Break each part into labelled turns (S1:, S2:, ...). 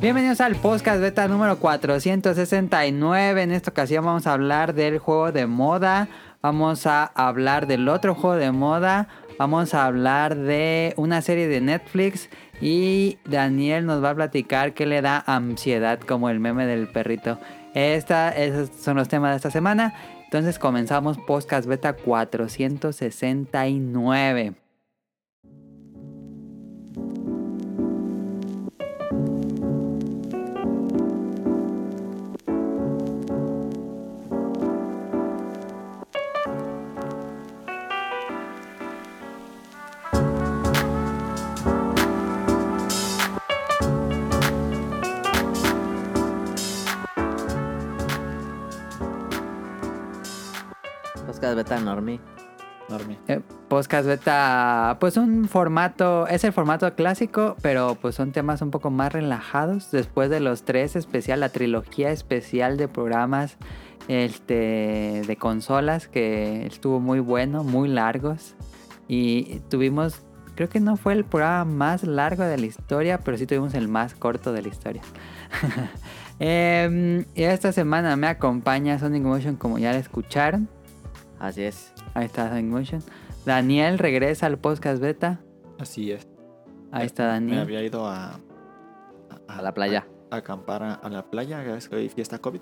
S1: Bienvenidos al podcast beta número 469. En esta ocasión vamos a hablar del juego de moda. Vamos a hablar del otro juego de moda. Vamos a hablar de una serie de Netflix. Y Daniel nos va a platicar qué le da ansiedad, como el meme del perrito. Esta, esos son los temas de esta semana. Entonces comenzamos podcast beta 469.
S2: Podcast Beta Normie.
S3: Normie.
S1: Eh, podcast beta, pues un formato, es el formato clásico, pero pues son temas un poco más relajados. Después de los tres especial, la trilogía especial de programas este, de consolas, que estuvo muy bueno, muy largos. Y tuvimos, creo que no fue el programa más largo de la historia, pero sí tuvimos el más corto de la historia. Em, y esta semana me acompaña Sonic Motion, como ya la escucharon.
S2: Así es.
S1: Ahí está Sonic Motion. Daniel regresa al podcast beta.
S3: Así es.
S1: Ahí está
S3: Me
S1: Daniel.
S3: había ido a...
S1: Ah,
S2: A la playa.
S3: A, a acampar a, a la playa, ya ves que hoy fiesta COVID.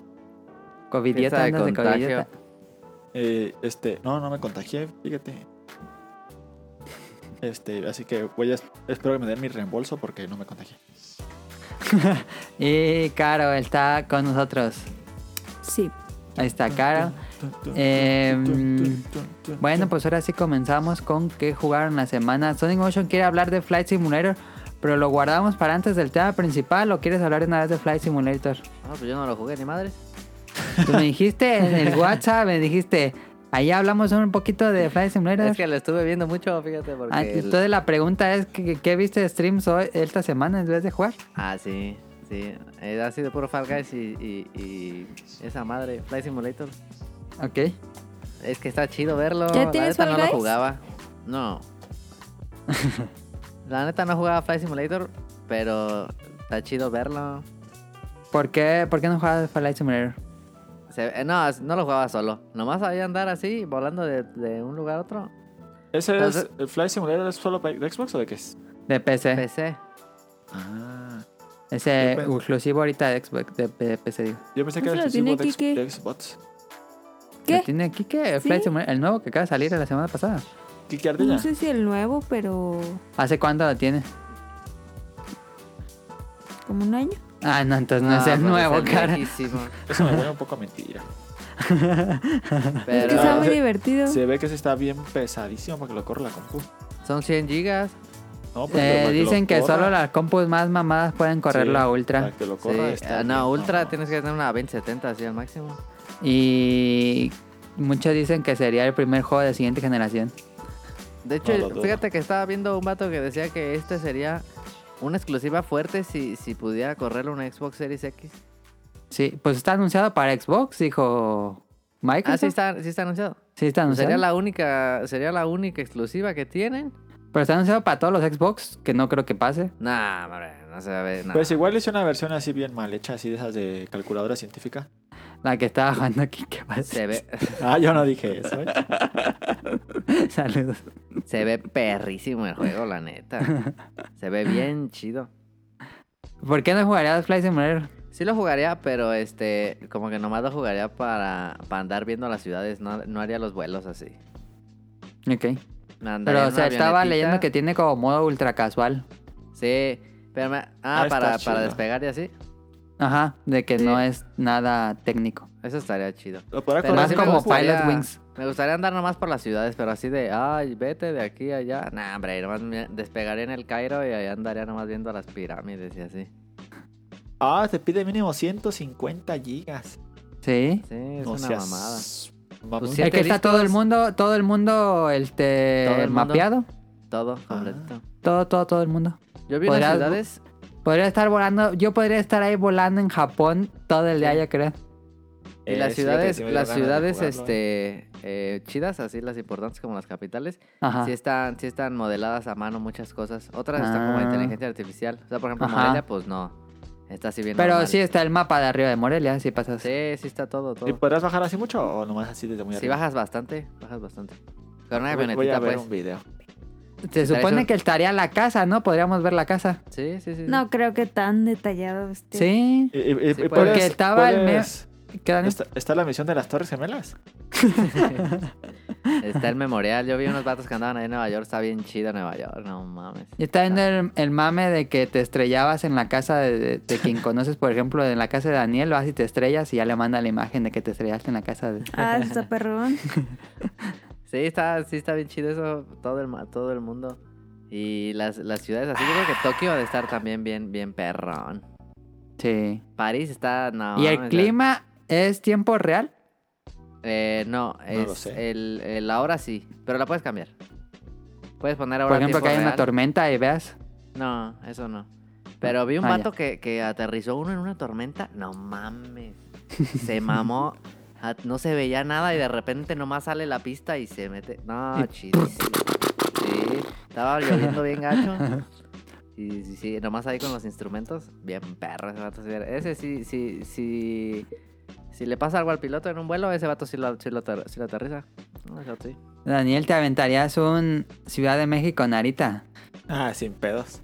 S1: Covidiota,
S2: Fiesta de
S1: andas de
S2: contagio.
S1: covidiota.
S3: Eh, este, no, no me contagié, fíjate. Este, así que voy a... Espero que me den mi reembolso porque no me contagié.
S1: Y Caro está con nosotros.
S4: Sí.
S1: Ahí está Caro. Em, Bueno, pues ahora sí comenzamos con qué jugaron la semana. Sonic Motion quiere hablar de Flight Simulator, pero lo guardamos para antes del tema principal o quieres hablar de una vez de Flight Simulator.
S2: No, pues yo no lo jugué ni madre.
S1: Tú me dijiste en el WhatsApp, me dijiste, ahí hablamos un poquito de Flight Simulator.
S2: Es que lo estuve viendo mucho, fíjate, porque...
S1: Ah,
S2: el-
S1: Entonces la pregunta es, ¿qué, qué viste de streams hoy, esta semana en vez de jugar?
S2: Ah, sí, sí. Eh, ha sido puro Fall Guys y, y- y esa madre, Fly Simulator.
S1: Ok.
S2: Es que está chido verlo.
S4: ¿Ya
S2: La
S4: tienes
S2: neta
S4: Fall
S2: no
S4: Guys?
S2: lo jugaba. No. La neta no jugaba Fly Simulator, pero está chido verlo.
S1: ¿Por qué, por qué no jugabas Flight Simulator?
S2: Se- eh, no, no lo jugaba solo. Nomás sabía andar así, volando de, de un lugar a otro.
S3: ¿Ese es...
S2: entonces-
S3: ¿El Fly Simulator es solo para Xbox o de qué es?
S1: De PC.
S2: PC.
S3: Ah...
S1: Ese
S3: Yo
S2: pues.
S3: pensé-
S1: exclusivo ahorita de Xbox, de, de PC. digo.
S3: Yo pensé que
S4: ¿No
S3: era
S4: se lo Pues tiene
S3: exclusivo de, X-
S4: Kike?
S3: de Xbox.
S4: ¿Qué?
S1: ¿Lo tiene aquí que
S4: ¿Sí?
S1: Flight Simulator, el nuevo que acaba de salir la semana pasada.
S3: ¿Kike Ardilla?
S4: No sé si el nuevo, pero
S1: ¿Hace cuánto lo tiene?
S4: como un año.
S1: Ah, no, entonces no, es el
S2: pues
S1: nuevo,
S2: el
S1: cara.
S2: viejísimo.
S3: Eso me huele un poco a mentira.
S4: Es que está
S2: Pero
S4: muy
S3: se-
S4: divertido.
S3: Se ve que se está bien pesadísimo porque lo corre la compu.
S2: son 100 gigas.
S3: No, pues,
S1: Eh,
S3: para lo
S1: dicen que
S3: corra-
S1: solo las compus más mamadas pueden correrlo
S3: Sí,
S1: a
S3: para
S1: Ultra.
S3: que lo
S2: Sí,
S3: corra
S2: eh,
S3: está
S2: no,
S3: bien,
S2: Ultra
S3: no.
S2: tienes que tener una 2070 así al máximo.
S1: Y muchos dicen que sería el primer juego de siguiente generación.
S2: De hecho,
S3: No lo dudo.
S2: fíjate que estaba viendo un vato que decía que este sería una exclusiva fuerte si, si pudiera correrlo una Xbox Series X.
S1: Sí, pues está anunciado para Xbox, dijo Microsoft.
S2: Ah, sí está, sí está anunciado.
S1: Sí, está anunciado.
S2: Pues Sería la única, sería la única exclusiva que tienen.
S1: Pero está anunciado para todos los Xbox, que no creo que pase.
S2: Nah, hombre, no se va a ver nada.
S3: Pues igual hice una versión así bien mal hecha, así de esas de calculadora científica.
S1: La que estaba jugando aquí, que pase.
S2: se ve,
S3: Ah, yo no dije eso. ¿eh?
S1: Saludos.
S2: se ve perrísimo el juego, la neta. Se ve bien chido.
S1: ¿Por qué no jugarías Flight Simulator?
S2: Sí lo jugaría, pero este, como que nomás lo jugaría para, para andar viendo las ciudades, no, no haría los vuelos así.
S1: Ok.
S2: Me andaría
S1: Pero,
S2: en
S1: o
S2: una
S1: sea, estaba
S2: avionetita.
S1: leyendo que tiene como modo ultra casual.
S2: Sí, pero me- Ah,
S3: Ah,
S2: para,
S3: está
S2: para
S3: chido.
S2: despegar y así.
S1: Ajá, de que
S2: Sí.
S1: no es nada técnico.
S2: Eso estaría chido.
S3: Lo podrá
S2: Pero
S3: correr
S1: Más
S2: sí
S3: en
S2: me
S1: como
S3: compu.
S2: gustaría-
S1: Pilot Wings.
S2: Me gustaría andar nomás por las ciudades, pero así de, ay, vete de aquí a allá. Nah, hombre, nomás me despegaría en el Cairo y ahí andaría nomás viendo las pirámides y así.
S3: Ah, te pide mínimo 150 gigas.
S1: Sí.
S2: Sí, es
S3: No
S2: una
S3: seas
S2: mamada.
S3: mamón.
S2: Pues sí.
S1: Es
S2: Siete
S1: que está todo el
S2: discos.
S1: mundo, todo el mundo este,
S2: Todo el mundo.
S1: mapeado.
S2: Todo completo.
S1: Todo, todo, todo el mundo.
S2: Yo vi unas
S1: Ah. ¿Podrías-
S2: ciudades.
S1: Podría estar volando, yo podría estar ahí volando en Japón todo el día,
S2: Sí.
S1: yo creo.
S2: Y
S3: Eh,
S2: las
S3: sí, fíjate,
S2: ciudades,
S3: sí me dio
S2: las
S3: ganas de
S2: ciudades
S3: jugarlo, ¿eh?
S2: este eh, chidas, así las importantes como las capitales,
S1: Ajá.
S2: sí están, sí están modeladas a mano muchas cosas. Otras están como
S1: Ah.
S2: inteligencia artificial. O sea, por ejemplo,
S1: Ajá.
S2: Morelia, pues no. Está así bien.
S1: Pero
S2: normal.
S1: sí está el mapa de arriba de Morelia, si pasas.
S2: Sí, sí está todo, todo.
S3: ¿Y podrás bajar así mucho o nomás así desde muy
S2: Si
S3: arriba?
S2: bajas bastante, bajas bastante. Con una
S3: Voy- Voy a
S2: camionetita,
S3: ver
S2: pues.
S3: un video.
S1: Se
S2: Está
S1: supone
S2: eso.
S1: que estaría la casa, ¿no? Podríamos ver la casa.
S2: Sí, sí, sí.
S4: No creo que tan detallado esté.
S1: Sí.
S3: Y- y- y-
S2: Sí, puedes-
S3: y
S1: Porque estaba el me-
S3: puedes-
S1: Quedan-
S2: Este-
S3: ¿Está, está la misión de las Torres Gemelas?
S2: Está el memorial. Yo vi unos vatos que andaban ahí en Nueva York. Está bien chido Nueva York. No mames.
S1: Y está viendo el, el mame de que te estrellabas en la casa de, de- de quien conoces, por ejemplo, en la casa de Daniel, vas y te estrellas y ya le manda la imagen de que te estrellaste en la casa de...
S4: Ah, está perrón.
S2: Sí, está, sí está bien chido eso, todo el, ma- todo el mundo. Y las, las ciudades así, yo creo que Tokio ha de estar también bien, bien perrón.
S1: Sí.
S2: París está, no.
S1: ¿Y
S2: o
S1: el
S2: sea,
S1: clima es tiempo real?
S2: eh, no, es
S3: lo sé.
S2: El, el ahora sí, pero la puedes cambiar. Puedes poner ahora
S1: Por ejemplo,
S2: tiempo
S1: que hay una
S2: real.
S1: tormenta y veas...
S2: No, eso no. Pero vi un
S1: Ah, ya.
S2: vato que, que aterrizó uno en una tormenta. No mames. Se mamó. Ah, No se veía nada y de repente nomás sale la pista y se mete. No,
S1: Y
S2: chidísimo. Sí, estaba lloviendo bien gacho. Y sí, sí, nomás ahí con los instrumentos. Bien perro ese vato. sí era- Ese sí, sí, sí. Si le pasa algo al piloto en un vuelo, ese vato sí lo, sí lo, ater- sí lo aterriza. No, eso sí.
S1: Daniel, te aventarías un Ciudad de México Narita.
S3: Ah, sin pedos.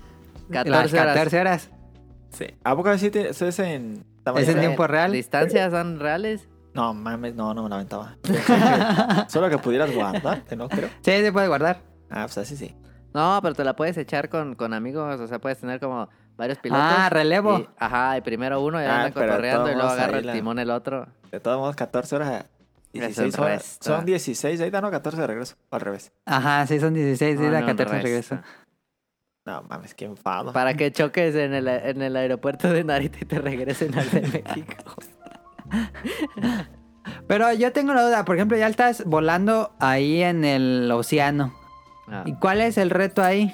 S1: Las
S2: 14 horas.
S1: 14 horas.
S3: Sí. ¿A poco así te, eso es en tamaño
S1: ¿Es en
S3: real?
S1: tiempo real?
S2: ¿Distancias son reales?
S3: No, mames, no, no me la aventaba. Solo que pudieras guardarte, ¿no? Creo.
S1: Sí, se puede guardar.
S3: Ah, pues así sí.
S2: No, pero te la puedes echar con, con amigos, o sea, puedes tener como varios pilotos.
S1: Ah, relevo.
S2: y- ajá, y primero uno y
S3: Ah,
S2: andan
S3: pero
S2: cotorreando y luego
S3: todos
S2: agarra
S3: ahí
S2: el
S3: la-
S2: timón el otro.
S3: De todos modos, 14 horas. 16
S2: un
S3: horas.
S2: resto.
S3: Son 16 de ida, no, 14 de regreso. Al revés.
S1: Ajá, sí, son 16 de
S2: No,
S1: ida,
S2: no,
S1: 14 de
S2: resto.
S1: regreso.
S3: No mames, qué enfado.
S2: Para que choques en el, en el aeropuerto de Narita y te regresen al de México.
S1: Pero yo tengo la duda, por ejemplo, ya estás volando ahí en el océano.
S2: Ah,
S1: ¿Y cuál es el reto ahí?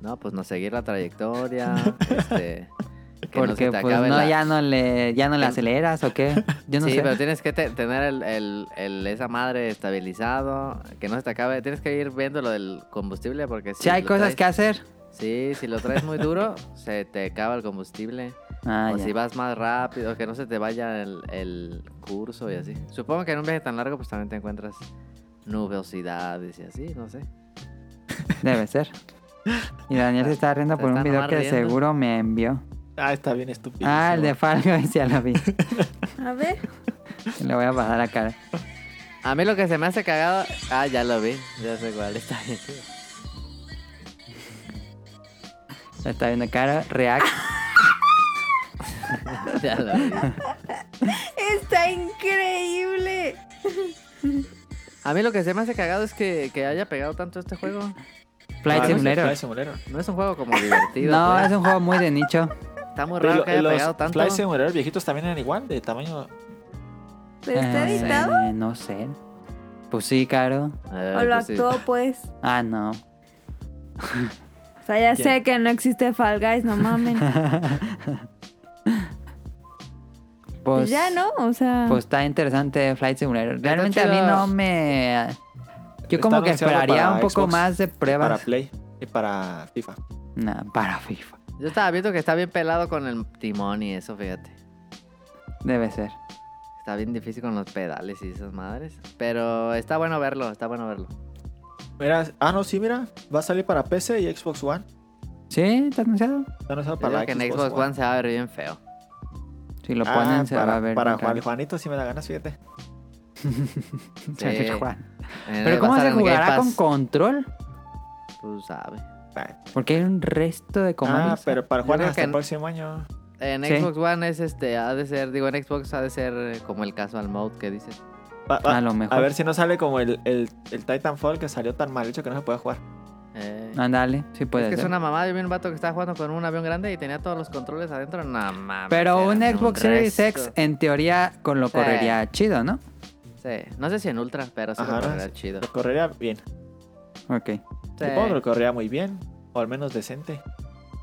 S2: no, pues no seguir la trayectoria, este... que no se
S1: Porque
S2: te
S1: pues
S2: acabe
S1: no,
S2: la-
S1: ya no le, ya no le
S2: Em-
S1: aceleras o qué. Yo no
S2: sí,
S1: sé.
S2: pero tienes que te- tener el, el- el- esa madre estabilizado, que no se te acabe. Tienes que ir viendo lo del combustible porque si
S1: Sí, hay
S2: lo
S1: cosas
S2: traes-
S1: que hacer.
S2: Sí, si lo traes muy duro, se te acaba el combustible.
S1: Ah,
S2: o
S1: ya.
S2: si vas más rápido, que no se te vaya el, el curso y así. Supongo que en un viaje tan largo, pues también te encuentras nubosidades y así, no sé.
S1: Debe ser. Y Daniel se está riendo
S2: Se
S1: por un
S2: está
S1: video
S2: nomás
S1: que
S2: riendo.
S1: seguro me envió.
S3: Ah, está bien estúpido.
S1: Ah, el de Falco, y ya lo vi.
S4: A ver.
S1: Le voy a pasar acá.
S2: A mí lo que se me hace cagado. Ah, ya lo vi, ya sé cuál está bien.
S1: Lo está viendo cara. React.
S2: Ya lo vi.
S4: Está increíble.
S2: A mí lo que se me hace cagado es que, que haya pegado tanto este juego.
S1: Flight
S3: Ah, no, sí,
S1: Simulator.
S3: Flight Simulator.
S2: No es un juego como divertido.
S1: No,
S2: pues.
S1: es un juego muy de nicho.
S2: Está muy
S3: Pero
S2: raro
S3: lo-
S2: que haya
S3: los
S2: pegado tanto.
S3: Flight Simulator viejitos también eran igual, de tamaño.
S4: ¿Pero está
S1: Eh,
S4: editado?
S1: no sé. Pues sí, caro.
S2: Eh,
S4: ¿O lo
S2: pues sí.
S4: actuó, pues?
S1: Ah, no.
S4: O sea, ya
S3: ¿Quién?
S4: sé que no existe Fall Guys, no mamen.
S1: Pues
S4: Pues ya, ¿no? O sea...
S1: Pues está interesante Flight Simulator. Realmente a mí
S2: chido.
S1: no me. Yo
S3: Está
S1: como que
S3: anunciado
S1: esperaría
S3: para
S1: un poco
S3: Xbox,
S1: más de
S3: Para
S1: pruebas.
S3: Play y para FIFA.
S1: Nah, para FIFA.
S2: Yo estaba viendo que está bien pelado con el timón y eso, fíjate.
S1: Debe ser.
S2: Está bien difícil con los pedales y esas madres. Pero está bueno verlo, está bueno verlo.
S3: Mira, ah, no, sí, mira. Va a salir para PC y Xbox One.
S1: ¿Sí? ¿Está anunciado?
S3: Está anunciado
S2: Yo
S3: para
S2: digo
S3: la
S2: que en Xbox One se va a ver bien feo.
S1: Si lo
S3: Ah,
S1: ponen, se
S3: para,
S1: va a ver.
S3: Para
S1: bien
S3: Juan,
S1: caro.
S3: Juanito, si me la ganas, fíjate.
S1: Chacho,
S2: Sí.
S1: Juan.
S2: En- va
S1: Pero
S2: a
S1: ¿cómo
S2: estar
S1: se
S2: en Game
S1: jugará con
S2: Pass.
S1: control?
S2: Tú sabes.
S1: Porque hay un resto de
S3: Ah,
S1: comandos.
S3: pero para
S2: Yo
S3: Juan
S2: creo
S3: hasta
S2: que
S3: el
S2: en-
S3: próximo año.
S2: En
S1: Sí.
S2: Xbox One es este, ha de ser, digo, en Xbox ha de ser eh, como el casual mode que dices.
S3: Va- va-
S1: A lo mejor.
S3: a ver si no sale como el, el, el Titanfall que salió tan mal hecho que no se puede jugar.
S2: Eh,
S1: Ándale, sí
S2: es
S1: Ah, puede
S2: que es
S1: ser.
S2: una mamada. Yo vi un vato que estaba jugando con un avión grande y tenía todos los controles adentro. No mames.
S1: Pero un
S2: eran
S1: Xbox Series X,
S2: resto.
S1: en teoría, con lo
S2: Sí.
S1: correría chido, ¿no?
S2: Sí, no sé si en Ultra, pero sí
S3: Ajá,
S2: lo
S3: no
S2: correrá
S3: sé.
S2: chido.
S3: Lo correría bien.
S1: Ok.
S2: Sí.
S3: Supongo que lo correría muy bien. O al menos decente.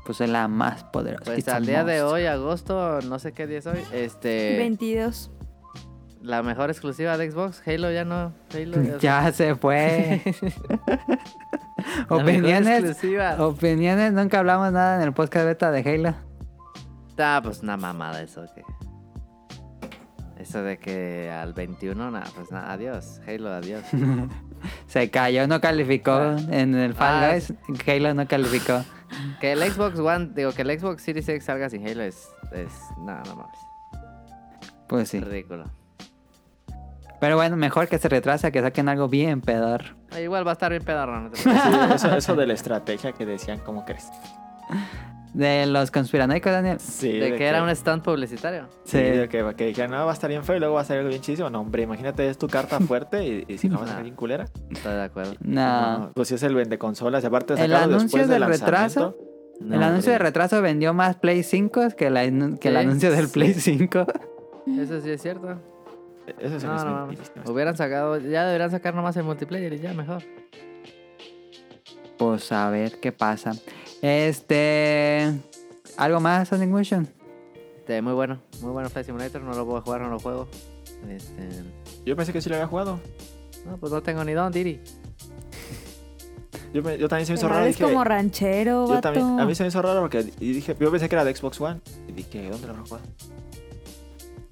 S1: Pues es la más poderosa.
S2: Pues
S1: It's a
S2: al día de
S1: must.
S2: hoy, agosto, no sé qué día es hoy, este...
S4: 22.
S2: La mejor exclusiva de Xbox, Halo ya no. Halo ya.
S1: Ya se fue.
S2: La mejor
S1: Opiniones.
S2: exclusiva.
S1: Opiniones, nunca hablamos nada en el podcast beta de Halo.
S2: Ah, pues una mamada eso que. Eso de que al 21, nada, pues nada, adiós. Halo, adiós.
S1: Se cayó, no calificó
S2: Ah.
S1: en el Fall
S2: Ah,
S1: Guys. Halo no calificó.
S2: que el Xbox One, digo, que el Xbox Series X salga sin Halo es. es nada, no mames.
S1: Pues sí.
S2: Ridículo.
S1: Pero bueno, mejor que se retrase a que saquen algo bien pedor.
S2: Ah, Igual va a estar bien pedarro, no te preocupes.
S3: Sí, eso, eso de la estrategia que decían, ¿cómo crees?
S1: De los conspiranoicos, Daniel.
S3: Sí,
S2: De que era un stunt publicitario.
S3: Sí, de que, que dijeron, no, va a estar bien feo y luego va a salir algo bien chidísimo. No, hombre, imagínate, es tu carta fuerte y, y si no va a salir bien culera.
S2: Estoy de acuerdo.
S1: No.
S3: Pues si es el vende consolas, y aparte de
S1: El
S3: sacarlo
S1: anuncio
S3: después del
S1: del retraso,
S3: lanzamiento,
S2: No,
S1: el anuncio de
S2: hombre.
S1: retraso vendió más Play 5 que, la- que el
S2: Sí.
S1: anuncio del Play 5.
S2: Eso sí es cierto.
S3: Eso e-, se me
S2: No,
S3: hace
S2: no
S3: muy
S2: mames.
S3: triste.
S2: Hubieran sacado, ya deberían sacar nomás el multiplayer y ya mejor.
S1: Pues a ver qué pasa. Este. ¿Algo más, Sonic Motion?
S2: Este, muy bueno, muy bueno Flight Simulator, no lo puedo jugar, no lo juego. Este,
S3: Yo pensé que sí lo había jugado.
S2: no, pues no tengo ni don, Diri.
S3: Yo, me- yo también se me hizo
S4: Pero
S3: raro.
S4: es
S3: dije,
S4: como ranchero,
S3: yo
S4: vato.
S3: también, a mí se me hizo raro porque y dije, yo pensé que era de Xbox One. Y dije, ¿dónde lo habrá jugado?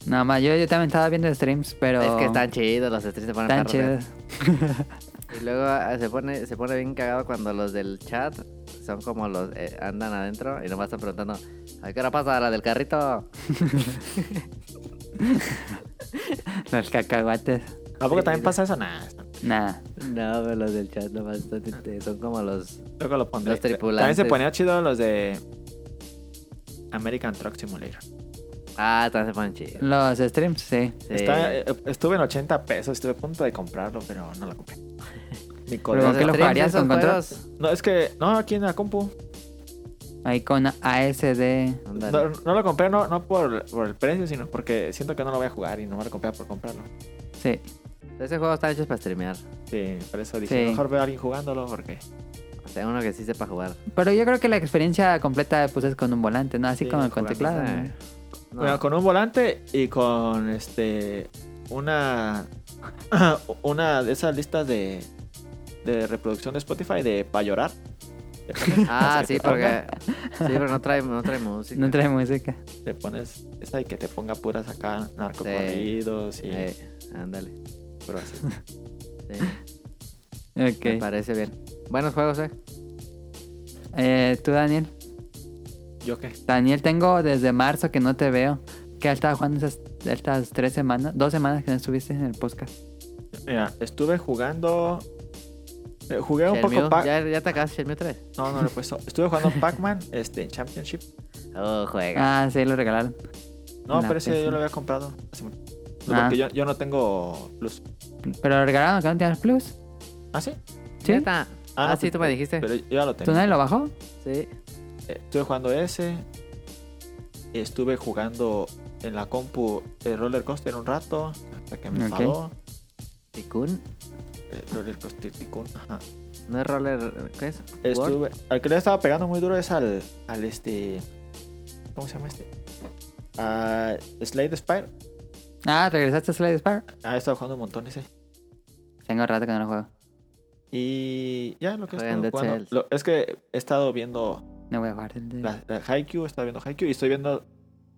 S1: Nada más, yo, yo también estaba viendo streams, pero.
S2: Es que están chidos los streams se ponen
S1: tan
S2: perros,
S1: chidos.
S2: eh. Y luego ah, se pone, se pone bien cagado cuando los del chat son como los eh, andan adentro y nomás están preguntando, ¿a qué hora pasa la del carrito?
S1: Los cacahuates.
S3: ¿A poco también pasa eso? Nah, está-
S1: Nada.
S2: No, pero los del chat nomás están, este, son como los
S3: luego lo pondré.
S2: Los tripulantes.
S3: También se ponía chido los de American Truck Simulator.
S2: Ah, están se ponen chidos.
S1: Los streams, sí.
S2: Sí.
S3: Está- eh, estuve en 80 pesos, estuve a punto de comprarlo, pero no lo compré. Ni con-
S1: Pero-
S2: Los
S1: qué lo
S2: streams,
S1: jugarías
S2: esos
S1: con control?
S2: juegos.
S3: No, es que, no, aquí en la compu.
S1: Ahí con ASD.
S2: Ándale.
S3: No, no lo compré, no, no por, por el precio, sino porque siento que no lo voy a jugar y no me lo compré por comprarlo.
S1: Sí.
S2: Ese juego está hecho para streamear.
S3: Sí, por eso dije,
S1: Sí.
S3: mejor veo a alguien jugándolo porque...
S2: O sea, uno que sí sepa jugar.
S1: Pero yo creo que la experiencia completa pues es con un volante, ¿no? Así
S3: Sí,
S1: como con
S3: jugando,
S1: teclado.
S2: eh.
S1: ¿no?
S2: No.
S3: Bueno, con un volante y con este una una de esas listas de, de reproducción de Spotify de para llorar.
S2: Ah,
S3: Así que
S2: sí,
S3: te ponga.
S2: porque. Sí, pero no trae, no trae música.
S1: No trae música.
S3: Te pones esa y que te ponga puras acá narcocorridos y
S2: Eh, ándale.
S3: pero así.
S2: Sí, Me
S1: Ok.
S2: parece bien. Buenos juegos, eh.
S1: Eh, Tú, Daniel.
S3: ¿Yo qué?
S1: Daniel, tengo desde marzo que no te veo. Que estaba jugando esas, estas tres semanas, dos semanas que no estuviste en el podcast.
S3: Mira, estuve jugando eh, jugué un
S2: Shenmue.
S3: poco Pac
S2: ¿Ya, ya te acabas Shenmue 3.
S3: No, no lo he puesto. Estuve jugando Pac-Man este en Championship.
S2: Oh, juega.
S1: Ah, sí, lo regalaron.
S3: No,
S1: La
S3: pero ese
S1: PC.
S3: yo lo había comprado hace mucho.
S1: Ah.
S3: Porque yo, yo no tengo plus.
S1: Pero lo regalaron que no tenías plus.
S3: ¿Ah, sí?
S1: Sí.
S2: Neta. Ah,
S3: no,
S2: sí, tú me dijiste.
S3: pues Pero yo ya lo tengo.
S1: ¿Tú nadie lo bajó?
S2: Sí.
S3: Eh, Estuve jugando ese. Estuve jugando en la compu el roller coaster un rato. Hasta que me
S1: Ok.
S3: enfadó.
S2: Tikkun.
S3: El roller coaster Tycoon, Ajá.
S2: No es roller. ¿Qué es? World.
S3: Estuve. Al que le estaba pegando muy duro es al. al este. ¿Cómo se llama este? A Slade Spire.
S1: Ah, regresaste a Slade Spire.
S3: Ah, he estado jugando un montón ese.
S1: Tengo rato que no lo juego.
S3: Y ya lo que he
S2: Juegan
S3: estado
S2: Dead
S3: jugando.
S2: Cells.
S3: lo- es que he estado viendo
S1: No voy a jugar. el de-
S3: la, la Haikyuu, he estado viendo Haikyuu y estoy viendo.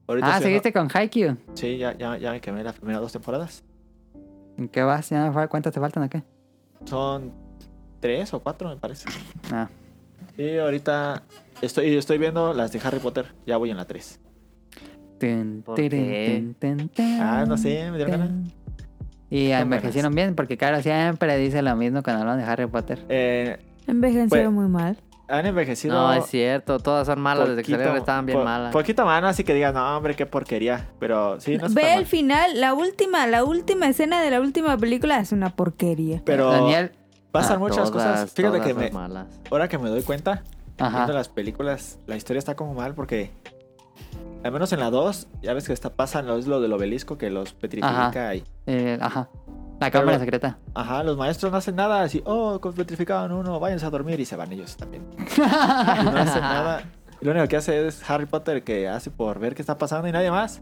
S3: Ahorita
S1: Ah,
S3: estoy viendo-
S1: seguiste con Haikyuu.
S3: Sí, ya, ya, ya me quemé las primeras dos temporadas.
S1: ¿En qué vas? ¿Ya no fue- ¿Cuántas te faltan o qué?
S3: Son tres o cuatro, me parece.
S1: Ah.
S3: Y ahorita estoy, estoy viendo las de Harry Potter. Ya voy en la 3.
S1: Tun,
S2: ¿Por
S1: tirin,
S2: qué?
S1: tun, tun, tun,
S3: Ah, no sé, me dio
S1: tun.
S3: ganas.
S1: Y
S3: Son
S1: envejecieron bien, porque claro, siempre dice lo mismo cuando hablan de Harry Potter.
S3: Eh,
S4: Envejecieron
S3: Pues-
S4: muy mal.
S3: han envejecido.
S2: No, es cierto. Todas son malas. Desde que salieron estaban bien
S3: po-
S2: malas.
S3: Poquito mano, así que digan, no, hombre, qué porquería. Pero sí, no está
S4: Ve
S3: mal.
S4: el final, la última, la última escena de la última película es una porquería.
S3: Pero
S1: Daniel,
S3: pasan
S2: Ah, todas,
S3: muchas cosas. Fíjate
S2: todas
S3: que
S2: son
S3: me,
S2: malas.
S3: ahora que me doy cuenta, viendo
S1: ajá.
S3: las películas, la historia está como mal porque. Al menos en la 2, ya ves que está, pasan lo, es lo del obelisco que los petrifica
S1: Ajá.
S3: y
S1: eh, ajá. La cámara
S3: Pero-
S1: secreta.
S3: Ajá, los maestros no hacen nada, así, oh, petrificaban uno, váyanse a dormir y se van ellos también. Y no hacen nada. Y lo único que hace es Harry Potter que hace por ver qué está pasando y nadie más.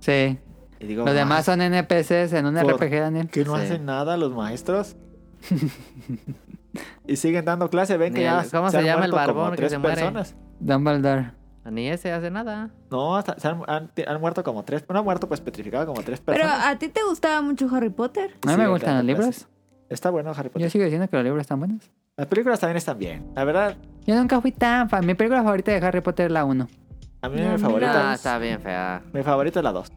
S1: Sí.
S3: Y digo,
S1: Los demás
S3: "Ah,
S1: son NPCs en un
S3: Por-
S1: RPG, Daniel.
S3: que no
S2: Sí.
S3: hacen nada los maestros. y siguen dando clase, ven que
S2: Ni
S3: ya
S2: el- ¿cómo se
S3: han
S2: llama el
S3: muerto como
S2: barbón que
S3: tres
S2: se muere?
S3: personas.
S1: Dumbledore.
S2: Ni ese hace nada.
S3: No, hasta, se han, han- han muerto como tres. Uno ha muerto pues petrificado como tres
S4: Pero
S3: personas.
S4: a ti te gustaba mucho Harry Potter.
S1: A mí
S3: Sí,
S1: me
S3: me
S1: gustan los
S3: encanta,
S1: libros.
S3: Está bueno Harry Potter.
S1: Yo sigo diciendo que los libros están buenos.
S3: Las películas también están bien. La verdad,
S1: Yo nunca fui tan fan. Mi película favorita de Harry Potter es la 1.
S3: a mí
S4: No,
S3: mi
S4: mira.
S3: favorita
S2: Ah,
S3: es-
S2: está bien fea.
S3: Mi favorito es la 2.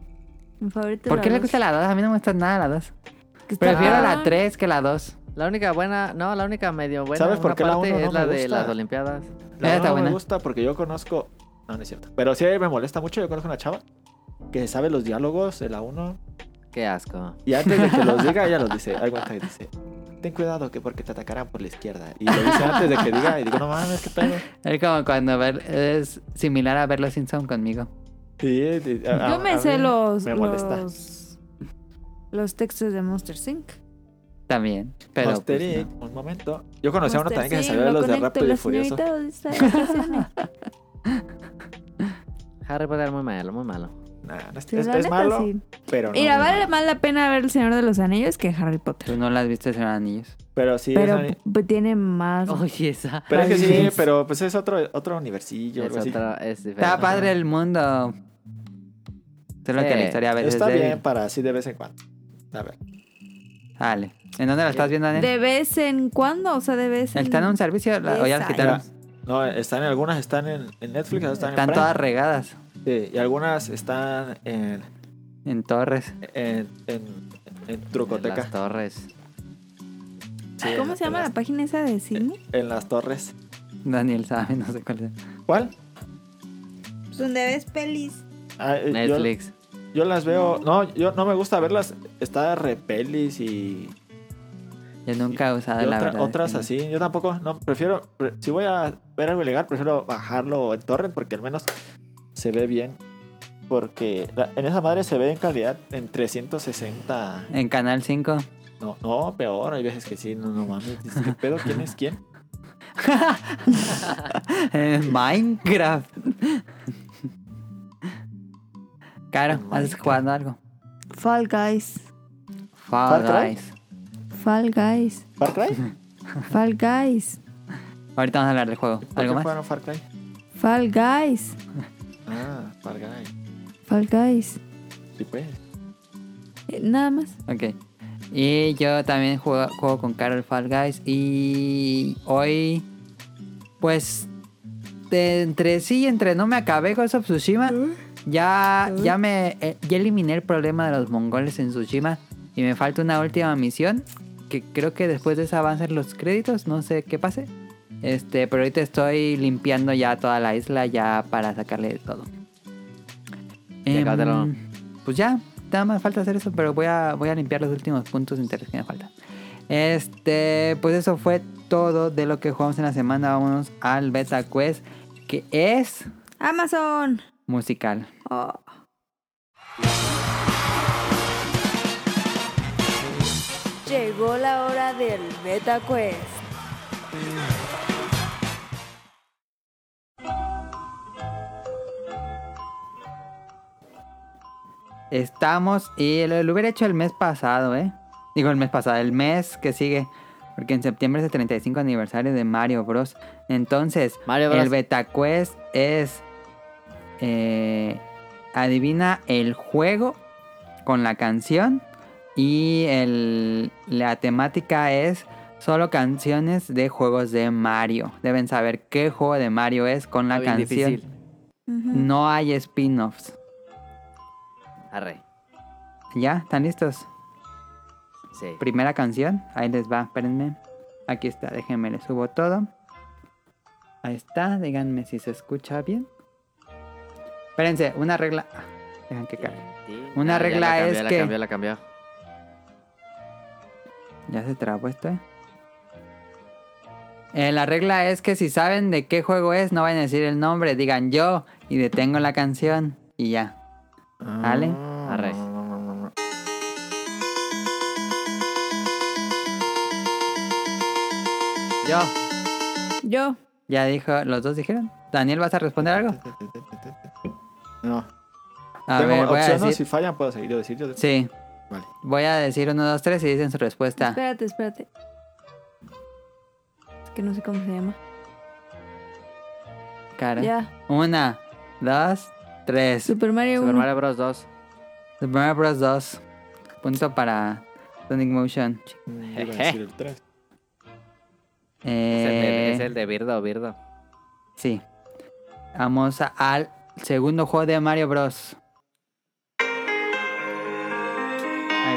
S4: Mi favorito.
S1: ¿Por
S4: la
S1: qué le
S4: dos.
S1: gusta la 2? A mí no me gusta nada la 2.
S4: Que está
S1: Prefiero la
S4: cabrón.
S1: 3 que la 2.
S2: La única buena, no, la única medio buena
S3: ¿Sabes
S2: en
S3: por
S2: una
S3: qué la
S2: parte
S3: uno no
S2: es la
S3: me
S2: de
S3: gusta?
S2: las Olimpiadas.
S1: Esa
S3: La
S1: está
S3: 1 no
S1: buena.
S3: me gusta porque yo conozco... No, no es cierto. Pero sí me molesta mucho. Yo conozco una chava que se sabe los diálogos de la 1.
S2: Qué asco.
S3: Y antes de que los diga, ella los dice. Algo antes dice... Ten cuidado que porque te atacarán por la izquierda. Y lo dice antes de que diga. Y digo, no mames, qué pedo.
S1: Es como cuando ver, es similar a ver los Simpsons conmigo.
S3: Y, y- a-
S4: Yo
S3: Ah, a-
S4: me
S3: a
S4: sé
S3: mí
S4: los.
S3: Me molesta.
S4: Los, los textos de Monster Inc.
S1: También. Pero.
S3: Monster
S1: pues,
S3: Inc, Un momento. Yo conocí a uno
S4: Monster
S3: también que se
S4: Inc,
S3: sabía
S4: lo
S3: los de
S4: conecto,
S3: Rápido y
S4: la
S3: Furioso.
S4: señorita de esta vacaciones.
S2: Harry Potter muy malo, muy malo.
S3: Nah, no es,
S4: Sí,
S3: Este es-
S4: la
S3: es
S4: neta,
S3: malo,
S4: sí.
S3: pero no.
S4: Mira,
S3: muy
S4: vale
S3: malo.
S4: más la pena ver El Señor de los Anillos que Harry Potter.
S1: Tú no las viste, señor Anillos.
S3: Pero sí,
S4: Pero
S3: es,
S4: p- tiene más.
S2: Oye, esa.
S3: pero es que
S1: Ay,
S3: sí,
S1: Dios.
S3: pero pues es otro, otro universillo.
S2: Es
S3: algo así.
S2: otro, es diferente.
S1: Está padre el mundo. Solo que
S2: Sí.
S1: la historia a veces
S3: Está
S1: débil.
S3: bien para así de vez en cuando. A ver.
S1: Dale. ¿En dónde la estás viendo, Daniel?
S4: De vez en cuando, o sea, de vez en.
S1: ¿Están en un servicio la- o ya las
S4: Esa.
S1: quitaron?
S3: No, están en algunas están en, en Netflix, otras están en
S1: Están
S3: Prime.
S1: todas regadas
S3: Sí, y algunas están en
S1: en torres.
S3: en, en, en
S2: En
S3: Trucoteca.
S2: las torres.
S3: Sí, Eh. en-
S4: ¿Cómo se
S3: en
S4: llama la
S3: las-
S4: página esa de cine?
S3: En las torres.
S1: Daniel sabe, no sé cuál es.
S3: ¿Cuál?
S4: Pues Donde ves pelis.
S3: Ah, eh, yo-
S2: Netflix.
S3: Yo, las veo. No, yo no me gusta verlas. Está Repelis y
S1: Yo nunca he usado
S3: Y
S1: Ah, la
S3: otra-
S1: verdad.
S3: otras
S1: es que
S3: así, yo tampoco, no, prefiero, pre- si voy a ver algo ilegal, prefiero bajarlo en torrent porque al menos se ve bien. Porque la- en esa madre se ve en calidad en 360.
S1: no. En Canal 5.
S3: No, no, peor, hay veces que sí, no, no mames. dices, ¿Qué pedo? ¿Quién es quién?
S1: en Minecraft. Caro, ¿has
S3: Minecraft.
S1: jugado algo?
S4: Fall Guys.
S1: Fall
S3: Cry?
S1: Guys.
S4: Fall Guys.
S3: ¿Far Cry?
S4: Fall Guys.
S1: Ahorita vamos a hablar del juego.
S3: ¿Por
S1: ¿Algo
S3: qué
S1: más?
S3: jugaron Far Cry?
S4: Fall Guys.
S3: Ah, Far Cry.
S4: Fall Guys.
S3: Sí, pues.
S4: Eh, Nada más.
S1: Ok. Y yo también juego, juego con Carol Fall Guys. Y hoy, pues, de- entre sí y entre no me acabé con of Tsushima. Ya, ya me eh, ya eliminé el problema de los mongoles en Tsushima. Y me falta una última misión. Que creo que después de esa van a ser los créditos. No sé qué pase. Este, pero ahorita estoy limpiando ya toda la isla ya para sacarle de todo.
S2: Ya,
S1: Em,
S2: cábatelo.
S1: pues ya, nada más falta hacer eso, pero voy a, voy a limpiar los últimos puntos de interés que me faltan. Este, pues eso fue todo de lo que jugamos en la semana. Vámonos al Beta Quest, que es
S4: Amazon.
S1: musical.
S4: Oh. Llegó la hora del Beta Quest.
S1: Estamos, y lo, lo hubiera hecho el mes pasado, ¿eh? Digo, el mes pasado, el mes que sigue. Porque en septiembre es el 35 aniversario de Mario Bros. Entonces,
S2: Mario Bros.
S1: el Beta Quest es. eh, adivina el juego con la canción. Y el- la temática es solo canciones de juegos de Mario. Deben saber qué juego de Mario es con la
S2: Muy
S1: canción.
S2: difícil.
S4: Ujú.
S1: No hay spin-offs.
S2: Arre.
S1: ¿Ya? ¿Están listos?
S2: Sí.
S1: Primera canción, ahí les va, espérenme. Aquí está, déjenme, le subo todo. Ahí está, díganme si se escucha bien. Espérense, una regla. ah, Dejan que caiga. Una
S2: Ah, ya
S1: regla
S2: la cambió,
S1: es
S2: la
S1: que-
S2: cambió, la cambió.
S1: Ya se trabó esto, eh. Eh, la regla es que si saben de qué juego es, no vayan a decir el nombre, digan yo y detengo la canción y ya.
S3: Ah,
S1: Dale.
S2: Arre. Yo.
S4: Yo.
S1: Ya dijo, los dos dijeron. Daniel, ¿vas a responder algo?
S3: No.
S1: A
S3: Tengo
S1: ver, voy a
S3: opciones,
S1: decir.
S3: si fallan puedo seguir yo decir yo.
S1: Sí.
S3: Vale.
S1: Voy a decir uno, dos, tres y dicen su respuesta.
S4: Espérate, espérate. Es que no sé cómo se llama.
S1: Cara.
S4: Ya.
S1: Una, dos, tres.
S4: Super Mario
S2: Super
S4: 1.
S2: Mario Bros. 2.
S1: Super Mario Bros. 2. Punto para Sonic Motion.
S3: Mm, iba a decir el tres.
S2: Es, el de,
S1: Eh,
S2: es el de Birdo, Birdo.
S1: Sí. Vamos a- al segundo juego de Mario Bros. Ahí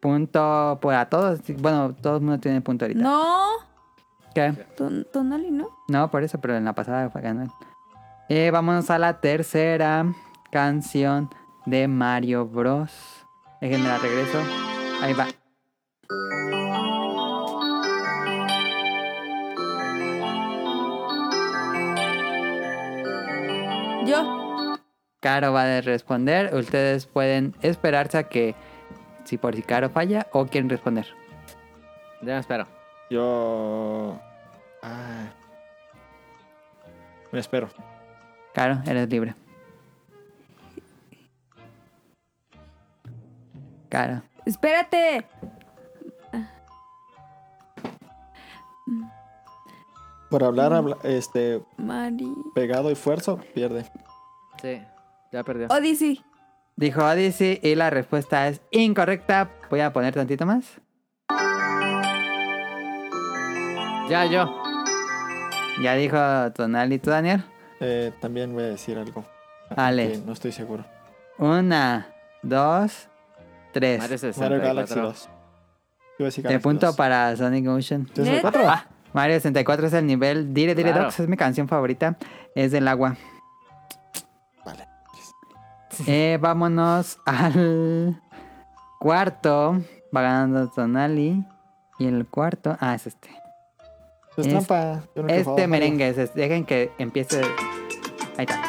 S1: Punto para todos. Bueno, todo el mundo tiene punto ahorita.
S4: No,
S1: ¿Qué?
S4: Don- Donali, ¿no?
S1: No, por eso, pero en la pasada fue ganar. Eh, vámonos a la tercera canción de Mario Bros. Déjenme la regreso. Ahí va.
S4: Yo,
S1: Caro va a responder. Ustedes pueden esperarse a que si por si Caro falla o quieren responder.
S2: Yo me espero.
S3: Yo. Ah. Me espero.
S1: Caro, eres libre. Caro.
S4: espérate.
S3: Por hablar, habla- este,
S4: Mari...
S3: pegado y fuerzo, pierde.
S2: Sí, ya perdió.
S4: Odyssey.
S1: Dijo Odyssey y la respuesta es incorrecta. Voy a poner tantito más.
S2: Ya, yo.
S1: Ya dijo Tonal y tú, Daniel.
S3: Eh, también voy a decir algo.
S1: Ale.
S3: que no estoy seguro.
S1: Una, dos, tres.
S2: Mario
S3: Mario Galaxy
S2: 64.
S3: 2. Yo voy a decir
S1: De
S3: Galaxy
S1: punto
S3: 2.
S1: para Sonic Ocean.
S3: ¿64?
S1: Ah, Mario 64 es el nivel. Dire, dire,
S2: Claro.
S1: dogs. Es mi canción favorita. Es del agua.
S3: Vale.
S1: Eh, vámonos al cuarto. Va ganando Tonali. Y el cuarto. Ah, es este.
S3: Es
S1: Es-
S3: trampa. Yo no he jugado
S1: Este
S3: Mario.
S1: merengue es este. Dejen que empiece. Ahí está.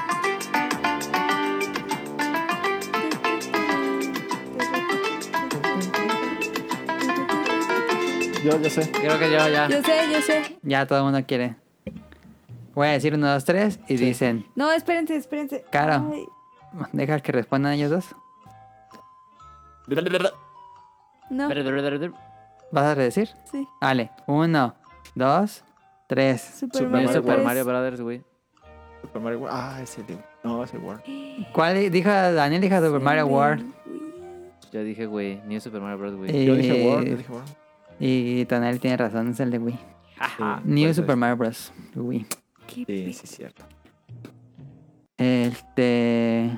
S3: Yo, yo sé.
S2: Creo que yo ya.
S4: Yo sé, yo sé.
S1: Ya todo el mundo quiere. Voy a decir uno, dos, tres. Y
S3: Sí.
S1: dicen.
S4: No, espérense, espérense.
S1: Caro.
S4: Ay,
S1: Deja que respondan ellos dos.
S4: No,
S1: ¿Vas a decir?
S4: sí.
S1: Vale, uno, dos, tres.
S4: Super,
S3: Super
S4: Mario,
S2: Yo Super
S4: Bros.
S2: Mario Brothers, güey.
S3: Super Mario World. Ah, es el de. No, es el World.
S1: ¿Cuál di- dijo Daniel? Dijo Super Mario World.
S2: Yo dije, güey, New Super Mario Bros, güey.
S1: Eh,
S3: Yo dije World. Yo dije World.
S1: Y Tonal tiene razón, es el de Wii.
S2: Ajá.
S1: New
S3: pues,
S1: Super Mario Bros. Wii.
S4: Qué
S3: Sí,
S4: pe-
S3: sí, es cierto.
S1: Este.
S3: Eh,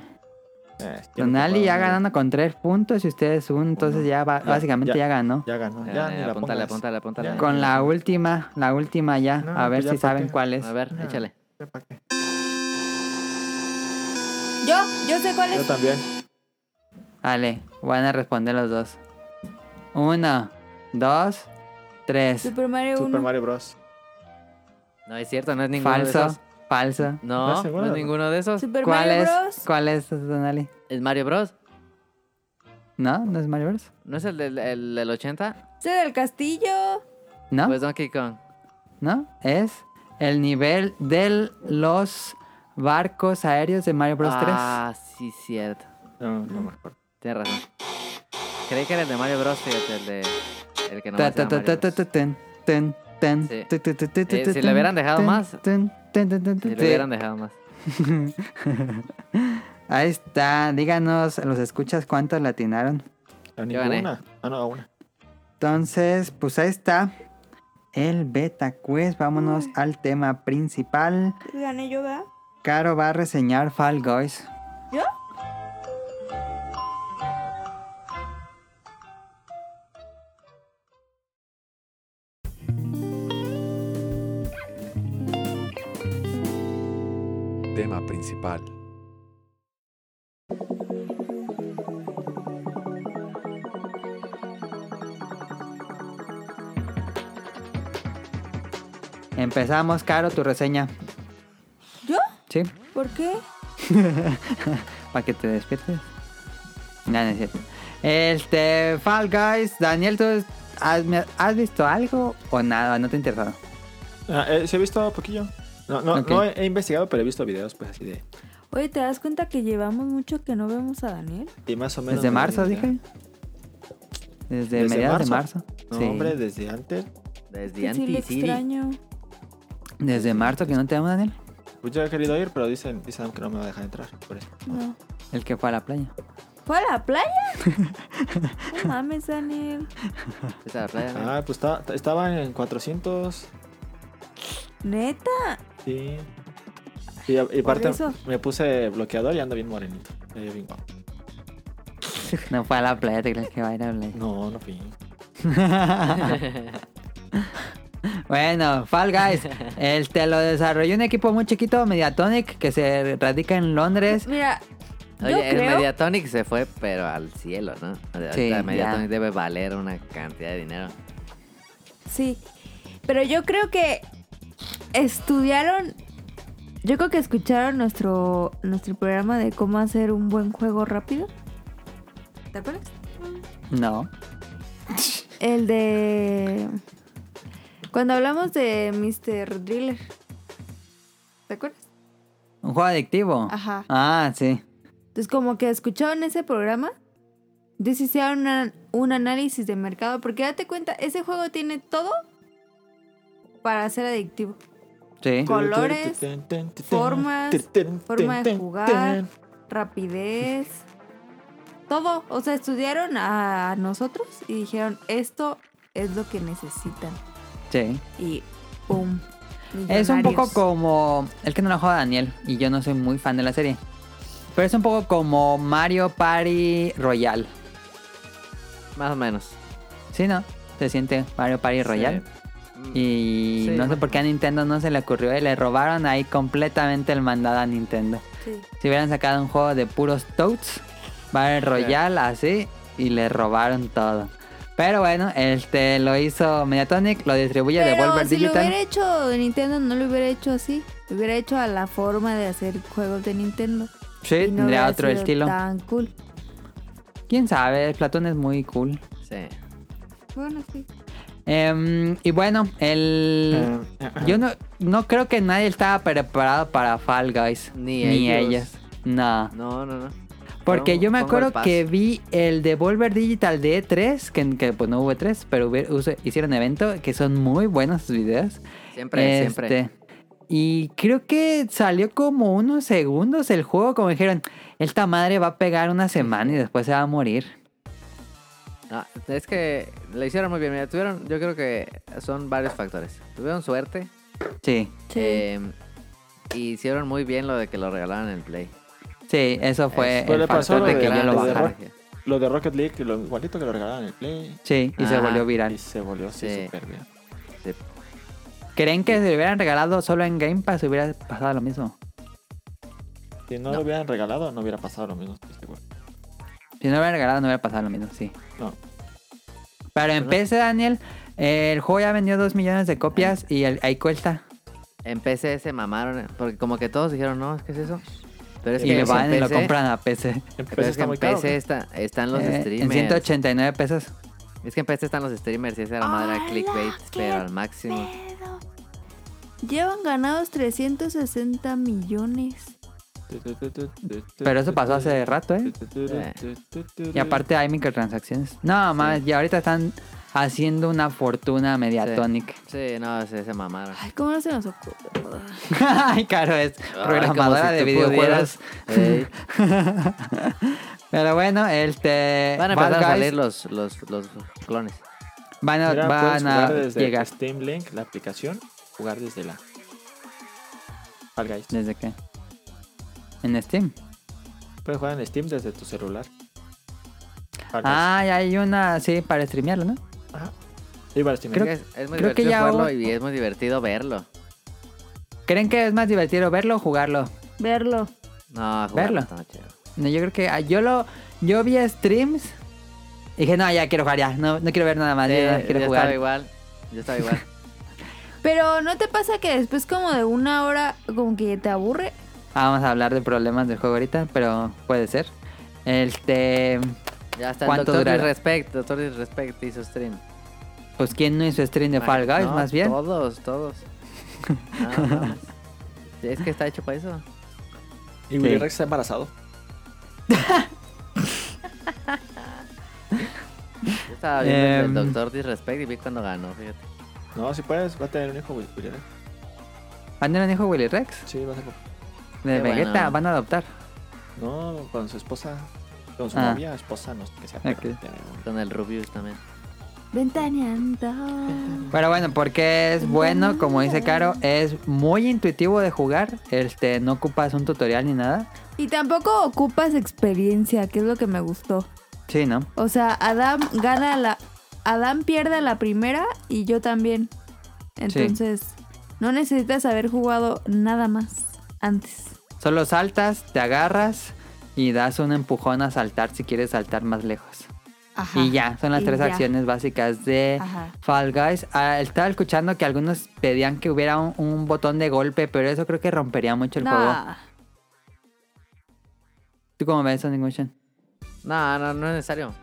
S3: yo no he
S1: Tonali
S3: jugado
S1: ya
S3: Mario.
S1: ganando con tres puntos y ustedes un, entonces ya va-
S3: Ya,
S1: básicamente
S3: ya.
S1: ya ganó.
S3: Ya ganó. Ya,
S2: Ya,
S3: ni
S2: ya,
S3: la
S2: Eh, apúntale,
S3: pongas.
S2: apúntale, apúntale.
S3: Ya.
S1: Con la última, la última ya,
S3: No,
S1: a ver
S3: pues ya
S1: si
S3: pa'
S1: saben
S3: qué.
S1: cuál es.
S2: A ver,
S3: No.
S2: échale.
S3: Ya, ¿pa' qué?
S4: Yo, yo sé cuál
S3: Yo
S4: es.
S3: también.
S1: Vale, van a responder los dos. Uno, dos, tres.
S4: Super Mario 1.
S3: Super Mario Bros.
S2: No es cierto, no es ninguno de
S1: Falso,
S2: esos.
S1: falso.
S2: No,
S3: ¿Estás
S2: no,
S3: seguro?
S2: es ninguno de esos.
S4: Super
S1: ¿Cuál
S4: Mario
S1: es?
S4: Bros.
S1: ¿Cuál es, Tonali?
S2: ¿Es Mario Bros?
S1: ¿No? ¿No es Mario Bros?
S2: ¿No es el del, el del 80?
S4: Ese del castillo.
S1: ¿No?
S2: Pues Donkey Kong.
S1: ¿No? Es el nivel de los barcos aéreos de Mario Bros.
S2: ah, sí, cierto.
S3: No, no me acuerdo.
S2: Tienes razón. Creí que era el de Mario Bros, fíjate, el de. El que no
S1: 3. Ta, ta, ta, ta, ta, ten, ten, ten,
S2: Sí.
S1: tu, tu, tu, tu, tu,
S2: Eh, si
S1: ten,
S2: le hubieran dejado
S1: ten,
S2: más.
S1: ten, ten, ten, ten,
S2: Si
S1: ten.
S2: lo hubieran dejado más.
S1: Ahí está. Díganos, los escuchas, cuántos latinaron.
S3: A
S2: Yo gané.
S3: ninguna. Ah, no, a una.
S1: Entonces, pues ahí está. El beta quest. Vámonos al tema principal.
S4: Gané yo, ¿verdad?
S1: Caro va a reseñar Fall Guys.
S4: ¿Yo?
S5: Tema principal.
S1: Empezamos, Caro, tu reseña.
S4: ¿Yo?
S1: Sí.
S4: ¿Por qué?
S1: para que te despiertes. No, no es cierto. Este, Fall Guys, Daniel, ¿tú has, me- has visto algo o nada? ¿No te ha interesado?
S3: Ah, eh, sí, he visto poquillo. No, no,
S1: Ok.
S3: no he, he investigado, pero he visto videos, pues así de.
S4: Oye, ¿te das cuenta que llevamos mucho que no vemos a Daniel?
S3: Y más o menos.
S1: ¿Desde
S3: me
S1: marzo,
S3: orienté.
S1: dije? Desde,
S3: ¿Desde
S1: mediados
S3: marzo?
S1: de marzo.
S3: No,
S1: Sí.
S3: hombre, desde antes.
S2: Desde
S4: Que sí, le
S2: anti Siri.
S4: extraño.
S1: Desde marzo que no te amo, Daniel.
S3: Pues yo he querido ir, pero dicen, dicen que no me va a dejar entrar. Por eso.
S4: No.
S1: El que fue a la playa.
S4: ¿Fue a la playa? No mames, Daniel.
S2: Esa la playa, ¿no?
S3: Ah, pues está- estaba en 400.
S4: Neta.
S3: Sí. Y, y aparte,
S4: eso.
S3: me puse bloqueador y ando bien morenito. Eh, bien guapo.
S1: No fue a la playa, te crees que va a ir a la playa.
S3: No, no fui.
S1: Bueno, Fall Guys, este lo desarrolló un equipo muy chiquito, Mediatonic, que se radica en Londres.
S4: Mira, yo
S2: Oye, el
S4: creo...
S2: Mediatonic se fue, pero al cielo, ¿no? O sea,
S1: Sí,
S2: ahorita Mediatonic debe valer una cantidad de dinero.
S4: Sí. Pero yo creo que estudiaron... Yo creo que escucharon nuestro, nuestro programa de cómo hacer un buen juego rápido. ¿Te acuerdas?
S1: No.
S4: El de... Cuando hablamos de Mr. Driller. ¿Te acuerdas?
S1: Un juego adictivo.
S4: Ajá.
S1: Ah, sí.
S4: Entonces, como que escucharon ese programa, decidieron una- un análisis de mercado, porque date cuenta, ese juego tiene todo para ser adictivo.
S1: Sí.
S4: Colores, formas, forma de jugar. Rapidez, todo. O sea, estudiaron a nosotros y dijeron, esto es lo que necesitan.
S1: Sí.
S4: Y ¡pum!
S1: Es un poco
S4: millonarios.
S1: como. El que no lo juega Daniel. Y yo no soy muy fan de la serie. Pero es un poco como Mario Party Royal.
S2: Más o menos.
S1: ¿Sí, no? Se siente Mario Party Royal.
S2: Sí.
S1: Y
S2: Sí,
S1: no
S2: más
S1: sé
S2: o
S1: por qué a Nintendo no se le ocurrió. Y le robaron ahí completamente el mandado a Nintendo.
S4: Sí.
S1: Si hubieran sacado un juego de puros Toads, Battle Royale, así, y le robaron todo. Pero bueno, este lo hizo Mediatonic, lo distribuye
S4: Pero
S1: Devolver
S4: si lo
S1: Digital.
S4: hubiera hecho Nintendo, no lo hubiera hecho así. Lo hubiera hecho a la forma de hacer juegos de Nintendo.
S1: Sí,
S4: Y no
S1: tendría
S4: hubiera
S1: otro
S4: sido
S1: estilo.
S4: Tan cool.
S1: Quién sabe, Platón es muy cool.
S2: Sí.
S4: Bueno, sí.
S1: Em, y bueno, el.
S3: Eh,
S1: Yo no, no creo que nadie estaba preparado para Fall Guys.
S2: Ni
S1: ellas.
S2: ellos.
S1: No.
S2: No, no, no.
S1: Porque
S2: Pongo-
S1: yo me
S2: pongo el
S1: acuerdo
S2: paso.
S1: que vi el Devolver Digital de E3, que, que, pues no hubo E3, pero hubiera- usa- hicieron evento, que son muy buenos sus videos.
S2: Siempre, siempre.
S1: Este, Y creo que salió como unos segundos el juego, como dijeron, esta madre va a pegar una semana y después se va a morir.
S2: No, es que lo hicieron muy bien. Mira, tuvieron, yo creo que son varios factores. Tuvieron suerte.
S1: Sí,
S2: eh, y hicieron muy bien lo de que lo regalaron en el Play.
S1: sí, eso fue
S3: Pues
S1: el
S3: le pasó
S1: factor
S3: lo
S1: de
S3: de
S1: que
S3: la-
S1: yo lo
S3: lo de
S1: bajara.
S3: Rock. Lo de Rocket League, lo igualito que lo regalaron en el Play.
S1: Sí, y se
S2: Ah.
S1: volvió
S3: Y
S1: viral.
S3: se volvió así
S2: Sí.
S3: súper bien.
S1: ¿Creen que si lo hubieran regalado solo en Game Pass hubiera pasado lo mismo?
S3: Si no, lo hubieran regalado, no hubiera pasado lo mismo. estoy seguro.
S1: Si no lo hubieran regalado no hubiera pasado lo mismo, sí.
S3: No.
S1: Pero en PC, Daniel, eh, el juego ya vendió 2 millones de copias y el- ahí cuesta.
S2: En PC se mamaron. Porque como que todos dijeron, no, es que es eso. Pero es
S1: Y
S2: que
S1: le
S2: en
S1: van y lo
S2: PC
S1: compran a PC.
S3: En
S2: Pero
S3: PC
S2: es que
S3: está
S2: en
S3: muy
S2: PC
S3: caro. ¿qué?
S2: está- están los
S1: Eh, en
S2: streamers.
S1: 189 pesos.
S2: Es que en PC están los streamers y esa era madre
S4: ¡Hala,
S2: de clickbait,
S4: qué
S2: pero al máximo.
S4: Pero Llevan ganados 360 millones.
S1: Pero eso pasó hace rato, ¿eh? Y aparte hay microtransacciones. No, mames, ya ahorita están haciendo una fortuna Mediatonic.
S2: Sí, no, se, se mamaron.
S4: Ay, ¿cómo no se nos ocurre?
S1: Ay, caro, es programadora
S2: Ay,
S1: de
S2: como si tú
S1: videojuegos.
S2: pudieras. Ey.
S1: Pero bueno, este...
S2: Van a
S1: Fall
S2: empezar a
S1: Guys
S2: salir los, los, los clones.
S1: Van a,
S3: Mira, puedes
S1: van a
S3: jugar desde
S1: llegar.
S3: Steam Link, la aplicación, jugar desde la. Fall Guys.
S1: ¿Desde qué? En Steam.
S3: Puedes jugar en Steam desde tu celular. Fall Guys.
S1: Ah, ya hay una, sí, para streamearlo, ¿no?
S3: Ajá. Y para Steam
S1: Creo-
S2: es, es muy
S1: creo que
S2: divertido
S1: ya
S2: jugarlo
S1: hubo-
S2: y es muy divertido verlo.
S1: ¿Creen que es más divertido verlo o jugarlo?
S4: Verlo.
S2: No, jugarlo
S1: Verlo.
S2: está más chido.
S1: No, yo creo que ah, yo lo yo vi streams y dije, no, ya quiero jugar, ya, no, no quiero ver nada más,
S2: Sí,
S1: ya,
S2: yo
S1: quiero
S2: estaba
S1: jugar.
S2: igual. Yo estaba igual.
S4: Pero ¿no te pasa que después como de una hora como que te aburre?
S1: Vamos a hablar de problemas del juego ahorita, pero puede ser. Este.
S2: Ya está el
S1: ¿Cuánto
S2: doctor
S1: durará?
S2: Disrespect, doctor Disrespect hizo stream.
S1: Pues, ¿quién no hizo stream de Fall Guys?
S2: No,
S1: más bien.
S2: Todos, todos. Nada más. Sí, es que está hecho para eso.
S3: Y Willy
S1: Sí.
S3: Rex está embarazado.
S2: Yo estaba viendo el
S1: Em.
S2: del doctor Disrespect y vi cuando ganó, fíjate.
S3: No, si puedes, va a tener un hijo Willy Willy Rex.
S1: ¿Van a hijo Willy Rex?
S3: Sí, va a ser.
S1: De
S2: Qué
S1: Vegeta,
S2: bueno.
S1: van a adoptar.
S3: No, con su esposa. Con su
S1: Ah.
S3: novia, esposa, no sé qué sea. pero
S1: Ok.
S3: tiene un-
S2: Con el Rubius también.
S4: Ventaneando.
S1: Pero bueno, porque es bueno, como dice Caro, es muy intuitivo de jugar. Este, no ocupas un tutorial ni nada.
S4: Y tampoco ocupas experiencia, que es lo que me gustó.
S1: Sí, ¿no?
S4: O sea, Adam gana la. Adam pierde la primera y yo también. Entonces, no necesitas haber jugado nada más antes.
S1: Solo saltas, te agarras y das un empujón a saltar si quieres saltar más lejos.
S4: Ajá.
S1: Y ya, son las
S4: Y
S1: tres
S4: ya.
S1: acciones básicas de
S4: Ajá.
S1: Fall Guys. Ah, estaba escuchando que algunos pedían que hubiera un, un botón de golpe, pero eso creo que rompería mucho el juego.
S4: Nah.
S1: ¿Tú cómo ves Sonic Motion?
S2: No, no, no es necesario.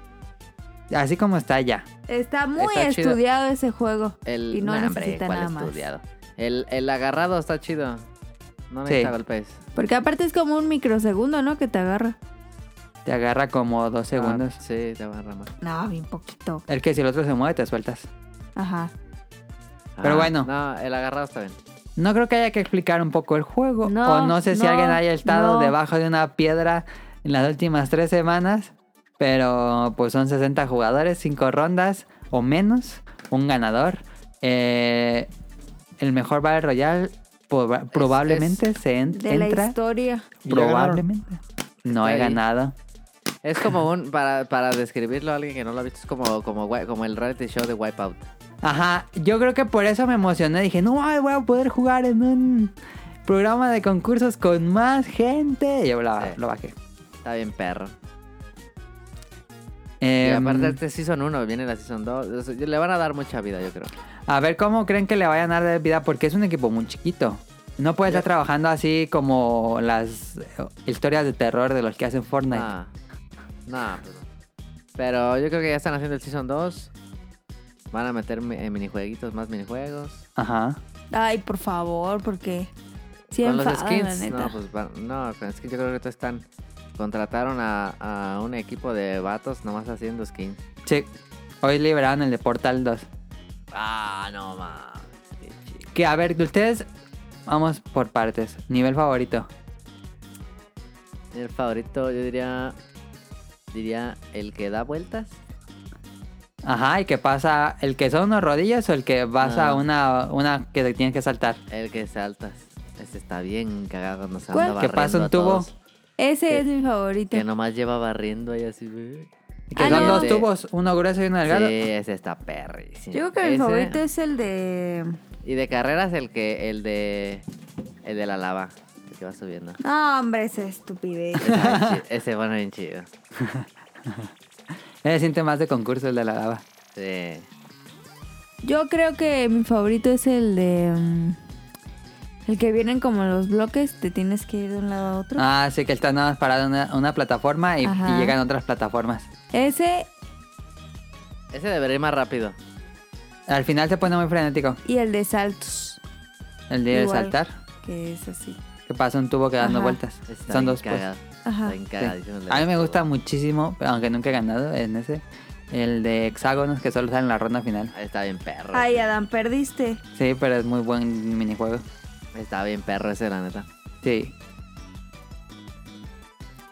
S1: Así como está ya.
S4: Está muy
S2: Está chido.
S4: estudiado ese juego.
S2: El,
S4: y no
S2: nah, hombre,
S4: necesita
S2: ¿cuál
S4: nada más.
S2: estudiado? El, el agarrado está chido. No
S1: Sí.
S2: necesita golpes.
S4: Porque aparte es como un microsegundo, ¿no? Que te agarra.
S1: Te agarra como dos segundos.
S2: Ah, sí, te agarra más.
S4: No, bien poquito.
S1: El que si el otro se mueve, te sueltas.
S4: Ajá.
S1: Pero
S2: Ah,
S1: bueno.
S2: No, el agarrado está bien.
S1: No creo que haya que explicar un poco el juego.
S4: No,
S1: o no sé si
S4: no,
S1: alguien haya estado
S4: no.
S1: debajo de una piedra en las últimas tres semanas. Pero pues son 60 jugadores, 5 rondas o menos. Un ganador. Eh, el mejor Battle Royale proba- probablemente se en-
S4: De la
S1: entra.
S4: historia.
S3: Y ya ganaron.
S1: Probablemente. No he
S2: Está ahí.
S1: ganado.
S2: Es como un, para, para describirlo a alguien que no lo ha visto, es como, como, wi- como el reality show de Wipeout.
S1: Ajá, yo creo que por eso me emocioné. Dije, no, ay, voy a poder jugar en un programa de concursos con más gente. Y yo la-
S2: Sí.
S1: lo bajé.
S2: Está bien perro. Y
S1: Em,
S2: aparte este Season 1, viene la Season 2. o sea, Le van a dar mucha vida, yo creo.
S1: A ver cómo creen que le vayan a dar vida porque es un equipo muy chiquito. No puede estar trabajando así como las eh, historias de terror de los que hacen Fortnite.
S2: Nah. Nah, pues no. Pero yo creo que ya están haciendo el Season 2. Van a meter mi- eh, minijueguitos, más minijuegos.
S1: Ajá.
S4: Ay, por favor, porque. Sí,
S2: con los
S4: enfada, ah, la
S2: skins.
S4: neta.
S2: No, pues van- no, con skins yo creo que todos están. Contrataron a, a un equipo de vatos nomás haciendo skins.
S1: Sí. Hoy liberaron el de Portal 2.
S2: Ah, no mames. qué chido.
S1: Que a ver, de ustedes, vamos por partes. Nivel favorito.
S2: El favorito, yo diría. Diría el que da vueltas.
S1: Ajá, y que pasa, el que son unos rodillas o el que pasa
S2: Ah.
S1: una, una que te tienes que saltar.
S2: El que saltas. Este está bien cagado cuando se
S4: ¿Cuál?
S2: anda
S1: Que pasa un
S2: barriendo a
S1: tubo.
S2: todos.
S4: Ese
S2: que-
S4: es mi favorito.
S2: Que nomás lleva barriendo ahí así. ve.
S1: Y Que
S4: Ah,
S1: son
S4: no.
S1: dos tubos, uno grueso y uno delgado.
S2: este Sí, ese está perrísimo.
S4: Yo creo que mi
S2: Ese-
S4: favorito es el de.
S2: Y de carreras el que. El de. El de la lava. El que va subiendo.
S4: No, hombre, esa estupidez.
S2: Ese está bien chido, Ese bueno bien chido.
S1: Me siente más de concurso el de la lava.
S2: Sí.
S4: Yo creo que mi favorito es el de. mm, el que vienen como los bloques, te tienes que ir de un lado a otro.
S1: Ah, sí, que están nada más parado en una, una plataforma y, y
S4: Ajá.
S1: llegan otras plataformas.
S4: Ese
S2: Ese debería ir más rápido.
S1: Al final se pone muy frenético
S4: y el de saltos,
S1: el día de
S4: Igual.
S1: saltar.
S4: que es así.
S1: Que pasa un tubo que da dando
S4: Ajá.
S1: vueltas.
S2: Ese está
S1: Son
S2: bien
S1: dos. pues.
S2: cagado. Está
S4: Ajá.
S2: bien
S1: Sí.
S2: cagadísimo el de
S1: A mí
S2: los
S1: me
S2: tubos.
S1: gusta muchísimo, aunque nunca he ganado en ese. El de hexágonos que solo sale en la ronda final.
S2: Está bien perro.
S4: Ay,
S2: ese.
S4: Adam, perdiste.
S1: Sí, pero es muy buen minijuego.
S2: Está bien perro ese, la neta.
S1: Sí.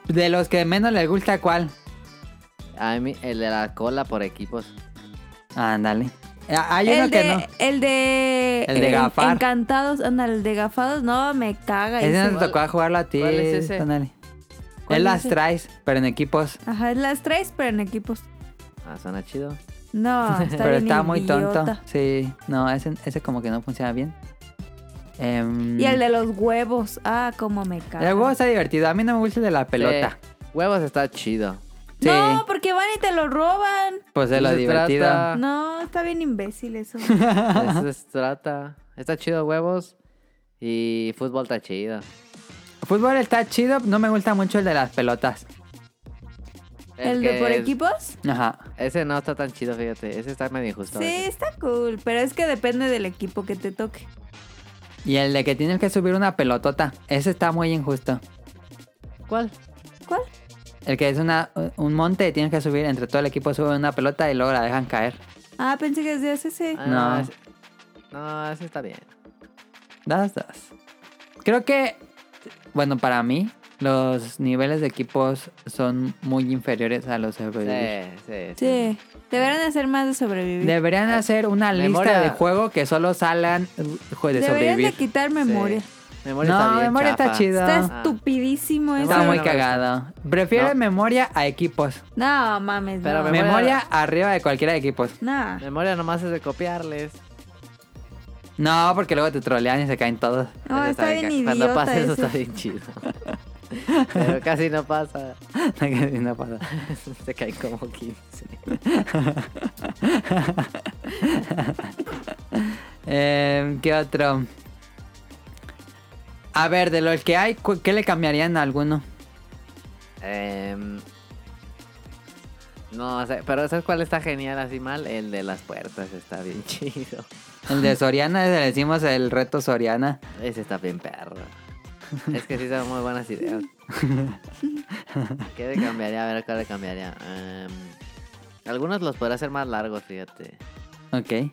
S1: De los que menos les gusta, ¿cuál?
S2: A mí, el de la cola por equipos.
S1: Ándale. Ah, Hay uno
S4: El
S1: que
S4: de,
S1: no.
S4: el de.
S1: El de
S4: en-
S1: gafar.
S4: Encantados, anda, el de gafados, no, me caga.
S1: Ese
S4: ese.
S1: no te tocó jugarlo a ti.
S2: ¿Cuál es ese?
S1: Ándale.
S4: ¿Cuál
S1: Él
S4: es
S1: las
S4: ese?
S1: traes, pero en equipos.
S4: Ajá, es las tres, pero en equipos.
S2: Ah, suena chido.
S4: No, Ah, está
S1: pero
S4: bien
S1: está muy
S4: idiota.
S1: tonto. Sí, no, ese, ese como que no funciona bien. Em,
S4: Y el de los huevos, ah, cómo me caga.
S1: el huevo está divertido. A mí no me gusta el de la pelota.
S2: Sí. Huevos está chido.
S1: Sí, Ah.
S4: No, porque van y te lo roban.
S1: pues de lo
S2: Se
S1: divertido.
S2: trata-
S4: No, está bien imbécil eso.
S2: Eso se trata. Está chido huevos. Y fútbol está chido.
S1: Fútbol está chido, no me gusta mucho el de las pelotas.
S4: ¿El
S2: que
S4: de por
S2: es-
S4: equipos?
S1: Ajá.
S2: Ese no está tan chido, fíjate. Ese está medio injusto. a
S4: Sí,
S2: veces.
S4: está cool, pero es que depende del equipo que te toque.
S1: Y el de que tienes que subir una pelotota. Ese está muy injusto.
S2: ¿Cuál?
S4: ¿Cuál?
S1: El que es una, un monte y tienes que subir, entre todo el equipo sube una pelota y luego la dejan caer.
S4: Ah, pensé que decías ese.
S2: Ah,
S1: No.
S2: Ese... No, ese está bien.
S1: Das, das. Creo que, bueno, para mí, los niveles de equipos son muy inferiores a los
S2: Sí,
S1: de
S2: sí.
S4: Sí, deberían hacer más de sobrevivir.
S1: Deberían hacer una
S2: Ah, Memoria.
S1: lista de juego que solo salgan eh, jue- de
S4: deberían de
S1: sobrevivir.
S4: quitar memoria.
S2: Memoria
S1: no,
S2: está bien.
S1: memoria
S2: chafa.
S1: está chido.
S4: Está
S1: Está,
S2: Ah.
S4: estupidísimo eso.
S2: Memoria
S1: muy
S2: no me gusta.
S1: cagado. Prefiero
S2: No.
S1: memoria a equipos.
S4: No, mames,
S2: Pero
S4: no.
S2: Memoria-
S1: Memoria arriba de cualquiera de equipos.
S4: No.
S2: Memoria nomás es de copiarles.
S1: No, porque luego te trolean y se caen todos.
S4: No,
S2: Ese
S4: está bien
S2: ca- Cuando
S4: idiota
S2: pasa eso
S4: ese.
S2: está bien chido. Pero casi no pasa.
S1: No pasa.
S2: Se caen como 15.
S1: Eh, ¿Qué otro? A ver, de los que hay, cu- ¿qué le cambiarían a alguno?
S2: Em, no, o sea, pero ¿sabes cuál está genial así mal? El de las puertas está bien chido.
S1: El de Soriana, ese le decimos el reto Soriana.
S2: Ese está bien perro. Es que sí son muy buenas ideas. ¿Qué le cambiaría? A ver, ¿cuál le cambiaría? Em, algunos los podría hacer más largos, fíjate.
S1: Ok.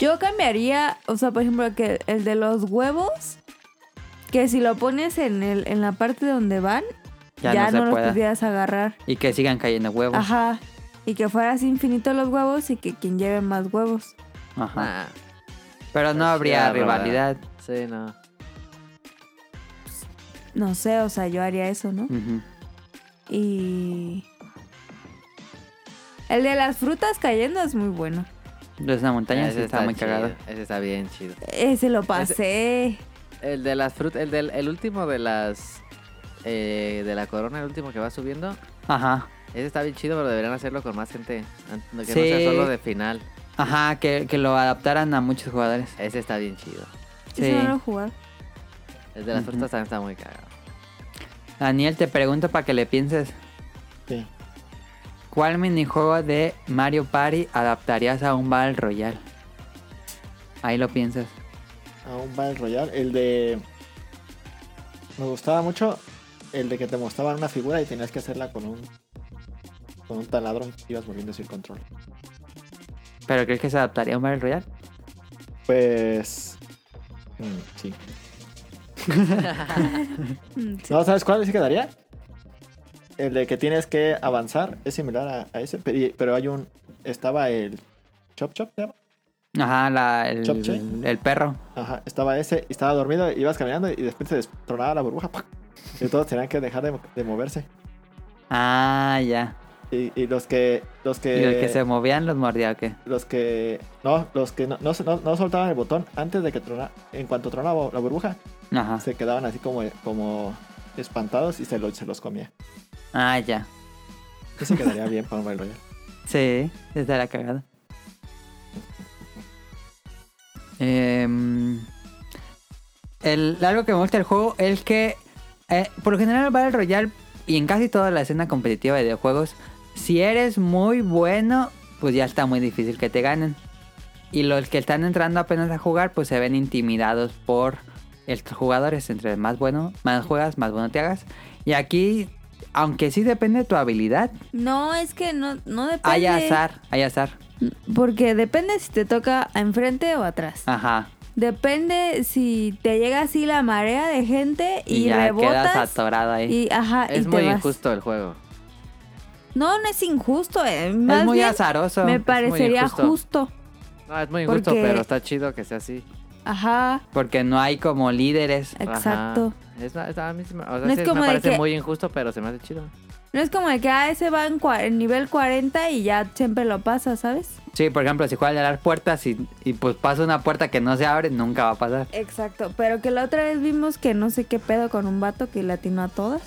S4: Yo cambiaría, o sea, por ejemplo, que el de los huevos, que si lo pones en, el, en la parte donde van,
S1: Ya
S4: ya,
S1: no se
S4: no, los
S1: pueda.
S4: pudieras agarrar.
S1: Y que sigan cayendo huevos. Ajá.
S4: Ajá. Y que fueras infinito los huevos y que quien lleve más huevos.
S2: Nah,
S1: Pero no
S2: Sí,
S1: habría
S2: Ah, pues la verdad.
S1: rivalidad.
S2: sí, no.
S4: No sé, o sea, yo haría eso, ¿no?
S1: Ujú.
S4: Y... El de las frutas cayendo es muy bueno.
S1: Los de la montaña sí
S2: Ese
S1: está, muy
S2: chido,
S1: cagado.
S2: Ese está bien chido.
S4: Ese lo pasé.
S2: El de las frutas, el del el último de las eh, de la corona, el último que va subiendo,
S1: Ajá.
S2: ese está bien chido, pero deberían hacerlo con más gente, an- que no sea
S1: Sí.
S2: solo de final.
S1: Ajá, que, que lo adaptaran a muchos jugadores.
S2: Ese está bien chido.
S1: Sí.
S4: Ese no lo jugué.
S2: El de las
S1: Ujú.
S2: frutas también está muy cagado.
S1: Daniel, te pregunto para que le pienses.
S3: Sí.
S1: ¿Cuál minijuego de Mario Party adaptarías a un Battle Royale? Ahí lo piensas.
S3: A un Battle Royale. El de. Me gustaba mucho el de que te mostraban una figura y tenías que hacerla con un. Con un taladro y ibas moviendo sin control.
S1: ¿Pero crees que se adaptaría a un Battle Royale?
S3: Pues. mm, sí.
S4: Mm, sí.
S3: No, ¿sabes cuál se quedaría? El de que tienes que avanzar. Es similar a, a ese, pero, pero hay un. Estaba el. Chop Chop, ¿se llama?
S1: Ajá, la- el,
S3: Chop Chop.
S1: el perro.
S3: Ajá, estaba ese, y estaba dormido, ibas caminando y después se destronaba la burbuja. ¡pac! Y todos tenían que dejar de, de moverse.
S1: Ah, ya.
S3: Y, y los que. Los que.
S1: Y el que se movían los mordía, ¿o qué?
S3: los que no los que no, no, no- no soltaban el botón antes de que trona en cuanto tronaba la burbuja
S1: Ajá.
S3: se quedaban así como como espantados y se, lo- se los comía
S1: Ah, ya.
S3: eso quedaría bien para un Battle Royale
S1: Sí, desde la cagada. Em, el, algo que me gusta del juego es que, eh, por lo general, el Battle Royale y en casi toda la escena competitiva de videojuegos, si eres muy bueno, pues ya está muy difícil que te ganen. Y los que están entrando apenas a jugar, pues se ven intimidados por estos jugadores. Entre más bueno, más juegas, más bueno te hagas. Y aquí, aunque sí depende de tu habilidad,
S4: No, es que no, no depende.
S1: hay azar, hay azar.
S4: Porque depende si te toca a enfrente o atrás.
S1: Ajá.
S4: Depende si te llega así la marea de gente y,
S1: Y, ya quedas
S4: rebotas.
S1: atorado ahí.
S4: Y, ajá, Ah, y
S2: Es
S4: te
S2: muy
S4: vas.
S2: injusto el juego.
S4: No, no es injusto. eh,
S1: es
S4: Más
S1: muy
S4: bien,
S1: azaroso.
S4: me
S1: es muy
S4: parecería
S1: injusto,
S4: justo.
S2: No, es muy injusto,
S4: Porque-
S2: pero está chido que sea así.
S4: Ajá,
S1: Porque no hay como líderes.
S2: Ajá.
S4: exacto.
S2: Es, es- a mí sí me- o sea,
S4: No es
S2: sí me
S4: como de
S2: parece
S4: que-
S2: muy injusto, pero se me hace chido.
S4: No es como de que ah, ese va en, cua- en nivel 40 y ya siempre lo pasa, ¿sabes?
S1: Sí, por ejemplo, si juegas a las puertas y, y pues pasa una puerta que no se abre, nunca va a pasar.
S4: Exacto. Pero que la otra vez vimos que no sé qué pedo con un vato que latinó a todas.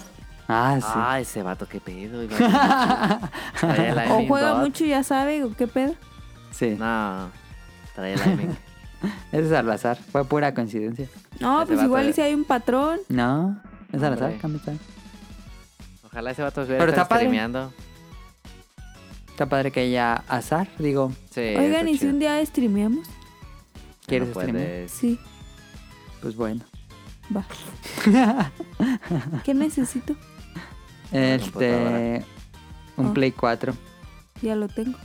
S1: Ah, sí.
S2: Ah, ese vato, qué pedo. iba
S4: Ah,
S2: a decir. Traía el
S4: O
S2: aiming
S4: juega
S2: bot.
S4: mucho, y ya sabe, o qué pedo.
S1: sí.
S2: No, traía el aiming.
S1: Ese es al azar. Fue pura coincidencia.
S4: No,
S2: Ese
S4: pues
S2: vato
S4: igual
S2: de-
S4: y si hay un patrón.
S1: No, es al azar,
S2: Hombre.
S1: Camita.
S2: Ojalá ese vato estuviera
S1: Pero está padre.
S2: streameando.
S1: Está padre que haya azar, digo.
S2: Sí,
S4: Oigan,
S2: está
S4: ¿y si
S2: chido.
S4: un día streameamos?
S1: ¿Quieres
S2: No
S1: streamear?
S2: puedes.
S4: Sí,
S1: Pues bueno.
S4: va. ¿Qué necesito?
S1: Este.
S2: computadora.
S1: Un
S4: Ah.
S1: Play 4.
S4: Ya lo tengo.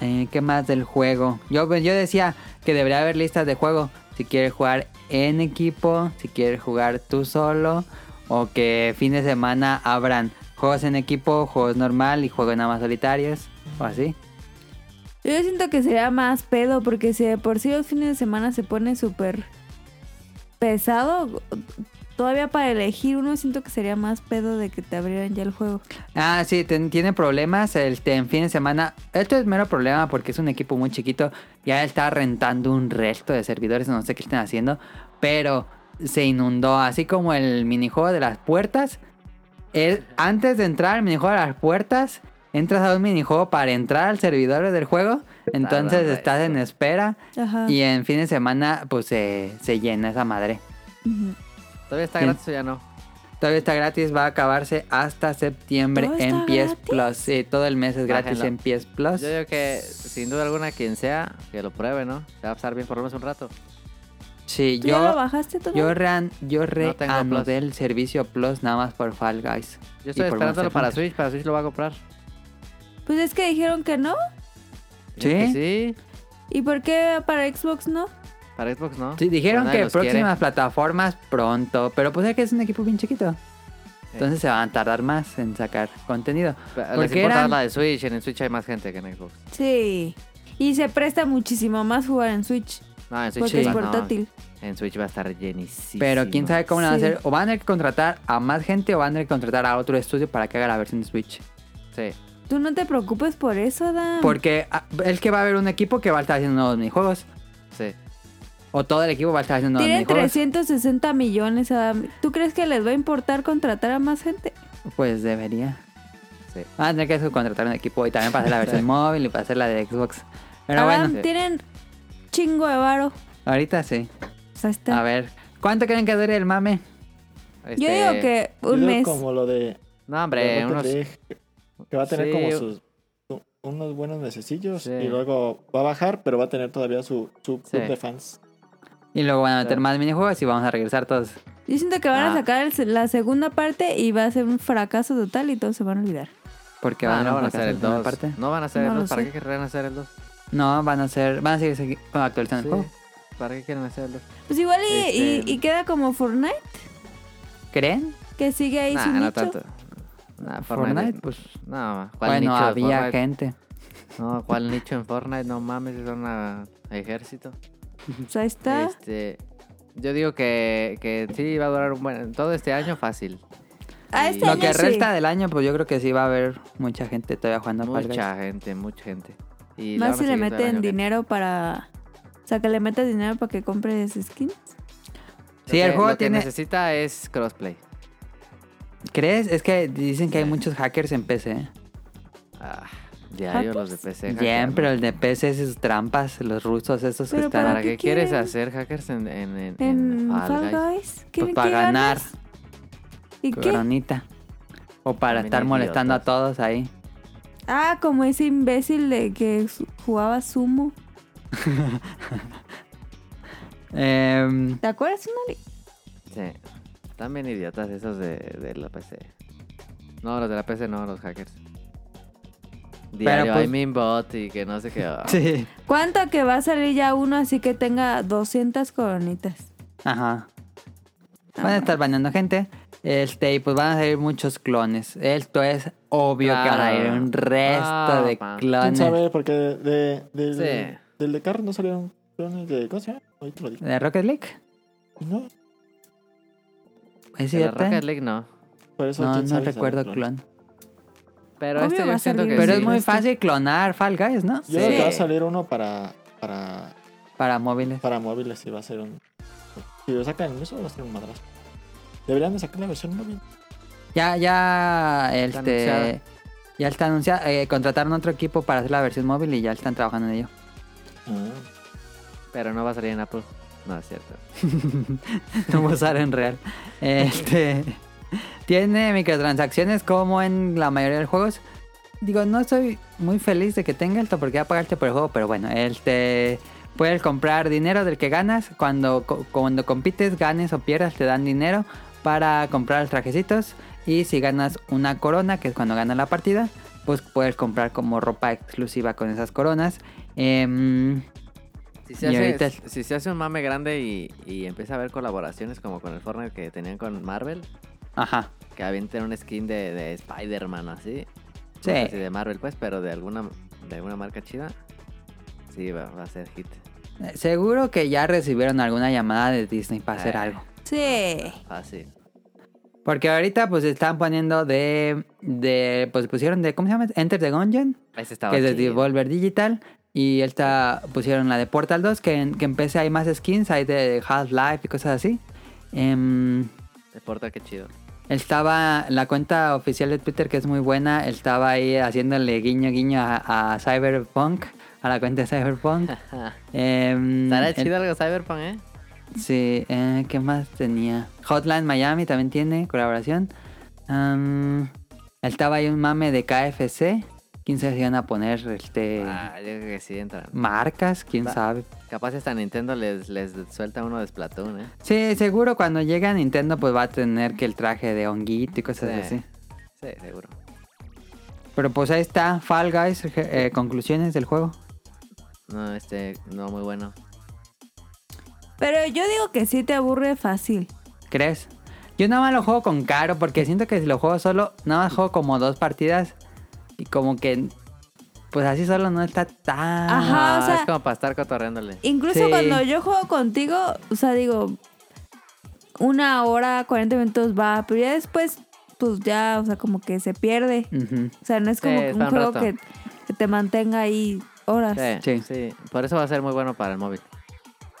S1: Eh, ¿Qué más del juego? Yo, pues, yo decía que debería haber listas de juego. Si quieres jugar en equipo, si quieres jugar tú solo, o que fin de semana habrán juegos en equipo, juegos normal y juegos nada más solitarios, o así.
S4: Yo siento que sería más pedo, porque si de por sí los fines de semana se pone súper pesado, todavía para elegir uno siento que sería más pedo de que te abrieran ya el juego.
S1: Ah, sí, ten- tiene problemas este, en fin de semana. Esto es mero problema porque es un equipo muy chiquito. Ya está rentando un resto de servidores, no sé qué están haciendo. Pero se inundó, así como el minijuego de las puertas. El- antes de entrar al minijuego de las puertas, entras a un minijuego para entrar al servidor del juego. Entonces
S2: Tarda
S1: estás en
S2: resto.
S1: espera.
S4: Ajá.
S1: Y en fin de semana, pues se- se llena esa madre.
S4: Ujú.
S2: Todavía está
S1: Bien.
S2: gratis o ya no.
S1: Todavía está gratis, va a acabarse hasta septiembre
S4: ¿Todo
S1: en
S4: está
S1: PS
S4: gratis?
S1: Plus. Sí, todo el mes es gratis
S2: Bájenlo.
S1: en PS Plus.
S2: Yo digo que, sin duda alguna, quien sea, que lo pruebe, ¿no? Se va a pasar bien por lo menos un rato.
S1: Sí,
S4: ¿Tú ya lo
S1: yo,
S4: bajaste todo?
S1: yo, rean, yo
S2: tengo
S1: reanudé
S2: Plus.
S1: el servicio Plus nada más por Fall Guys.
S2: Yo estoy
S1: Y por
S2: esperándolo
S1: Monster
S2: para
S1: Hunter.
S2: Switch, para Switch lo va a comprar.
S4: Pues es que dijeron que no.
S1: ¿Sí?
S2: Es que sí,
S4: ¿Y por qué para Xbox no?
S2: para Xbox no.
S1: Sí, dijeron
S2: Pero Pues nadie
S1: que
S2: los
S1: próximas plataformas pronto, pero pues es que es un equipo bien chiquito. Entonces se van a tardar más en sacar contenido.
S2: quiere. Les
S1: porque
S2: importa
S1: eran-
S2: la de Switch, en el Switch hay más gente que en Xbox.
S4: Sí. Y se presta muchísimo más jugar en Switch,
S2: No, en Switch
S4: porque es
S2: va- no,
S4: portátil.
S2: en Switch va a estar llenísimo.
S1: Pero quién sabe cómo lo van a
S4: Sí.
S1: hacer. O van a tener que contratar a más gente o van a tener que contratar a otro estudio para que haga la versión de Switch.
S4: Ah.
S2: Sí.
S4: Tú no te preocupes por eso, Dan.
S1: Porque ah, es que va a haber un equipo que va a estar haciendo nuevos minijuegos.
S2: Sí.
S1: O todo el equipo va a estar haciendo nuevos
S4: Tienen
S1: minijuegos.
S4: 360 millones, Adam. ¿Tú crees que les va a importar contratar a más gente?
S1: Pues debería.
S2: Sí.
S1: Van a tener que subcontratar un equipo y también para hacer la versión móvil y para hacer la de Xbox. Pero
S4: Adam,
S1: bueno,
S4: tienen chingo de varo.
S1: ahorita sí.
S4: O sea, está.
S1: A ver, ¿cuánto creen que dure el mame?
S4: Yo
S2: Este,
S4: digo que
S3: Yo
S4: un
S3: digo
S4: mes.
S3: Como lo de.
S2: No,
S3: de
S2: hombre,
S3: lo
S2: unos.
S3: que te dije, Que va a tener
S2: Sí.
S3: como sus. u- Unos buenos mesecillos
S2: Sí.
S3: y luego va a bajar, pero va a tener todavía su, su club
S2: Sí.
S3: de fans.
S1: Y luego van a meter
S2: Sí.
S1: más minijuegos y vamos a regresar todos.
S4: Yo siento que van a
S2: Ah.
S4: sacar el se- la segunda parte y va a ser un fracaso total y todos se van a olvidar.
S1: Porque
S2: Ah,
S1: van,
S2: no
S1: a
S2: van a
S1: hacer
S2: hacer el
S1: segunda
S2: 2.
S1: parte.
S2: No van a hacer
S4: No
S2: el
S4: lo
S2: 2. ¿Para
S4: sé.
S2: qué querrían hacer el 2?
S1: No, van a hacer, van a seguir, segui- actualizando el juego.
S2: ¿Para qué quieren hacer el 2?
S4: Pues igual y, y-
S2: Este-
S4: y queda como Fortnite,
S1: ¿Creen?
S4: que sigue ahí
S2: Nah,
S4: su
S2: no
S4: nicho.
S2: tanto. Nah, Fortnite.
S1: Fortnite, pues.
S2: No, ¿cuál
S1: Bueno,
S2: nicho de
S1: había
S2: Fortnite?
S1: gente.
S2: No, ¿cuál nicho en Fortnite? No mames, es un ejército.
S4: O sea, está.
S2: Este, yo digo que, que sí va a durar un buen... Todo este año fácil. y-
S4: A este
S1: Lo
S4: año
S1: que
S4: sí.
S1: resta del año, pues yo creo que sí va a haber mucha gente todavía jugando Fall Guys.
S2: mucha gente, mucha gente. Y la
S4: Más si
S2: van a seguir todo
S4: le
S2: el
S4: meten
S2: año que-
S4: dinero para. O sea, que le metas dinero para que compres
S2: Lo
S4: skins.
S1: Sí, el
S2: que-
S1: juego
S2: lo
S1: tiene-
S2: que necesita es crossplay.
S1: ¿Crees? Es que dicen que hay
S2: Sí.
S1: muchos hackers en PC. ¿eh?
S2: Ah, diario
S4: ¿Hackers?
S2: los de PC. hackeando.
S1: Siempre el de PC y sus trampas, los rusos esos que
S4: Pero
S1: están...
S2: ¿Para,
S4: ¿Para
S2: qué
S4: qué
S2: quieres
S4: quieren?
S2: hacer hackers en, en, en,
S4: En
S2: en Fall
S4: Fall
S2: Guys?
S4: Guys. ¿Qué,
S1: Pues para
S4: qué
S1: ganar,
S4: ganas? ¿Y qué?
S1: coronita. O para
S2: También
S1: estar
S2: hay
S1: molestando a
S2: idiotas.
S1: todos ahí.
S4: Ah, como ese imbécil de que su- jugaba sumo.
S1: Em,
S4: ¿Te acuerdas, Mari?
S2: Sí. Están bien idiotas esos de, de la PC. No, los de la PC no, los hackers. Diario,
S1: pues-
S2: I mean bot y que no sé qué. ah.
S1: sí.
S4: ¿Cuánto que va a salir ya uno así que tenga 200 coronitas?
S1: Ajá. Van a estar bañando gente. Este, y pues van a salir muchos clones. Esto es obvio que van a
S2: Claro.
S1: ir un resto
S2: Ah,
S1: de
S2: pa.
S3: ¿Quién
S1: clones.
S3: sabe? Porque de, de- del-
S2: Sí.
S3: del de carro no salieron clones de. ¿Cómo se llama? Ahorita lo digo.
S1: ¿De Rocket League?
S3: No,
S1: ¿Es
S2: De la
S1: cierto?
S2: Rocket League no.
S3: por eso.
S1: No,
S3: quién
S1: no
S3: sabe si
S1: recuerdo
S3: salieron clones.
S1: clon.
S2: Pero
S4: Obvio
S2: este
S4: va a
S2: yo siento
S4: salir
S2: que
S1: Pero
S2: sí.
S1: es muy
S4: Sí.
S1: fácil clonar Fall Guys, ¿no?
S3: Yo creo que va a
S2: Sí.
S3: salir uno para, para,
S1: Para móviles.
S3: para móviles y va a ser un. Si lo sacan en eso, va a ser un madrazo. Deberían de sacar la versión móvil.
S1: Ya, ya,
S2: Está
S1: este...
S2: anunciada.
S1: eh, ya está anunciado. contrataron otro equipo para hacer la versión móvil y ya están trabajando en ello.
S3: Ah.
S2: Pero no va a salir en Apple. No, es cierto.
S1: No voy a usar en real. Este. Tiene microtransacciones como en la mayoría de los juegos. Digo, no estoy muy feliz de que tenga esto porque va a pagarte por el juego, pero bueno, este. Puedes comprar dinero del que ganas. Cuando, co- cuando compites, ganes o pierdas, te dan dinero para comprar trajecitos. Y si ganas una corona, que es cuando ganas la partida, pues puedes comprar como ropa exclusiva con esas coronas. Em,
S2: Si se,
S1: Y
S2: hace,
S1: ahorita es-
S2: si se hace un mame grande y, y empieza a haber colaboraciones como con el Fortnite que tenían con Marvel,
S1: ajá.
S2: que avienten un skin de, de Spider-Man así.
S1: Sí.
S2: No sé si de Marvel, pues, pero de alguna, de alguna marca chida. Sí, va, va a ser hit.
S1: Eh, Seguro que ya recibieron alguna llamada de Disney para hacer
S2: Eh.
S1: algo. Eh.
S4: Sí.
S2: Fácil.
S1: Porque ahorita pues están poniendo de, de pues pusieron de, ¿cómo se llama? Enter the Gungeon,
S2: Ese estaba
S1: que es de
S2: chido.
S1: Devolver Digital. Y esta pusieron la de Portal 2, que, en- que empecé hay más skins, hay de Half-Life y cosas así. Em,
S2: De Portal, qué chido.
S1: estaba la cuenta oficial de Twitter, que es muy buena, estaba ahí haciéndole guiño guiño a, a Cyberpunk, a la cuenta de Cyberpunk. Em,
S2: Estará
S1: el-
S2: chido algo Cyberpunk, ¿eh?
S1: Sí, eh, ¿qué más tenía? Hotline Miami también tiene colaboración. Am, estaba ahí un mame de KFC. ¿Quién sabe si van a poner este,
S2: Ah, yo creo que sí entran.
S1: marcas? ¿Quién
S2: Va.
S1: sabe?
S2: Capaz hasta Nintendo les, les suelta uno de Splatoon, ¿eh?
S1: Sí, seguro cuando llegue a Nintendo pues va a tener que el traje de honguito y cosas
S2: Sí.
S1: así.
S2: Sí, seguro.
S1: Pero pues ahí está, Fall Guys, eh, conclusiones del juego.
S2: No, este, no, muy bueno.
S4: Pero yo digo que sí te aburre fácil.
S1: ¿Crees? Yo nada más lo juego con caro porque siento que si lo juego solo, nada más juego como dos partidas y como que pues así solo no está tan...
S4: Ajá,
S2: Ah,
S4: o sea-
S2: es como para estar cotorreándole.
S4: Incluso
S1: Sí.
S4: cuando yo juego contigo, o sea, digo, una hora, 40 minutos va, pero ya después, pues ya, o sea, como que se pierde.
S1: Ujú.
S4: O sea, no es
S2: Sí,
S4: como
S2: está
S4: un
S2: un
S4: juego
S2: rato.
S4: que, que te mantenga ahí horas.
S2: Sí,
S1: Sí.
S2: sí, Por eso va a ser muy bueno para el móvil.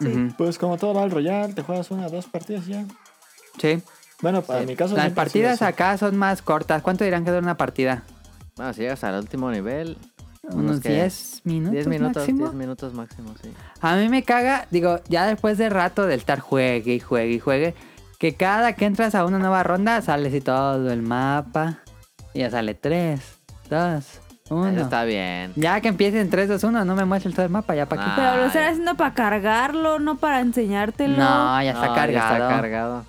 S4: Sí.
S1: Ujú,
S3: Pues como todo va al Royal, te juegas una dos partidas y ya.
S1: Sí.
S3: Bueno, para Ah, mi caso...
S1: Las
S3: siempre ha sido
S1: partidas
S3: así.
S1: acá son más cortas. ¿Cuánto dirán que dura una partida?
S2: Bueno, si llegas al último nivel,
S1: ¿Unos
S2: que
S1: 10 minutos,
S2: 10 minutos,
S1: máximo?
S2: 10 minutos máximo, sí.
S1: A mí me caga, digo, ya después de rato de estar juegue y juegue y juegue, que cada que entras a una nueva ronda sales y todo el mapa. Y ya sale 3, 2,
S2: Eso
S1: 1.
S2: está bien.
S1: Ya que empiecen 3, 2, 1, no me muestres todo el mapa, ya para
S4: Pero lo
S2: Ay.
S4: están haciendo para cargarlo, no para enseñártelo.
S1: No, ya está
S2: No,
S1: cargado.
S2: Ya está cargado.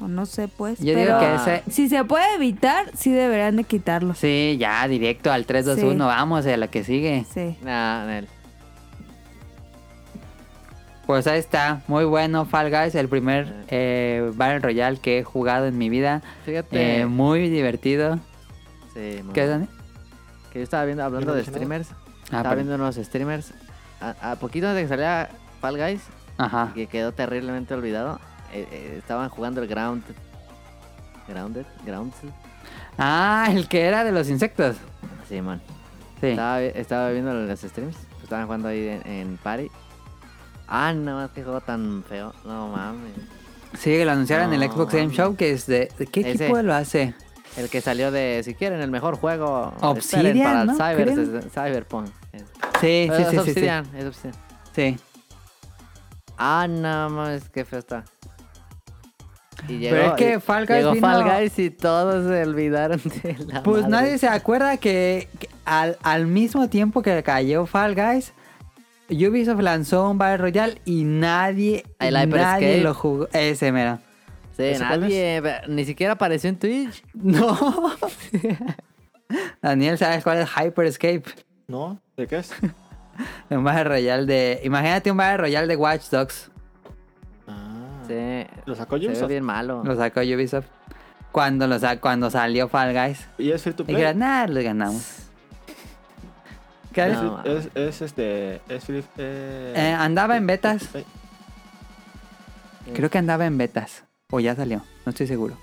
S4: O no sé, pues.
S1: Yo
S4: pero
S1: digo que ese.
S4: si se puede evitar, sí deberían de quitarlo.
S1: Sí, ya, directo al 3, 2,
S4: Sí.
S1: 1, vamos, a la que sigue.
S4: Sí.
S2: Nah, Nel.
S1: Pues ahí está, muy bueno Fall Guys, el primer eh, Battle Royale que he jugado en mi vida.
S2: Fíjate.
S1: Eh, muy divertido.
S2: sí, muy
S1: ¿Qué,
S2: bueno.
S1: Dani?
S2: Que yo estaba viendo, hablando
S3: ¿Lo
S2: de
S3: mencionado?
S2: streamers,
S1: Ah,
S2: estaba
S1: perdón.
S2: viendo unos streamers. A, a poquito antes de que saliera Fall Guys,
S1: Ajá.
S2: que quedó terriblemente olvidado, eh, eh, estaban jugando el Ground. Grounded, Grounded,
S1: Ah, el que era de los insectos.
S2: sí, man.
S1: Sí.
S2: Estaba, vi- estaba viendo los streams, estaban jugando ahí en, en Party. Ah, no más que juego tan feo. No mames.
S1: Sí, que lo anunciaron en el
S2: No,
S1: Xbox Game
S2: mami.
S1: Show, que es de... ¿de ¿Qué
S2: Ese.
S1: equipo lo hace?
S2: El que salió de, si quieren, el mejor juego.
S1: Obsidian,
S2: esperen para el
S1: ¿no?
S2: Cyber,
S1: Creo.
S2: se- Cyberpunk. Es,
S1: Sí,
S2: Pero
S1: sí,
S2: es
S1: sí, sí, sí.
S2: Obsidian, es Obsidian.
S1: Sí.
S2: Ah, no mames, qué feo está. Y llegó,
S1: Pero es que
S2: y-
S1: Fall Guys
S2: llegó
S1: vino-
S2: Fall Guys y todos se olvidaron de la
S1: Pues
S2: madre.
S1: nadie se acuerda que, que al, al mismo tiempo que cayó Fall Guys, Ubisoft lanzó un Battle Royale y nadie,
S2: El Hyper
S1: nadie
S2: Escape.
S1: lo jugó. Ese, mira.
S2: Sí,
S3: ¿Ese cuál
S2: nadie, pero ni siquiera apareció en Twitch.
S1: No. Daniel, ¿sabes cuál es Hyper Escape?
S3: ¿No? ¿De qué es?
S1: Un Battle Royale de... Imagínate un Battle Royale de Watch Dogs.
S3: Ah.
S2: Sí.
S3: ¿Lo sacó
S2: Se ve
S3: Ubisoft?
S2: bien malo.
S1: Lo sacó Ubisoft. Cuando, lo sa- cuando salió Fall Guys.
S3: ¿Y es free to
S1: Y
S3: play?
S1: dijeron, nada, lo ganamos. ¿Qué
S3: Es,
S1: haces?
S2: No,
S3: es, es, este... Es free... Eh,
S1: Eh, andaba en betas.
S3: free to
S1: Creo que andaba en betas. O ya salió. No estoy seguro.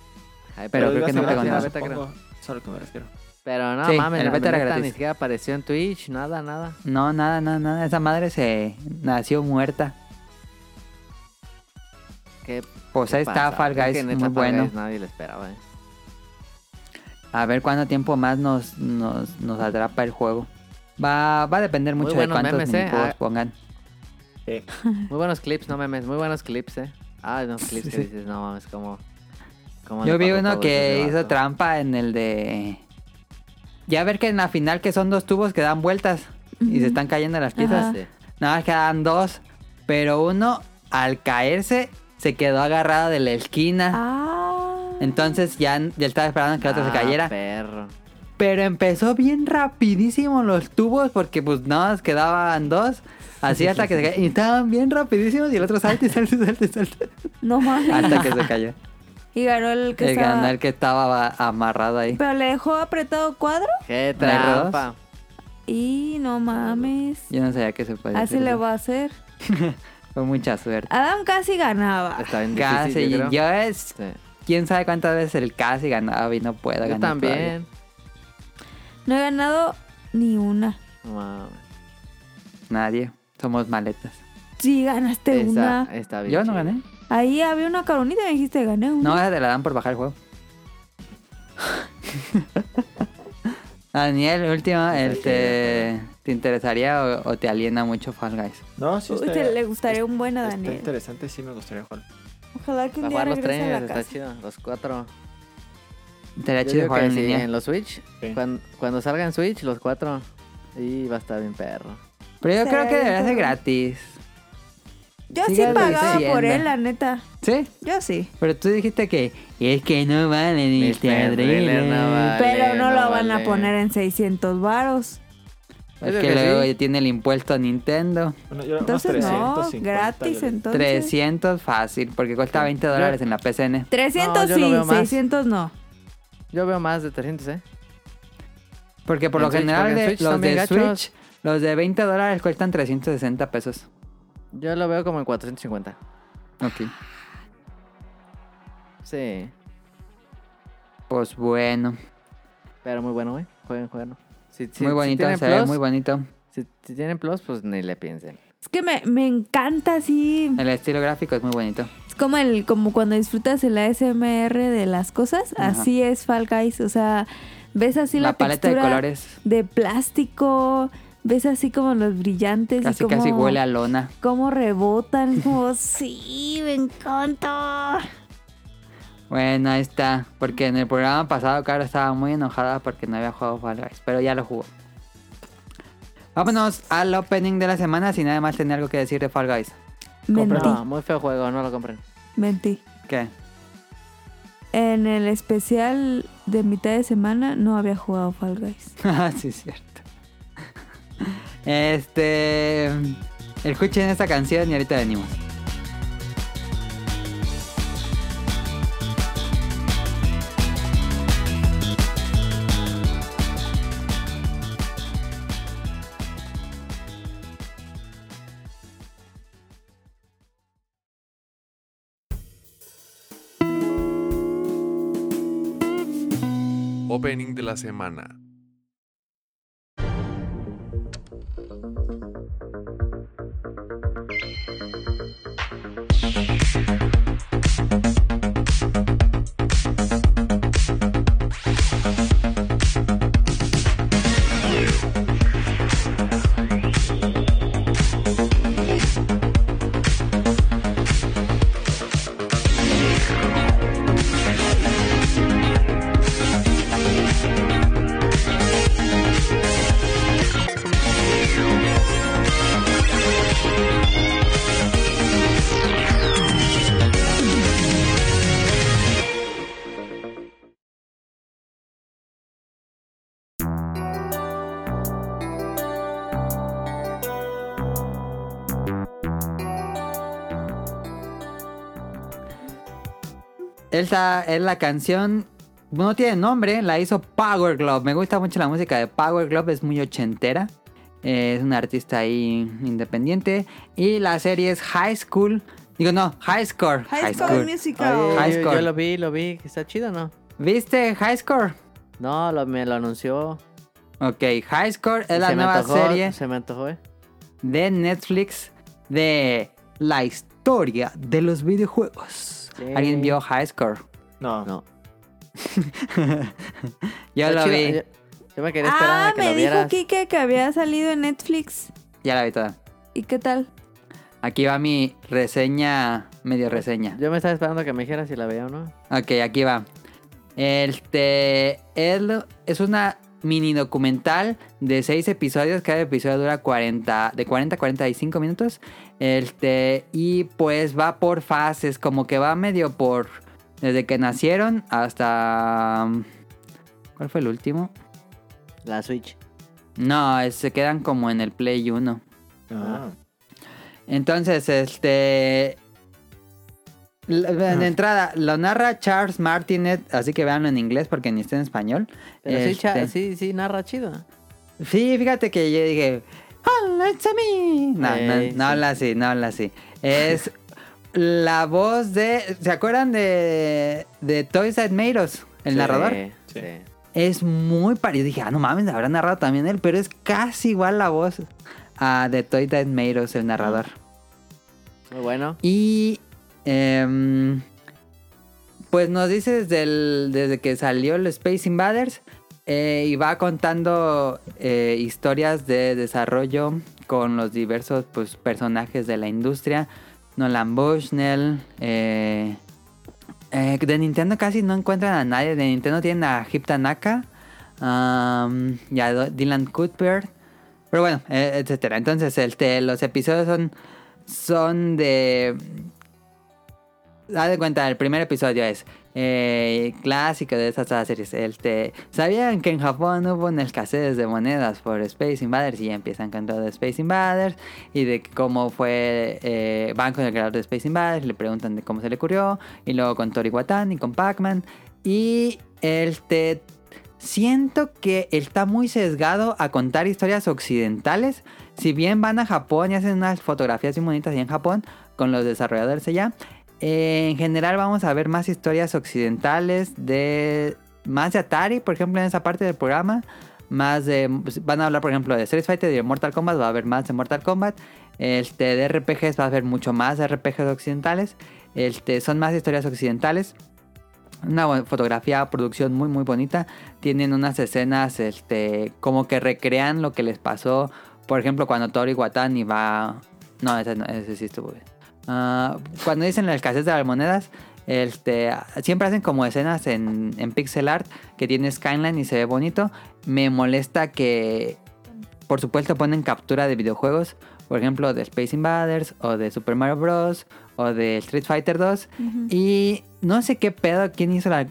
S2: Ay,
S1: Pero creo
S3: iba
S1: que
S3: a
S1: no
S3: ser
S1: pegó
S3: gratis,
S1: nada.
S2: Beta, creo.
S3: supongo. Eso es a lo que me refiero.
S2: Pero no
S1: Sí,
S2: mames,
S1: el
S2: la
S1: beta era
S2: neta
S1: gratis.
S2: ni siquiera apareció en Twitch, nada, nada.
S1: No, nada, nada, nada. Esa madre se nació muerta.
S2: ¿Qué,
S1: Pues
S2: qué
S1: ahí está
S2: pasa?
S1: Fall
S2: Creo que
S1: Guys.
S2: neta
S1: Muy
S2: Fall
S1: bueno.
S2: Guys nadie lo esperaba. eh.
S1: A ver cuánto tiempo más nos, nos, nos atrapa el juego. Va, va a depender mucho de
S2: buenos
S1: cuántos
S2: memes, ¿eh?
S1: minijuegos
S2: Ah.
S1: pongan.
S3: Sí.
S2: Muy buenos clips, no memes, muy buenos clips, eh. Ah, unos clips que
S1: Sí.
S2: dices, no mames, como.
S1: Yo vi uno que hizo trampa en el de... Ya ver que en la final que son dos tubos que dan vueltas y se están cayendo las piezas.
S4: Ajá.
S1: Nada más quedan dos, pero uno al caerse se quedó agarrado de la esquina.
S4: Ah.
S1: Entonces ya, ya estaba esperando que el
S2: Ah,
S1: otro se cayera.
S2: Perro.
S1: Pero empezó bien rapidísimo los tubos porque pues nada más quedaban dos. Así hasta que se cayó. Y estaban bien rapidísimos y el otro salta y salta y salta y salta.
S4: No mames.
S1: Hasta que se cayó.
S4: Y ganó el que
S1: El
S4: estaba.
S1: ganar que estaba amarrado ahí.
S4: Pero le dejó apretado cuadro
S2: Qué
S1: ¿No hay ruedas?
S2: trampa.
S4: y no mames.
S1: Yo no sabía que se podía
S4: Así
S1: hacer
S4: le
S1: eso.
S4: va a hacer.
S1: Fue mucha suerte.
S4: Adam casi ganaba.
S2: Está bien difícil,
S1: Casi.
S2: yo
S1: Yo,
S2: creo.
S1: es...
S2: Sí.
S1: ¿Quién sabe cuántas veces el casi ganaba y no puedo
S2: Yo
S1: ganar todavía.
S2: también.
S4: No he ganado ni una.
S2: No mames.
S1: Nadie. Somos maletas.
S4: Sí, ganaste
S2: Está-
S4: una.
S2: está bien
S1: Yo no
S2: chido.
S1: gané.
S4: Ahí había una caronita y me dijiste, gané una.
S1: No, esa te la dan por bajar el juego. Daniel, último, este, ¿te interesaría o, o te aliena mucho Fall Guys?
S3: No, sí.
S4: Uy,
S3: está-
S4: te- le gustaría un buen a
S3: está
S4: Daniel.
S3: interesante, sí me gustaría jugar.
S4: Ojalá que
S2: Para
S4: un día
S2: jugar los
S4: regrese
S2: trenes,
S4: a la
S2: está
S4: casa.
S2: chido. Los cuatro.
S1: Estaría
S2: Yo
S1: chido
S2: digo
S1: jugar
S2: que
S1: en
S2: sí,
S1: línea.
S2: en los Switch.
S3: Sí.
S2: Cuando, cuando salga en Switch, los cuatro. Y va a estar bien perro.
S1: Pero yo
S4: Estaría
S1: creo que
S4: bien
S1: debería ser
S4: cabrón.
S1: gratis.
S4: Yo sí
S1: Sígalo
S4: pagaba
S1: diciendo.
S4: por él, la neta.
S1: ¿Sí?
S4: Yo sí.
S1: Pero tú dijiste que es que no vale ni
S2: Este
S1: este
S2: trailer
S1: adrele.
S2: no vale.
S4: Pero no,
S2: no
S4: lo van
S2: vale.
S4: a poner en 600 varos.
S2: Yo
S1: Porque
S2: creo que
S1: luego
S2: sí.
S1: ya tiene el impuesto a Nintendo.
S3: Bueno, yo
S4: Entonces
S3: unos
S4: no,
S3: 350
S4: gratis
S3: yo le-
S4: entonces.
S1: 300 fácil, porque cuesta 20 dólares en la PCN.
S4: 300
S2: No, yo lo veo
S4: sí,
S2: más.
S4: 600 no.
S2: Yo veo más de 300, ¿eh?
S1: Porque por
S2: En
S1: lo
S2: Switch,
S1: general
S2: porque en
S1: de-
S2: Switch
S1: los
S2: están bien
S1: de
S2: gachos.
S1: Switch, los de 20 dólares cuestan 360 pesos.
S2: Yo lo veo como en 450.
S1: Ok.
S2: Sí.
S1: Pues bueno,
S2: Pero muy bueno, güey. Jueguen, jueguen. Si, si-
S1: muy
S2: si
S1: bonito,
S2: tienen
S1: se ve
S2: plus,
S1: muy bonito.
S2: Si, si tienen plus, pues ni le piensen.
S4: Es que me, me encanta así.
S1: El estilo gráfico es muy bonito.
S4: Es como el, como cuando disfrutas el ASMR de las cosas.
S1: Ajá.
S4: Así es Fall Guys. O sea, ves así la,
S1: la paleta de
S4: textura
S1: colores
S4: de plástico. Ves así como los brillantes. y
S1: casi casi
S4: cómo-
S1: huele a lona.
S4: Cómo rebotan. Es como, sí, me encanta.
S1: Bueno, ahí está. Porque en el programa pasado, Caro estaba muy enojada porque no había jugado Fall Guys, pero ya lo jugó. Vámonos al opening de la semana si nada más tenía algo que decir de Fall Guys.
S4: Mentí,
S2: No, muy feo juego, no lo compren.
S4: mentí.
S1: ¿Qué?
S4: En el especial de mitad de semana no había jugado Fall Guys.
S1: Ah, sí, es cierto. Este. Escuchen esta canción y ahorita venimos.
S5: Opening de la semana.
S1: Esta es la canción. No tiene nombre, la hizo Power Glove. Me gusta mucho la música de Power Glove, es muy ochentera. Eh, es una artista ahí independiente. Y la serie es High School. Digo, no, High Score.
S4: High School Musical.
S2: Oye,
S1: High
S2: yo,
S1: Score.
S2: yo lo vi, lo vi. ¿Está chido o no?
S1: ¿Viste High Score?
S2: No, lo, me lo anunció.
S1: Ok, High Score es la
S2: Se me
S1: nueva
S2: antojó,
S1: serie
S2: Se me antojó, eh.
S1: de Netflix de la historia de los videojuegos.
S2: Sí.
S1: ¿Alguien vio High Score?
S3: No,
S2: No.
S1: Yo
S2: Está
S1: lo
S2: chido,
S1: vi.
S2: yo- Yo me quería esperar
S4: Ah,
S2: a que
S4: me
S2: lo
S4: dijo
S2: vieras.
S4: Kike que había salido en Netflix.
S1: Ya la vi toda.
S4: ¿Y qué tal?
S1: Aquí va mi reseña, medio reseña.
S2: Yo me estaba esperando que me dijeras si la veía o no.
S1: Ok, aquí va. Este es, lo- es una mini documental de seis episodios. Cada episodio dura 40, de 40 a 45 minutos. Este, y pues va por fases, como que va medio por desde que nacieron hasta. ¿Cuál fue el último?
S2: La Switch.
S1: No, es- se quedan como en el Play 1.
S3: Ah.
S1: Entonces, este. la- la-
S2: Ah.
S1: De entrada, lo narra Charles Martinet, así que véanlo en inglés porque ni está en español.
S2: Pero sí, cha-
S1: Este,
S2: ah, sí, sí, narra chido.
S1: sí, fíjate que yo dije, ¡Hola, it's a me". No, no,
S2: Eh,
S1: no
S2: sí.
S1: habla así, no habla así. Es la voz de. ¿Se acuerdan de, de Toys That Made Us? El
S2: Sí,
S1: narrador.
S2: Sí.
S1: Es muy parecido. Dije, ah, no mames, habrá narrado también él, pero es casi igual la voz a de Toys That Made Us, el narrador.
S2: Muy bueno.
S1: Y em, pues nos dice desde, el- desde que salió el Space Invaders eh, y va contando eh, historias de desarrollo con los diversos pues, personajes de la industria. Nolan Bushnell. eh, eh, de Nintendo casi no encuentran a nadie. De Nintendo tienen a Hip Tanaka. am, y a Do- Dylan Cuthbert. Pero bueno, eh, etcétera. Entonces, este, los episodios son son de. Haz de cuenta, el primer episodio es eh, clásico de estas series. El te- ¿Sabían que en Japón hubo una escasez de monedas por Space Invaders? Y ya empiezan con todo de Space Invaders y de cómo fue. Eh, van con el creador de Space Invaders, le preguntan de cómo se le ocurrió, y luego con Tori Watan y con Pac-Man. Y el te. Siento que está muy sesgado a contar historias occidentales si bien van a Japón y hacen unas fotografías muy bonitas allá en Japón con los desarrolladores allá, eh, en general vamos a ver más historias occidentales de más de Atari, por ejemplo, en esa parte del programa, más de pues, van a hablar por ejemplo de Street Fighter y de Mortal Kombat, va a haber más de Mortal Kombat. Este de RPGs va a haber mucho más de RPGs occidentales. Este son más historias occidentales. Una bu- fotografía, producción muy muy bonita. Tienen unas escenas este como que recrean lo que les pasó por ejemplo, cuando Tori Watani va. No, ese, no, ese sí estuvo bien. Ah, cuando dicen la escasez de las monedas, este, siempre hacen como escenas en, en pixel art que tiene Skyline y se ve bonito. Me molesta que, por supuesto, ponen captura de videojuegos, por ejemplo, de Space Invaders o de Super Mario Bros. o de Street Fighter 2. Y no sé qué pedo, quién hizo la.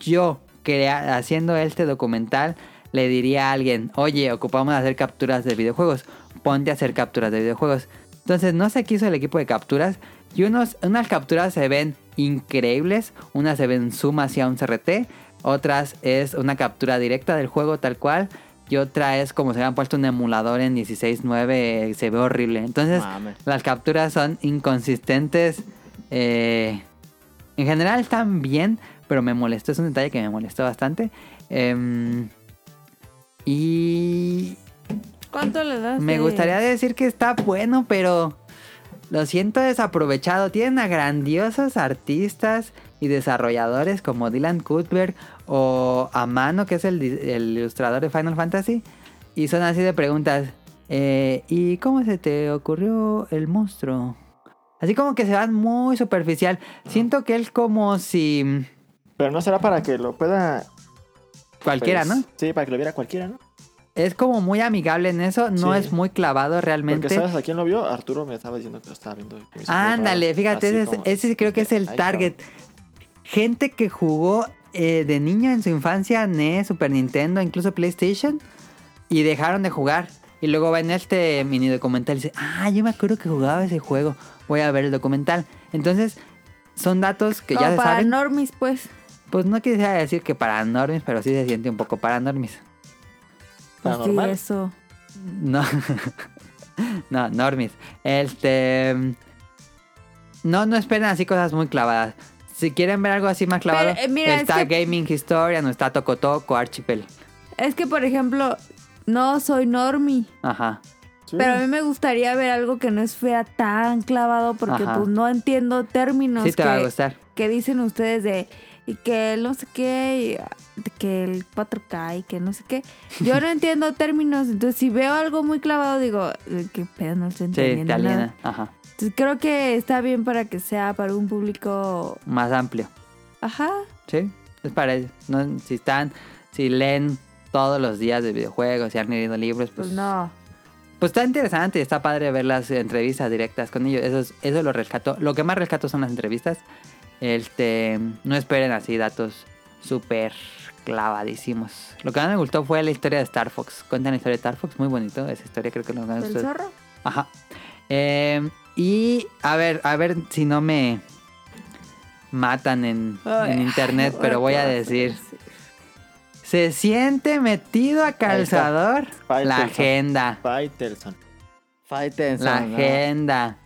S1: Yo, crea- haciendo este documental, le diría a alguien: Oye, ocupamos hacer capturas de videojuegos, ponte a hacer capturas de videojuegos. Entonces, no sé qué hizo el equipo de capturas. Y unos, unas capturas se ven increíbles, unas se ven zoom hacia un CRT, otras es una captura directa del juego tal cual. Y otra es como se le han puesto un emulador en 16.9, se ve horrible. Entonces,
S2: Mames.
S1: las capturas son inconsistentes. eh, en general están bien, pero me molestó. Es un detalle que me molestó bastante. Em, y
S4: ¿Cuánto le das?
S1: me
S4: de-
S1: gustaría decir que está bueno, pero lo siento desaprovechado. Tienen a grandiosos artistas y desarrolladores como Dylan Cuthbert o Amano, que es el, di- el ilustrador de Final Fantasy. Y son así de preguntas. eh, ¿Y cómo se te ocurrió el monstruo? Así como que se van muy superficial. Siento que él como si
S3: Pero no será para que lo pueda.
S1: cualquiera,
S3: pues,
S1: ¿no?
S3: Sí, para que lo viera cualquiera, ¿no?
S1: Es como muy amigable en eso, no
S3: Sí.
S1: es muy clavado realmente.
S3: Porque sabes a quién lo vio, Arturo me estaba diciendo que lo estaba viendo. y me hizo
S1: Ándale,
S3: raro.
S1: fíjate,
S3: Así
S1: ese,
S3: como-
S1: ese creo que es el
S3: Ay,
S1: target. Gente que jugó eh, de niño en su infancia NES, Super Nintendo, incluso PlayStation, y dejaron de jugar. Y luego va en este mini documental y dice, ah, yo me acuerdo que jugaba ese juego, voy a ver el documental. Entonces, son datos que
S4: Como
S1: ya se
S4: para
S1: saben.
S4: normis, pues.
S1: Pues no quisiera decir que paranormis, pero sí se siente un poco paranormis.
S4: Pues sí,
S3: Paranormal.
S4: eso.
S1: No. no, normis. Este. No, no esperen así cosas muy clavadas. Si quieren ver algo así más clavado,
S4: Pero, eh, mira, es
S1: está
S4: que-
S1: Gaming Historian o está Toco Toco, Archipel.
S4: Es que, por ejemplo, no soy normi.
S1: Ajá.
S3: Sí.
S4: Pero a mí me gustaría ver algo que no fuera tan clavado porque
S1: Ajá.
S4: pues no entiendo términos
S1: sí te va a
S4: que,
S1: gustar.
S4: que dicen ustedes de y que no sé qué y, que el 4K y que no sé qué. Yo no entiendo términos, entonces si veo algo muy clavado digo, que pedo, no estoy
S1: Sí, te
S4: entendiendo nada.
S1: aliena. Ajá.
S4: Entonces creo que está bien para que sea para un público,
S1: Más amplio.
S4: ajá,
S1: Sí, es para eso. No, si están, si leen todos los días de videojuegos, si han leído libros, pues,
S4: pues no.
S1: Pues está interesante y está padre ver las entrevistas directas con ellos. Eso, es- eso lo rescato. Lo que más rescato son las entrevistas. Este, no esperen así datos súper clavadísimos. Lo que más me gustó fue la historia de Star Fox. Cuentan la historia de Star Fox, muy bonito. Esa historia creo que lo
S2: Pues,
S1: ganan
S4: ¿El
S1: ustedes.
S4: zorro?
S1: Ajá. Eh, y a ver, a ver si no me matan en,
S4: Ay,
S1: en internet,
S4: ay,
S1: pero voy
S4: qué
S1: a
S4: va
S1: decir.
S4: ser, sí.
S1: Se siente metido a calzador
S3: Ahí
S1: la
S3: está.
S1: agenda.
S3: Fighterson.
S2: Fighten.
S1: La
S2: son, ¿no?
S1: agenda.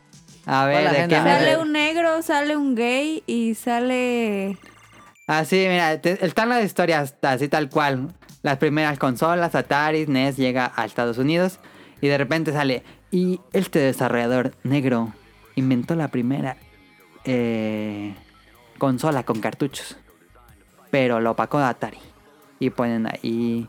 S1: A ver,
S2: la
S1: ¿de qué
S2: agenda?
S1: me-
S4: Sale un negro, sale un gay y sale...
S1: Ah, sí, mira, te- están las historias así tal cual. Las primeras consolas, Atari, NES llega a Estados Unidos y de repente sale. Y este desarrollador negro inventó la primera eh, consola con cartuchos. Pero lo opacó de Atari. Y ponen ahí.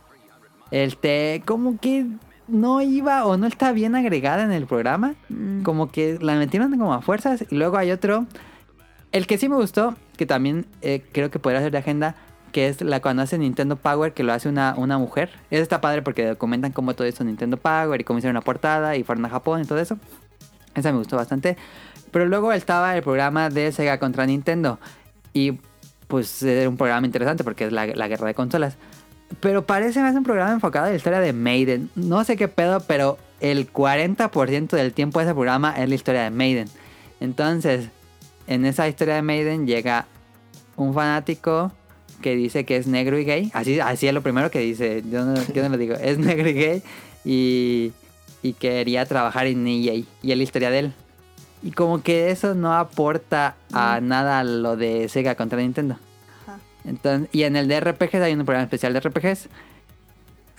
S1: Este, como que no iba o no está bien agregada en el programa.
S4: mm,
S1: Como que la metieron como a fuerzas. Y luego hay otro. El que sí me gustó, que también eh, creo que podría ser de agenda, que es la cuando hace Nintendo Power, que lo hace una, una mujer. Eso está padre porque documentan cómo todo hizo Nintendo Power y cómo hicieron la portada y fueron a Japón y todo eso. Esa me gustó bastante. Pero luego estaba el programa de Sega contra Nintendo. Y pues era un programa interesante porque es la, la guerra de consolas. Pero parece más un programa enfocado en la historia de Maiden. No sé qué pedo, pero el 40% del tiempo de ese programa es la historia de Maiden. Entonces, en esa historia de Maiden llega un fanático que dice que es negro y gay. Así, así es lo primero que dice. Yo no, yo no lo digo. Es negro y gay y, y quería trabajar en EA. Y es la historia de él. Y como que eso no aporta a nada a lo de Sega contra Nintendo.
S4: ajá.
S1: Entonces, y en el de RPGs hay un programa especial de RPGs.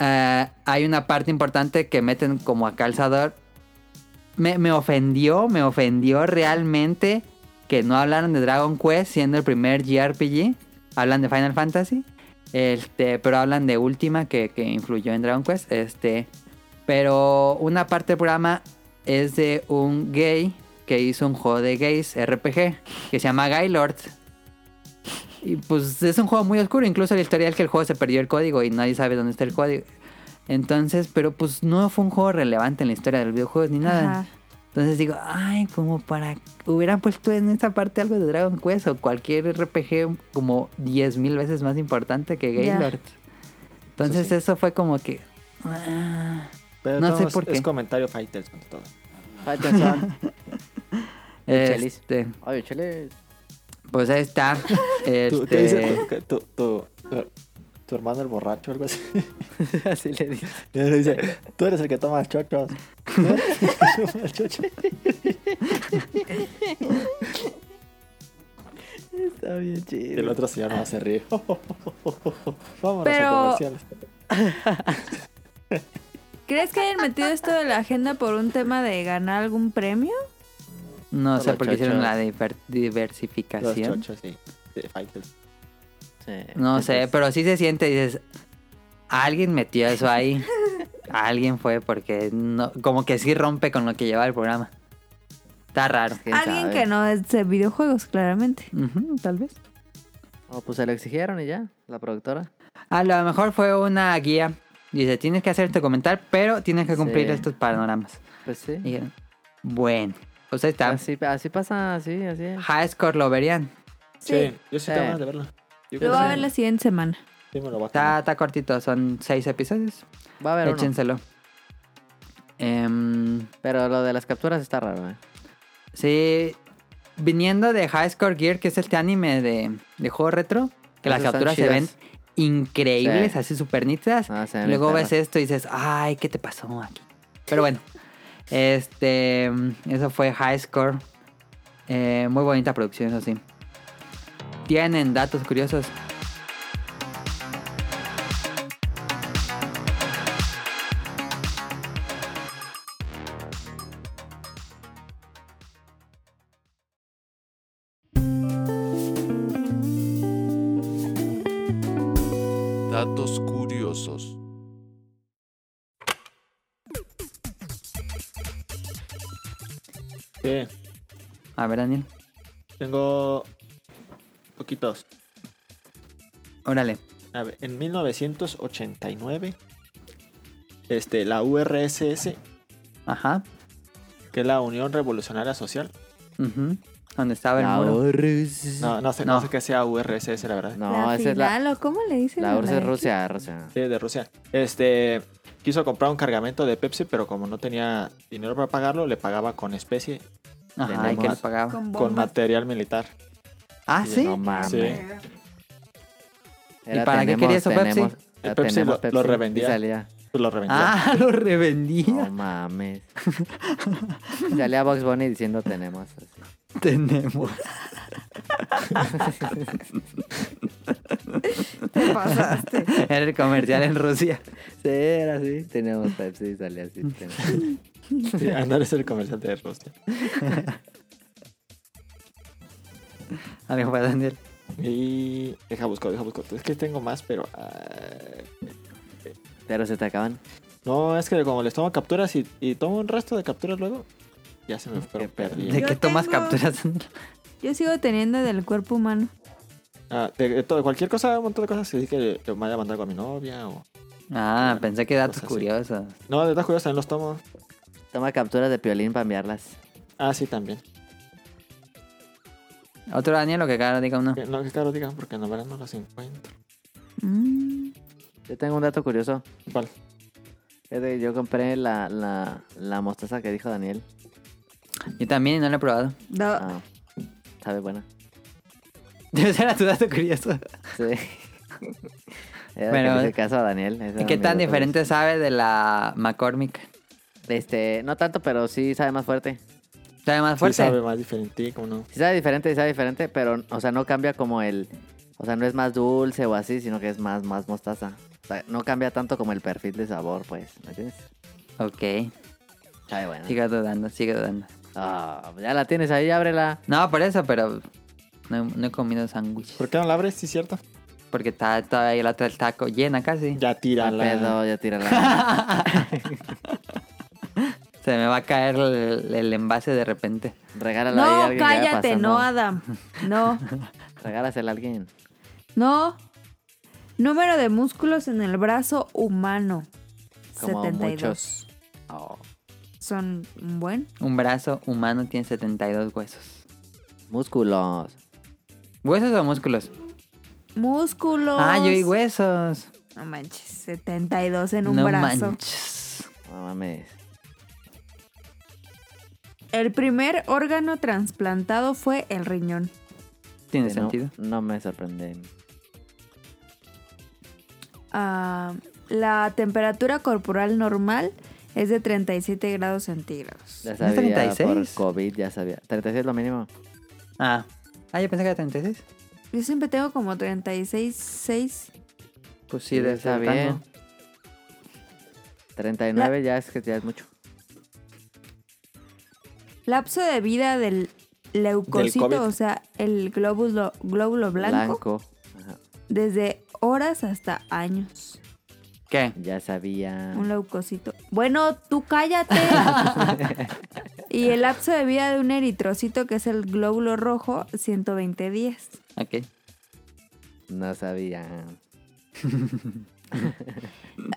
S1: Eh, hay una parte importante que meten como a calzador. Me, me ofendió, me ofendió realmente que no hablaron de Dragon Quest siendo el primer JRPG. Hablan de Final Fantasy. Este, pero hablan de Última que, que influyó en Dragon Quest. Este, pero una parte del programa es de un gay que hizo un juego de gays RPG que se llama Gaylord. Y pues es un juego muy oscuro. Incluso la historia es que el juego se perdió el código y nadie sabe dónde está el código. Entonces, pero pues no fue un juego relevante en la historia de los videojuegos ni nada.
S4: Ajá.
S1: Entonces digo, ay, como para... Hubieran puesto en esta parte algo de Dragon Quest o cualquier RPG como 10.000 veces más importante que
S4: Ya.
S1: Gaylord. Entonces
S3: Eso sí.
S1: eso fue como que... ah.
S3: Pero
S1: No
S3: no
S1: sé
S3: es,
S1: por qué.
S3: Es comentario Fighterson todo.
S2: Fighten son. Chelis.
S1: Este,
S2: Oye, chale.
S1: pues ahí está.
S3: Tú- ¿Qué dice
S1: Este,
S3: tu, tu, tu, tu- tu hermano el borracho o algo así?
S2: Así le dije.
S3: Y él dice, tú eres el que toma chochos. Tú eres el que toma chochos.
S2: Está bien
S3: Y
S2: chido.
S3: el otro señor no se ríe. Vámonos
S4: Pero-
S3: a comerciales.
S4: ¿Crees que hayan metido esto de la agenda por un tema de ganar algún premio?
S1: no sé
S2: Los
S1: por qué hicieron
S2: chochos.
S1: la diver-
S3: Los
S1: diversificación.
S3: chochos, sí. De Fighters.
S2: Sí.
S1: No sé,
S2: Entonces,
S1: pero sí se siente, dices, alguien metió eso ahí. alguien fue porque no, como que sí rompe con lo que lleva el programa. Está raro.
S2: quién
S4: Alguien
S2: sabe.
S4: que no es de videojuegos, claramente.
S1: Ujú, Tal vez.
S2: Oh, pues se lo exigieron y ya, la productora.
S1: A lo mejor fue una guía. Dice, tienes que hacer este comentario, pero tienes que cumplir
S2: Sí.
S1: estos panoramas.
S2: Pues sí.
S1: Y dijeron, bueno, pues ahí está.
S2: Así, así pasa, así, así. es.
S1: High score lo verían.
S3: Sí, yo sí
S2: Sí.
S3: tengo ganas de verlo. Yo
S4: Lo
S3: creo
S4: va a
S3: que
S4: ver
S3: sí.
S4: la siguiente semana.
S3: Sí, me lo va a
S1: Está,
S3: comer.
S1: está cortito, son seis episodios.
S2: Va a haber uno.
S1: Échenselo. Em,
S2: Pero lo de las capturas está raro, ¿eh?
S1: Sí, viniendo de High Score Gear, que es este anime de, de juego retro, que las
S2: Esas están
S1: capturas se ven
S2: chidas.
S1: increíbles,
S2: Sí.
S1: así súper nítidas.
S2: Ah, se
S1: Y
S2: ven
S1: luego
S2: bien
S1: ves esto y dices, ay, ¿qué te pasó aquí? Pero bueno, este, eso fue High Score. Eh, muy bonita producción, eso sí. Tienen datos curiosos.
S5: Datos curiosos.
S3: Sí,
S1: A ver, Daniel.
S3: tengo poquitos.
S1: Órale.
S3: A ver, en 1989, este, la URSS,
S1: Ajá.
S3: que es la Unión Revolucionaria Social,
S1: ujú, Donde estaba el
S2: La
S1: muro.
S2: URSS.
S3: no, no sé, no.
S1: No.
S3: sé qué sea URSS, la verdad,
S2: No,
S4: la
S2: esa es la,
S4: final, ¿o ¿Cómo le dicen?
S2: la
S4: a
S2: URSS
S4: de
S2: es
S4: aquí?
S2: Rusia, Rusia.
S3: sí, de Rusia. Este, quiso comprar un cargamento de Pepsi, pero como no tenía dinero para pagarlo, le pagaba con especie,
S1: Ajá, y que le
S3: Tenemos-
S1: pagaba.
S3: con
S4: bombas.
S3: material militar.
S1: Ah, sí.
S2: No mames.
S3: Sí.
S1: ¿Y para qué quería eso, Pepsi?
S2: ya
S3: El Pepsi
S2: tenemos
S3: lo- lo revendía.
S2: y salía.
S3: Pues lo revendía.
S1: Ah, lo
S2: No
S1: revendía.
S2: mames. Y salía Box Bunny diciendo tenemos. así.
S1: Tenemos.
S4: Te pasaste.
S1: Era el comercial en Rusia.
S2: Sí, era así. Teníamos Pepsi y salía así. tenemos.
S3: Sí, andar es el comerciante de Rusia.
S1: Algo para Daniel.
S3: Y deja buscar, deja buscar. Es que tengo más, pero... ah,
S2: Pero se te acaban.
S3: No, es que como les tomo capturas y, y tomo un resto de capturas luego, ya se me fueron perdiendo.
S1: ¿De
S4: Yo
S1: Mm, qué tomas
S4: tengo-
S1: capturas, Daniel?
S4: Yo sigo teniendo del cuerpo humano.
S3: Ah, de, de todo, cualquier cosa, un montón de cosas que dije que le me haya mandado con mi novia o...
S1: Ah, pensé que datos
S3: Cosas así.
S1: curiosos.
S3: No, de Tajo yo también los tomo.
S2: Toma capturas de piolín para enviarlas.
S3: Ah, sí, también.
S1: Otro Daniel, lo que cada diga uno.
S3: Que- No, que claro, digan, porque en la verdad no los encuentro.
S4: Mm.
S2: Yo tengo un dato curioso.
S3: Vale.
S2: Fíjate que Yo compré la, la, la mostaza que dijo Daniel.
S1: Yo también no lo he probado.
S4: No,
S2: Ah, sabe buena.
S1: Ese era tu dato curioso.
S2: Sí. Era
S1: Bueno,
S2: bueno, que le hice caso a Daniel. ese
S1: ¿Y
S2: era
S1: qué
S2: mi
S1: tan
S2: dato
S1: diferente sabe de la McCormick?
S2: curioso. Este, no tanto, pero sí sabe más fuerte.
S1: ¿Sabe más
S3: Sí
S1: fuerte?
S3: sabe más diferente, como no.
S2: Sí sabe diferente, sí sabe diferente, pero, o sea, no cambia como el... O sea, no es más dulce o así, sino que es más, más mostaza. O sea, no cambia tanto como el perfil de sabor, pues. ¿Me entiendes?
S1: Ok,
S2: Sabe buena.
S1: siga dudando, siga dudando.
S2: Ah, ya la tienes ahí, ábrela.
S1: No, por eso, pero no, no he comido sándwich.
S3: ¿Por qué no la abres? Sí, cierto.
S1: Porque está todavía la otra está co- llena casi.
S3: Ya
S2: Al
S3: tírala.
S2: pedo, ya tírala.
S1: Se me va a caer el, el envase de repente.
S2: Regálala ahí a
S4: no
S2: alguien que vaya
S4: cállate,
S2: pasando.
S4: no, Adam. No,
S2: Regálasela a alguien.
S4: no. Número de músculos en el brazo humano.
S2: Como
S4: 72.
S2: muchos. Oh.
S4: Son un buen.
S1: Un brazo humano tiene 72 huesos.
S2: Músculos.
S1: ¿Huesos o músculos?
S4: Músculos.
S1: Ah, yo y huesos.
S4: No manches, 72 en un
S1: no
S4: brazo.
S1: manches.
S2: No mames.
S4: El primer órgano trasplantado fue el riñón.
S1: Tiene
S2: Sí, no-
S1: sentido.
S2: No, me sorprende.
S4: Ah, la temperatura corporal normal es de 37 grados centígrados.
S2: Ya
S1: ¿Es
S2: sabía
S1: 36?
S2: por COVID, ya sabía. 36 es lo mínimo.
S1: Ah. Ah, yo pensé que era 36.
S4: Yo siempre tengo como 36, 6.
S1: Pues sí, de
S2: está
S1: ser
S2: bien.
S1: tanto.
S2: 39 ya es que ya es mucho.
S4: Lapso de vida del leucocito,
S3: Del COVID.
S4: o sea, el glóbulo, glóbulo blanco,
S2: Ajá.
S4: desde horas hasta años.
S1: ¿Qué?
S2: Ya sabía.
S4: Un leucocito. Bueno, tú cállate. y el lapso de vida de un eritrocito, que es el glóbulo rojo, 120 días.
S1: Ok.
S2: No sabía.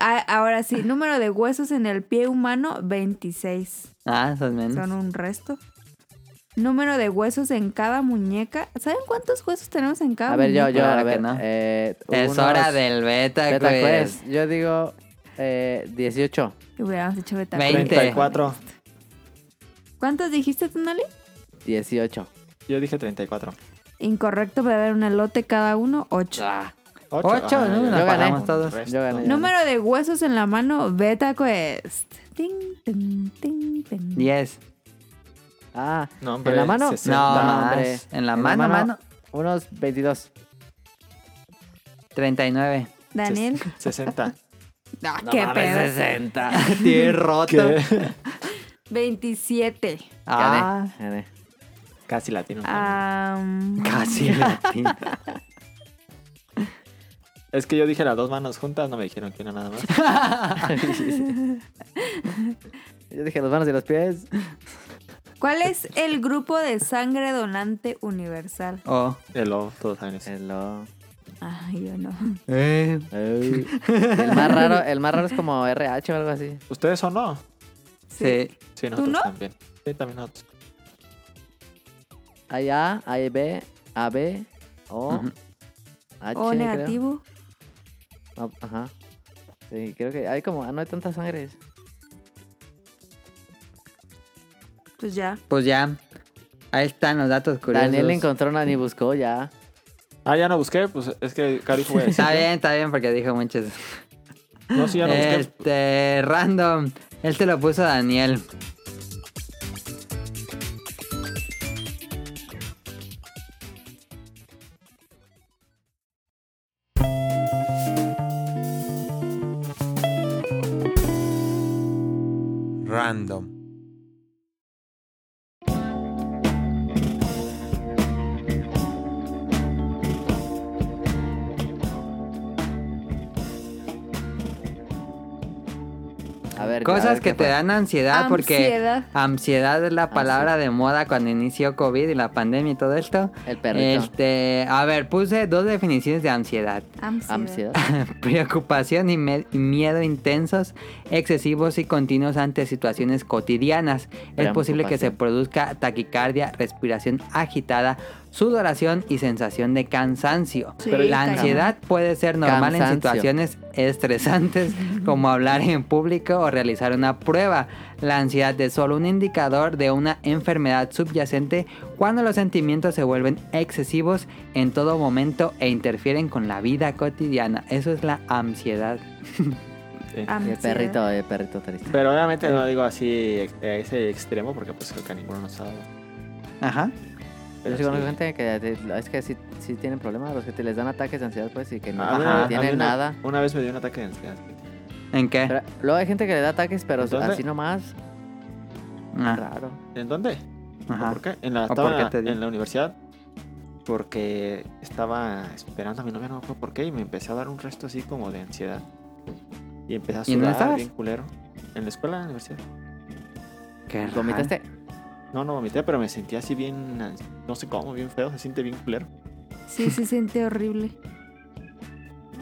S4: A- Ah, ahora sí, número de huesos en el pie humano, 26.
S1: Ah, son menos.
S4: Son un resto. Número de huesos en cada muñeca. ¿Saben cuántos huesos tenemos en cada
S2: A ver, yo,
S4: muñeca?
S2: yo, a
S1: Claro que
S2: ver.
S1: no.
S2: eh,
S1: Es
S2: unos
S1: hora del beta,
S2: Beta
S1: quiz.
S2: Quest. Yo digo eh, 18.
S4: Y Hubiéramos hecho beta.
S1: Veinte.
S3: 34.
S4: ¿Cuántos dijiste, Tonali?
S2: 18.
S3: Yo dije 34.
S4: Incorrecto, va a haber un elote cada uno, 8.
S2: Ah,
S3: Ocho.
S1: Ocho,
S3: Ah,
S1: ¿no?
S3: ya,
S1: Nos
S3: ya.
S2: pagamos
S3: Con el
S1: todos.
S3: resto.
S2: Yo gané.
S4: Número de huesos en la mano, Beta Quest. Ting, ting, ting, ting.
S1: 10.
S2: ah
S3: No, hombre,
S2: ¿en la mano?
S3: sesenta.
S1: No,
S2: No,
S1: más.
S2: hombre.
S1: En la mano, mano.
S2: Unos 22.
S1: 39.
S4: Daniel.
S3: ses- 60.
S4: Ah, qué pedo.
S2: 60.
S1: Tiene roto.
S3: ¿Qué?
S4: 27.
S1: Ah,
S2: Gané.
S3: Casi
S2: Ah.
S4: Ah,
S3: latino.
S4: Am,
S1: casi.
S3: Es que yo dije las dos manos juntas, no me dijeron que era nada más.
S2: Yo dije los manos y los pies.
S4: ¿Cuál es el grupo de sangre donante universal?
S1: Oh.
S3: El O, todos saben eso.
S2: Hello.
S4: Ay, yo no.
S1: Eh.
S2: Ey. El más raro, el más raro es como RH o algo así.
S3: ¿Ustedes o no?
S1: Sí.
S3: Sí, nosotros
S4: no?
S3: también. Sí, también nosotros.
S2: Hay A, hay B, AB, O,
S1: Ujú.
S2: H,
S4: O
S2: creo.
S4: negativo.
S2: Ah, Ajá. Sí, creo que hay como, ah, no hay tantas sangres.
S4: Pues ya.
S1: Pues ya. Ahí están los datos curiosos.
S2: Daniel encontró una ni buscó ya.
S3: Ah, ya no busqué, pues es que Cari fue.
S1: Está bien, está bien, porque dijo muchas.
S3: No, sí, ya no busqué.
S1: Este, random. Él te lo puso Daniel.
S5: Random.
S2: A ver. a
S1: Cosas
S2: ver
S1: que
S2: qué
S1: te
S2: fue.
S1: dan ansiedad Ah, porque
S4: Ansiedad.
S1: ansiedad es la palabra de moda cuando inició COVID y la pandemia y todo esto.
S2: El perrito.
S1: Este, a ver, puse dos definiciones de ansiedad.
S4: Ansiedad.
S2: Ansiedad.
S1: Preocupación y, me- y miedo intensos, excesivos y continuos ante situaciones cotidianas. Es posible que se
S2: Preocupación.
S1: produzca taquicardia, respiración agitada, sudoración y sensación de cansancio.
S4: Sí,
S1: la
S4: cañón.
S1: ansiedad puede ser normal en
S2: Cansancio.
S1: situaciones estresantes como hablar en público o realizar una prueba. La ansiedad es solo un indicador de una enfermedad subyacente cuando los sentimientos se vuelven excesivos en todo momento e interfieren con la vida cotidiana. Eso es la ansiedad.
S3: Sí.
S2: Y el
S4: Ansiedad.
S2: perrito, el perrito triste.
S3: Pero obviamente no digo así ex- a ese extremo porque pues creo que a ninguno nos ha dado.
S1: Ajá.
S3: Pero
S2: Yo sí conozco
S3: sí.
S2: gente que te- es que sí, sí tienen problemas, los que te les dan ataques de ansiedad, pues, y que no
S3: A mí- a
S2: no
S3: mí
S2: tienen
S3: una-
S2: nada.
S3: Una vez me dio un ataque de ansiedad.
S1: ¿En qué?
S2: Pero luego hay gente que le da ataques, pero
S3: ¿Entonces?
S2: así nomás.
S1: Ah,
S2: Claro.
S3: ¿En dónde?
S1: ajá.
S3: ¿Por qué? En la,
S1: ¿O
S3: estaba
S1: por qué te dio?
S3: en la universidad. Porque estaba esperando a mi novia, no me acuerdo por qué, y me empecé a dar un resto así como de ansiedad. Y empecé a
S1: ¿Y en dónde
S3: sudar
S1: estabas?
S3: bien culero. En la escuela, en la universidad.
S1: Qué raro.
S2: ¿Vomitaste?
S3: No, no vomité, pero me sentí así bien, ans- no sé cómo, bien feo, se siente bien culero.
S4: Sí, se siente horrible.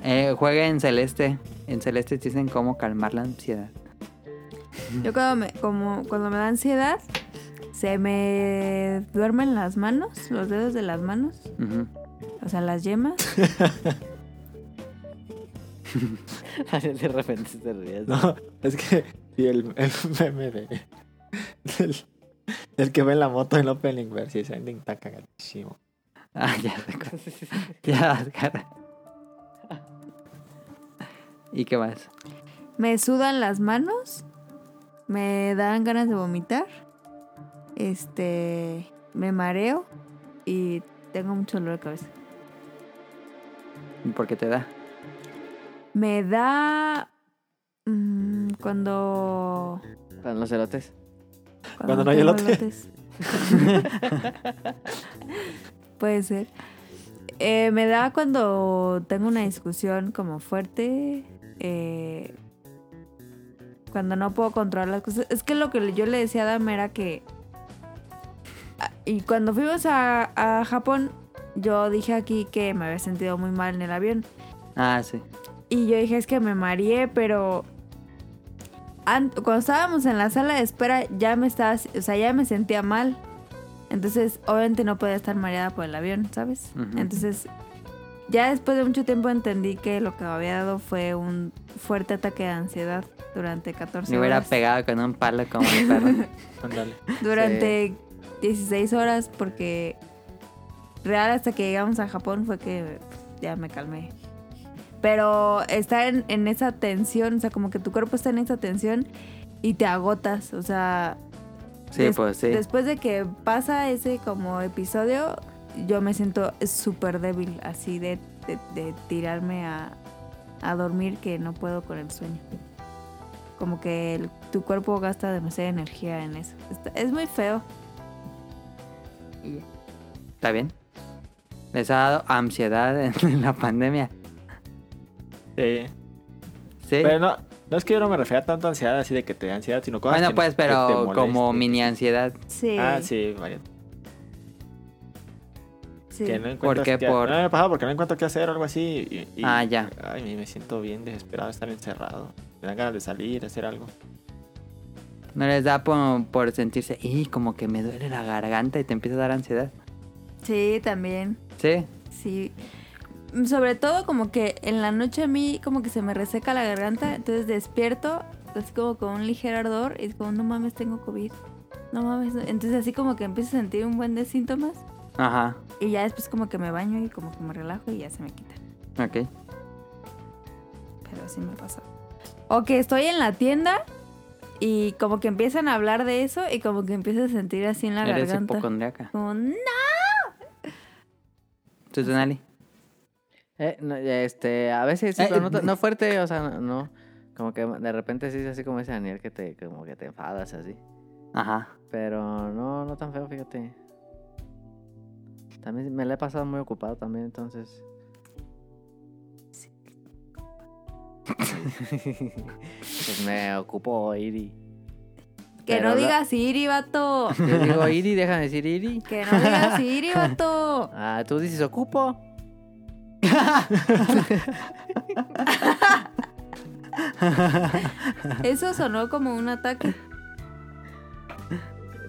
S1: Eh, juega en celeste. En celeste dicen cómo calmar la ansiedad.
S4: Yo cuando me, como, cuando me da ansiedad, se me duermen las manos, los dedos de las manos,
S1: Ujú.
S4: o sea, las yemas.
S2: de repente se ríe.
S3: No, es que y el, el meme de, del, del que ve la moto en Opening Versi, se está cagadísimo.
S1: Ah, ya sé cuál. Ya las cara. ¿Y qué más?
S4: Me sudan las manos, me dan ganas de vomitar, este, me mareo y tengo mucho dolor de cabeza.
S1: ¿Por qué te da?
S4: Me da mm, cuando,
S2: Con los celotes.
S3: Cuando no hay
S4: tengo
S3: elote.
S4: elotes. Puede ser. Eh, me da cuando tengo una discusión como fuerte. eh, cuando no puedo controlar las cosas. Es que lo que yo le decía a Dam era que. Ah, Y cuando fuimos a, a Japón, yo dije aquí que me había sentido muy mal en el avión.
S1: Ah, sí.
S4: Y yo dije, es que me mareé, pero an- cuando estábamos en la sala de espera ya me estaba, o sea, ya me sentía mal. Entonces, obviamente no podía estar mareada por el avión, ¿sabes?
S1: Ujú.
S4: Entonces, ya después de mucho tiempo entendí que lo que me había dado fue un fuerte ataque de ansiedad durante 14
S1: Me hubiera
S4: horas.
S1: pegado con un palo como el perro.
S3: Ándale.
S4: Durante 16 horas porque real hasta que llegamos a Japón fue que pues, ya me calmé. Pero estar en, en esa tensión, o sea, como que tu cuerpo está en esa tensión y te agotas, o sea...
S1: Sí,
S4: des-
S1: pues sí.
S4: Después de que pasa ese como episodio, yo me siento súper débil, así de, de- de tirarme a, a dormir que no puedo con el sueño. Como que el- tu cuerpo gasta demasiada energía en eso. Está- es muy feo.
S1: ¿Está bien? Les ha dado ansiedad en la pandemia.
S3: Sí.
S1: Sí.
S3: Pero no, no es que yo no me refiera a tanta ansiedad así de que te dé ansiedad, sino cosas
S1: bueno,
S3: que-
S1: pues,
S3: que te
S1: pero como
S3: molesten.
S1: mini ansiedad.
S4: Sí.
S3: Ah, sí, variante.
S4: sí.
S3: Que no
S1: ¿Por
S3: encuentras
S1: qué?
S3: qué-
S1: Por-
S3: No me pasa porque no encuentro qué hacer o algo así. y- y-
S1: Ah, ya.
S3: Ay, me- me siento bien desesperado de estar encerrado. Me dan ganas de salir, hacer algo.
S1: No les da por, por sentirse, y como que me duele la garganta y te empieza a dar ansiedad.
S4: Sí, también.
S1: Sí.
S4: Sí. Sobre todo como que en la noche a mí como que se me reseca la garganta, entonces despierto así como con un ligero ardor y es como no mames tengo COVID. No mames, no". entonces así como que empiezo a sentir un buen de síntomas
S1: Ajá.
S4: y ya después como que me baño y como que me relajo y ya se me quita.
S1: Ok.
S4: Pero así me pasa. O que estoy en la tienda y como que empiezan a hablar de eso y como que empiezo a sentir así en la
S1: Eres
S4: garganta.
S1: hipocondriaca.
S4: Como, "No".
S1: Tú, Tonali.
S2: Eh, no, este, a veces sí,
S1: Eh,
S2: pero no, ta-
S1: eh,
S2: no fuerte, o sea, no, no. Como que de repente sí es así como dice Daniel, que te, como que te enfadas así.
S1: Ajá.
S2: Pero no, no tan feo, fíjate. También me la he pasado muy ocupado también, entonces. pues me ocupo Iri.
S4: que
S2: Pero
S4: no
S2: la-
S4: digas Iri, vato.
S2: Yo digo Iri, deja de decir Iri.
S4: Que no digas Iri, vato.
S2: Ah, tú dices ocupo.
S4: Eso sonó como un ataque.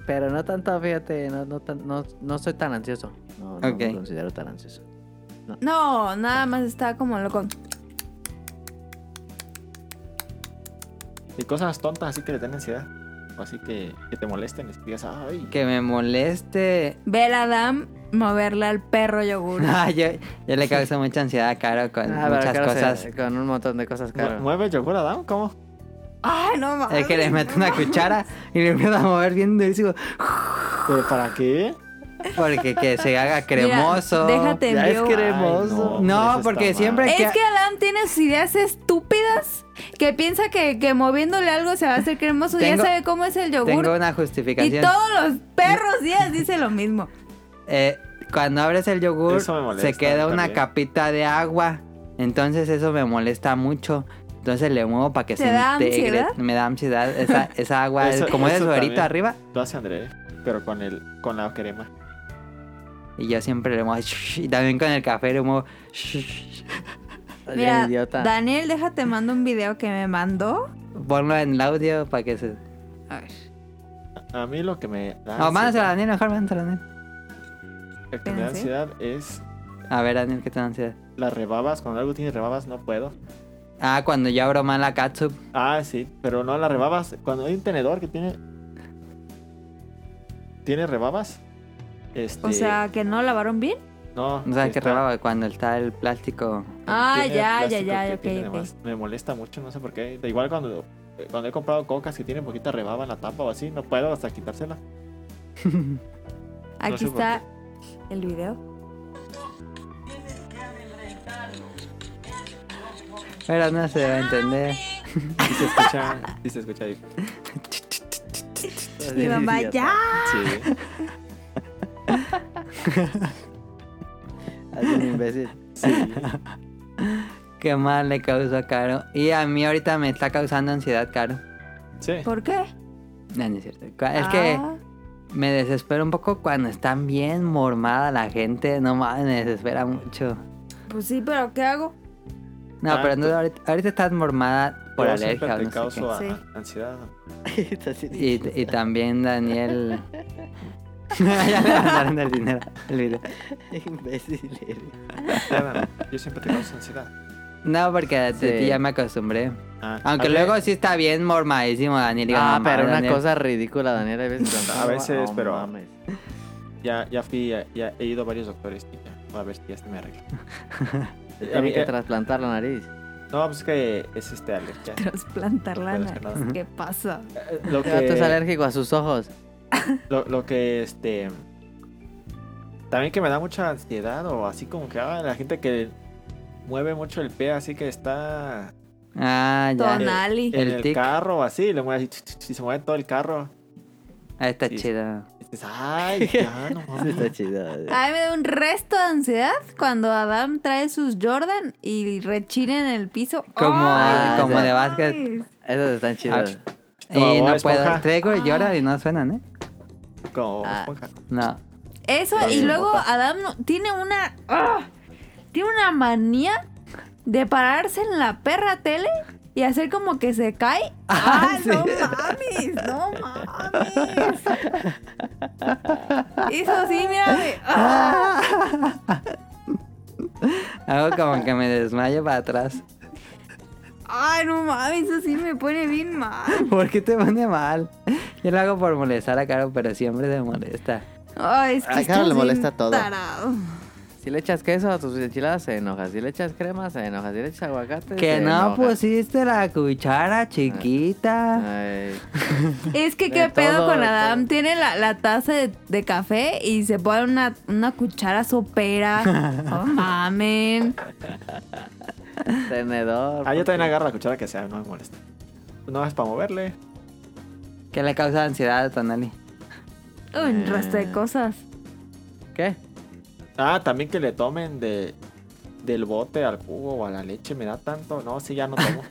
S2: Pero no tanto, fíjate, no, no, tan- no, no soy tan ansioso. No, no
S1: Ok.
S2: me considero tan ansioso.
S4: No, nada más estaba como loco.
S3: Y cosas tontas así que le dan ansiedad. O así que, que te molesten. Y digas, ay,
S1: Que me moleste.
S4: Ver a Adam moverle al perro yogur.
S1: Ah, yo, yo le causa mucha ansiedad a Caro con
S2: Ah, pero
S1: muchas
S2: claro, se-
S1: cosas.
S2: con un montón de cosas,
S3: ¿mu-
S2: claro.
S3: ¿mueve yogur Adam? ¿Cómo?
S4: Ay, no mames.
S1: Es que le mete una cuchara y le empieza a mover bien durísimo.
S3: ¿Pero para qué?
S1: Porque que se haga
S4: Mira,
S1: cremoso.
S4: déjate
S2: Ya es
S4: envió.
S2: que-
S1: No, porque siempre-
S4: Es
S1: que-
S4: que Adam tiene sus ideas estúpidas que piensa que, que moviéndole algo se va a hacer cremoso.
S1: Tengo-
S4: ya sabe cómo es el yogur.
S1: Tengo una
S4: Y
S1: justificación.
S4: todos los perros días dice lo mismo.
S1: Eh, cuando abres el yogur,
S3: Eso me molesta
S1: se queda una
S3: también.
S1: capita de agua. Entonces eso me molesta mucho. Entonces le muevo para que
S4: ¿Te
S1: se
S4: da
S1: integre.
S4: ansiedad?
S1: Me da ansiedad. Esa, esa agua, es
S3: Eso-
S1: como es
S3: eso
S1: ahorita
S3: también.
S1: arriba.
S3: Lo hace André, pero con, el, con la crema.
S1: Y yo siempre le muevo. shh, Y también con el café le muevo. shh.
S4: Mira,
S2: Ya, idiota.
S4: Daniel, déjate mando un video que me mandó.
S1: Ponlo en el audio para que se.
S4: A ver.
S3: A mí lo que me da
S1: No, mándaselo a
S3: ansiedad,
S1: Daniel, mejor mándaselo a Daniel.
S3: lo que me da
S4: Espérense.
S3: ansiedad es
S1: A ver, Daniel, ¿qué te da ansiedad?
S3: las rebabas. Cuando algo tiene rebabas no puedo.
S1: Ah, cuando yo abro mal la catsup.
S3: Ah, sí, pero no las rebabas. Cuando hay un tenedor que tiene. ¿Tiene rebabas? Este,
S4: O sea, que no lavaron bien.
S3: no.
S1: No sabes qué
S3: está-
S1: rebaba cuando está el plástico.
S4: Ah,
S3: tiene
S4: ya, ya,
S3: plástico
S4: ya,
S3: que
S4: ok,
S3: tiene
S4: ok.
S3: más. Me molesta mucho, no sé por qué. Da igual cuando, cuando he comprado cocas que tienen poquita rebaba en la tapa o así, no puedo hasta quitársela.
S4: Aquí
S3: sé por
S4: está el video.
S1: Pero no se va a entender.
S3: Y se escucha, y se escucha ahí.
S4: Mi mamá,
S2: Pues Idiota.
S4: ya.
S3: Sí.
S2: Así un imbécil.
S3: Sí.
S1: Qué mal le causó a Caro. Y a mí ahorita me está causando ansiedad, Caro.
S3: Sí.
S4: ¿Por qué?
S1: No, no es cierto. Cua- Es que
S4: Ah,
S1: me desespero un poco cuando están bien mormada la gente. No mames, me desespera mucho.
S4: Pues sí, pero ¿qué hago?
S1: No,
S3: Ah,
S1: pero no,
S3: tú-
S1: ahorita, ahorita estás mormada por
S3: Yo
S1: alergia o
S3: siempre
S1: no
S3: te
S1: sé
S3: causo a-
S4: qué. Sí.
S3: ansiedad.
S2: Está así
S1: qué. Y, y también Daniel. ya le mandaron el dinero. El video.
S2: de imbécil. eres.
S3: Adam, Yo siempre te causo ansiedad.
S1: No, porque de
S2: Sí.
S1: ti ya me acostumbré.
S3: Ah,
S1: Aunque
S3: a ve-
S1: luego sí está bien mormadísimo Daniel. digo,
S2: Ah,
S1: "No
S2: pero
S1: mames,
S2: una
S1: Daniel".
S2: cosa ridícula, Daniel. A veces, cuando-
S3: A veces, pero-
S2: mames.
S3: Ya, ya fui, ya, ya he ido a varios doctores y ya, a ver si ya se me arregla.
S2: Te
S3: A
S2: tiene
S3: mí-
S2: que trasplantar la nariz.
S3: No, pues que es este alergia.
S4: Trasplantar la
S3: No puedo hacer
S4: nariz.
S3: nada.
S4: ¿Qué pasa?
S3: Eh, Lo
S2: El gato es
S3: que,
S2: alérgico a sus ojos.
S3: lo, lo que este. También que me da mucha ansiedad o así como que ah, la gente que mueve mucho el pie, así que está
S1: Ah, ya. Eh,
S4: Tonali.
S3: en
S1: El
S3: el
S1: tic.
S3: carro así, le mueve así, y se mueve todo el carro.
S1: Ah, está
S3: Sí.
S1: chido.
S3: Dices, ay, ya, no mames.
S2: Está chido.
S1: eh.
S2: güey.
S4: A mí me da un resto de ansiedad cuando Adam trae sus Jordan y rechina en el piso.
S1: Como-
S4: ¡Ay,
S2: como
S4: no
S1: de
S4: mames!
S1: básquet.
S2: Esos están chidos.
S3: Como
S1: Y
S3: Bob
S1: no puedo.
S3: Esponja.
S1: Traigo y llora y no suenan, ¿eh?
S3: Como
S2: Ah.
S3: esponja.
S1: No.
S4: Eso,
S2: Está
S4: y
S2: bien,
S4: luego
S2: papá.
S4: Adam no- tiene una. ¡ah! Tiene una manía de pararse en la perra tele y hacer como que se cae.
S1: Ah,
S4: ¡Ah,
S1: sí.
S4: no mames! ¡No mames! Eso sí, mira. de- ¡ah!
S1: Hago como que me desmayo para atrás.
S4: ¡Ay, no mames! Eso sí me pone bien mal.
S1: ¿Por qué te pone mal? Yo lo hago por molestar a Caro, pero siempre se molesta.
S4: Ay, es que
S2: A Carol
S4: estás
S2: le
S4: bien
S2: molesta todo.
S4: tarado.
S2: Si le echas queso a tus enchiladas, se enoja. Si le echas crema, se enoja. Si le echas aguacate,
S1: Que
S2: Pues
S1: no pues,
S2: se enoja. Ah.
S1: pusiste la cuchara chiquita.
S2: Ay,
S4: Es que
S2: De
S4: qué pedo
S2: todo,
S4: con
S2: de
S4: Adam.
S2: todo.
S4: Tiene la, la taza de, de café y se pone una, una cuchara sopera. Oh, mamen.
S2: tenedor. pues,
S3: Ah, yo también
S2: porque-
S3: agarro la cuchara que sea, no me molesta. No es para moverle.
S1: ¿Qué le causa ansiedad a Tonali?
S4: Un resto de cosas.
S2: ¿Qué?
S3: Ah, también que le tomen de, del bote al jugo o a la leche, me da tanto. No, sí, ya no tomo.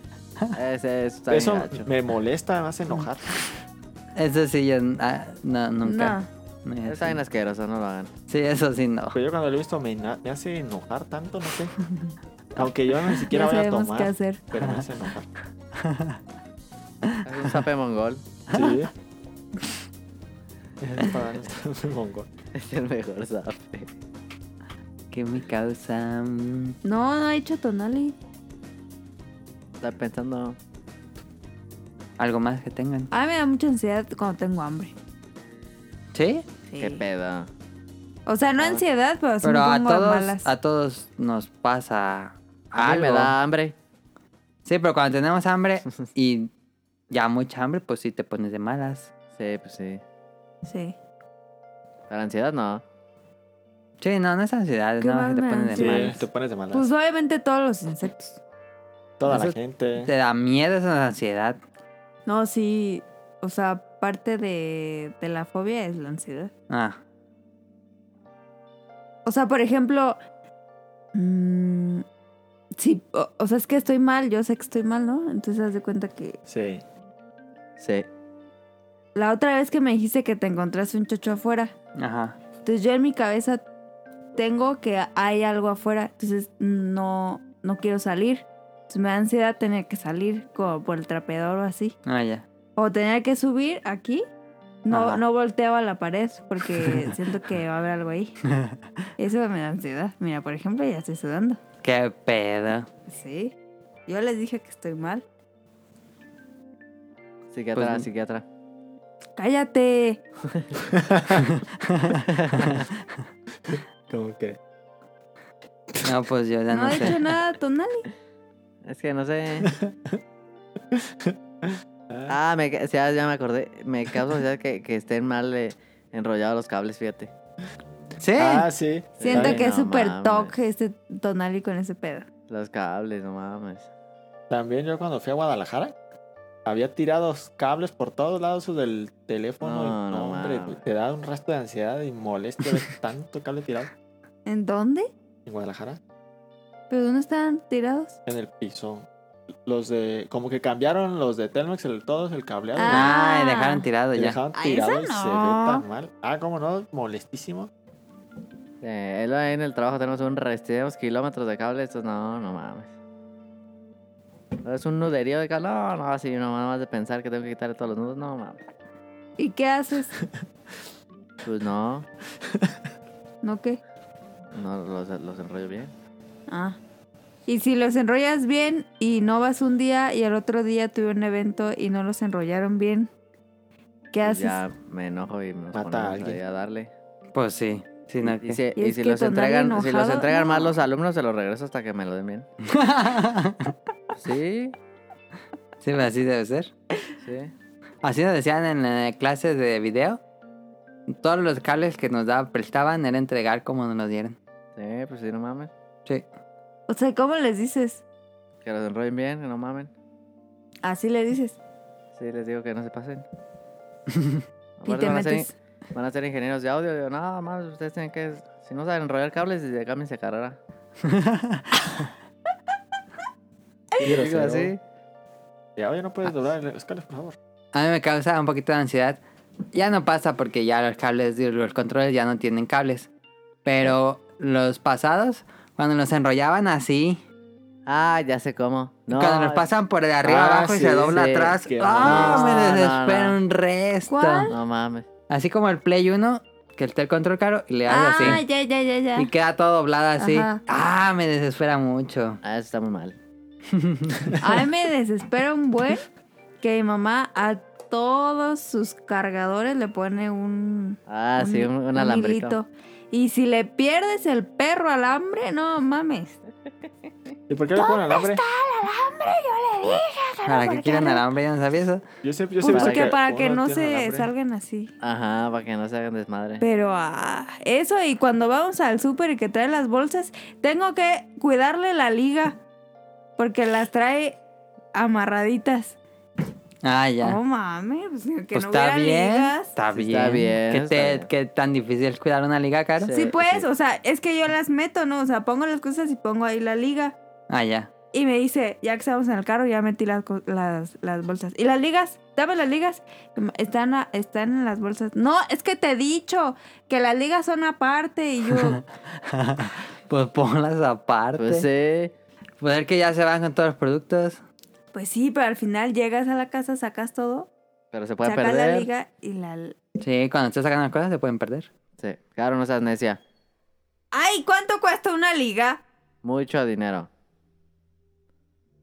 S2: Ese es
S3: Eso
S2: Eso gacho.
S3: me molesta, me hace enojar.
S1: Eso sí, yo ah, no, nunca. No. es
S2: Está bien
S1: así.
S2: asqueroso, no lo hagan.
S1: Sí, eso sí, no.
S3: Pero yo cuando lo he visto me, ena- me hace enojar tanto, no sé. Aunque yo ni siquiera
S4: Ya
S3: voy a
S4: sabemos
S3: tomar.
S4: qué hacer.
S3: Pero me hace enojar.
S2: Es un sape mongol.
S3: Sí. Es para darnos un mongol.
S2: Es el mejor sape.
S1: ¿Qué me causa? Mm,
S4: No, no ha hecho Tonali.
S2: Está pensando.
S1: Algo más que tengan.
S4: A mí me da mucha ansiedad cuando tengo hambre.
S1: ¿Sí?
S4: Sí.
S2: ¿Qué pedo? Ah.
S4: O sea, no ansiedad, pero sí
S1: Pero
S4: me
S1: a
S4: pongo
S1: todos,
S4: malas.
S1: a todos nos pasa
S2: A mí
S1: algo.
S2: me da hambre.
S1: Sí, pero cuando tenemos hambre y ya mucha hambre, pues sí te pones de malas.
S2: Sí, pues sí.
S4: Sí.
S2: Pero ansiedad no.
S1: Sí, no, no es ansiedad,
S4: Qué
S1: no,
S4: mal
S1: te
S4: me
S1: pones
S4: da
S1: de
S3: Sí,
S1: malas.
S3: te pones de malas.
S4: Pues obviamente todos los insectos.
S3: Toda la
S1: eso-
S3: gente.
S1: Te da miedo esa ansiedad.
S4: No, sí. O sea, parte de, de la fobia es la ansiedad.
S1: Ah,
S4: O sea, por ejemplo, mm, sí, o, o sea, es que estoy mal, yo sé que estoy mal, ¿no? Entonces haz de cuenta que
S3: Sí.
S2: Sí.
S4: la otra vez que me dijiste que te encontraste un chocho afuera,
S1: ajá.
S4: entonces yo en mi cabeza tengo que hay algo afuera, entonces no, no quiero salir. Entonces me da ansiedad tener que salir como por el trapeador o así.
S1: Ah, ya.
S4: O tener que subir aquí. No,
S1: Ajá.
S4: no volteo a la pared porque siento que va a haber algo ahí. Eso me da ansiedad. Mira, por ejemplo, ya estoy sudando.
S1: Qué pedo.
S4: Sí. Yo les dije que estoy mal.
S2: Psiquiatra,
S1: Pues-
S2: psiquiatra.
S4: Cállate.
S3: Como que.
S1: No, pues yo ya
S4: No,
S1: no,
S4: ha
S1: sé.
S4: hecho nada tonal.
S2: Es que no sé. ah, me, ca- ya, ya me acordé. Me causa ansiedad que, que estén mal eh, enrollados los cables, fíjate.
S1: Sí.
S3: Ah, sí.
S4: Siento
S2: Ay,
S4: que es
S2: no
S4: súper
S2: mames.
S4: toc este tonali con ese pedo.
S2: Los cables, no mames.
S3: También yo cuando fui a Guadalajara había tirados cables por todos lados del
S2: No,
S3: teléfono. y,
S2: no
S3: no, hombre,
S2: mames.
S3: te da un resto de ansiedad y molestia ver tanto cable tirado
S4: ¿En dónde?
S3: en Guadalajara,
S4: ¿Pero dónde están tirados?
S3: en el piso. Los de, como que cambiaron los de Telmex, el, todos el cableado.
S4: Ah,
S1: Ay, dejaron tirado
S3: Te
S1: ya.
S3: dejaban
S4: Ah,
S3: tirado
S4: esa
S3: y se ve
S4: no.
S3: tan mal. Ah, cómo no, molestísimo.
S2: Eh, él ahí en el trabajo tenemos un resto de kilómetros de cables. Estos no, no mames. Pero Es un nuderío de cable. No, no, así, no, nada más de pensar que tengo que quitarle todos los nudos. No mames.
S4: ¿Y qué haces?
S2: Pues no,
S4: ¿No qué?
S2: no los, los enrollo bien.
S4: Ah. Y si los enrollas bien y no vas un día y al otro día tuve un evento y no los enrollaron bien, ¿qué
S2: Pues
S4: haces?
S2: Ya me enojo y nos
S3: Mata a
S2: ponemos
S3: alguien.
S2: ahí a darle.
S1: Pues sí. Sí, no,
S2: Y
S1: ¿qué?
S2: si,
S4: Y
S2: y
S4: es
S2: si
S4: que
S2: los
S4: con darle
S2: entregan, si los
S4: enojado,
S2: entregan mal
S4: no.
S2: los alumnos, se los regreso hasta que me lo den bien. Sí,
S1: Sí, pero así debe ser.
S2: sí.
S1: Así nos decían en eh, clases de video. Todos los cables que nos daban, prestaban era entregar como nos los dieron.
S2: Sí, pues sí, no mames.
S1: Sí.
S4: O sea, ¿cómo les dices?
S2: Que los enrollen bien, que no mamen.
S4: Así le dices.
S2: Sí, les digo que no se pasen. No
S4: Y
S2: Aparte
S4: te
S2: van, a ser,
S4: metes.
S2: van a ser ingenieros de audio. Digo, nada más, ustedes tienen que. Si no saben enrollar cables, desde cámbiense de carrera. Y yo digo así.
S3: Ya, oye, no puedes doblar el escalas, por favor.
S1: A mí me causa un poquito de ansiedad. Ya no pasa porque ya los cables, digo, los controles ya no tienen cables. Pero los pasados, cuando los enrollaban así,
S2: Ah, ya sé cómo. No,
S1: cuando los pasan por de arriba
S3: Ah,
S1: abajo y
S3: sí,
S1: se dobla
S2: sí.
S1: atrás,
S3: Qué
S1: ¡ah!
S2: mal.
S1: me
S2: No, no,
S1: desespera
S2: no.
S1: un resto.
S4: ¿Cuál?
S2: No mames.
S1: Así como el Play 1, que está el control caro y le hace
S4: Ah,
S1: así.
S4: ya, ya, ya, ya.
S1: Y queda todo doblado así.
S4: Ajá.
S1: ¡Ah! Me desespera mucho.
S2: Ah, eso está muy mal.
S4: A mí me desespera un buen que mi mamá a todos sus cargadores le pone un.
S2: Ah, sí, un, un alambrito.
S4: hilito. Y si le pierdes el perro alambre, no mames.
S3: ¿Y por qué le ponen alambre?
S1: Para que quieran alambre, ya no sabía eso.
S3: Yo siempre, yo siempre
S4: Porque
S3: sé
S4: para que
S3: uno
S4: no
S3: tiene
S4: se
S3: alambre.
S4: salgan así.
S2: Ajá, para que no se hagan desmadre.
S4: Pero ah, eso, y cuando vamos al súper y que trae las bolsas, tengo que cuidarle la liga. Porque las trae amarraditas.
S1: Ah, ya.
S4: No mames, pues, que
S1: Pues
S4: no
S1: está
S4: hubiera
S1: bien,
S4: ligas.
S1: está
S2: Sí,
S1: bien.
S2: está bien,
S1: ¿Qué,
S2: está
S1: te-
S2: bien.
S1: qué tan difícil es cuidar una liga, Caro?
S2: Sí.
S4: Sí, pues,
S2: sí.
S4: o sea, es que yo las meto, ¿no? O sea, pongo las cosas y pongo ahí la liga.
S1: Ah, ya.
S4: Y me dice, ya que estamos en el carro, ya metí las, co- las, las bolsas. ¿Y las ligas? Dame las ligas. Están, a- están en las bolsas. No, es que te he dicho que las ligas son aparte. Y yo,
S1: Pues ponlas aparte.
S2: Pues sí.
S1: Poder que ya se van con todos los productos.
S4: pues sí, pero al final llegas a la casa, sacas todo,
S2: Pero se puede
S4: sacas la
S2: perder.
S4: liga y la...
S1: Sí, cuando estés sacando las cosas se pueden perder.
S2: Sí. Claro, no seas necia.
S4: ¡Ay! ¿Cuánto cuesta una liga?
S2: Mucho dinero.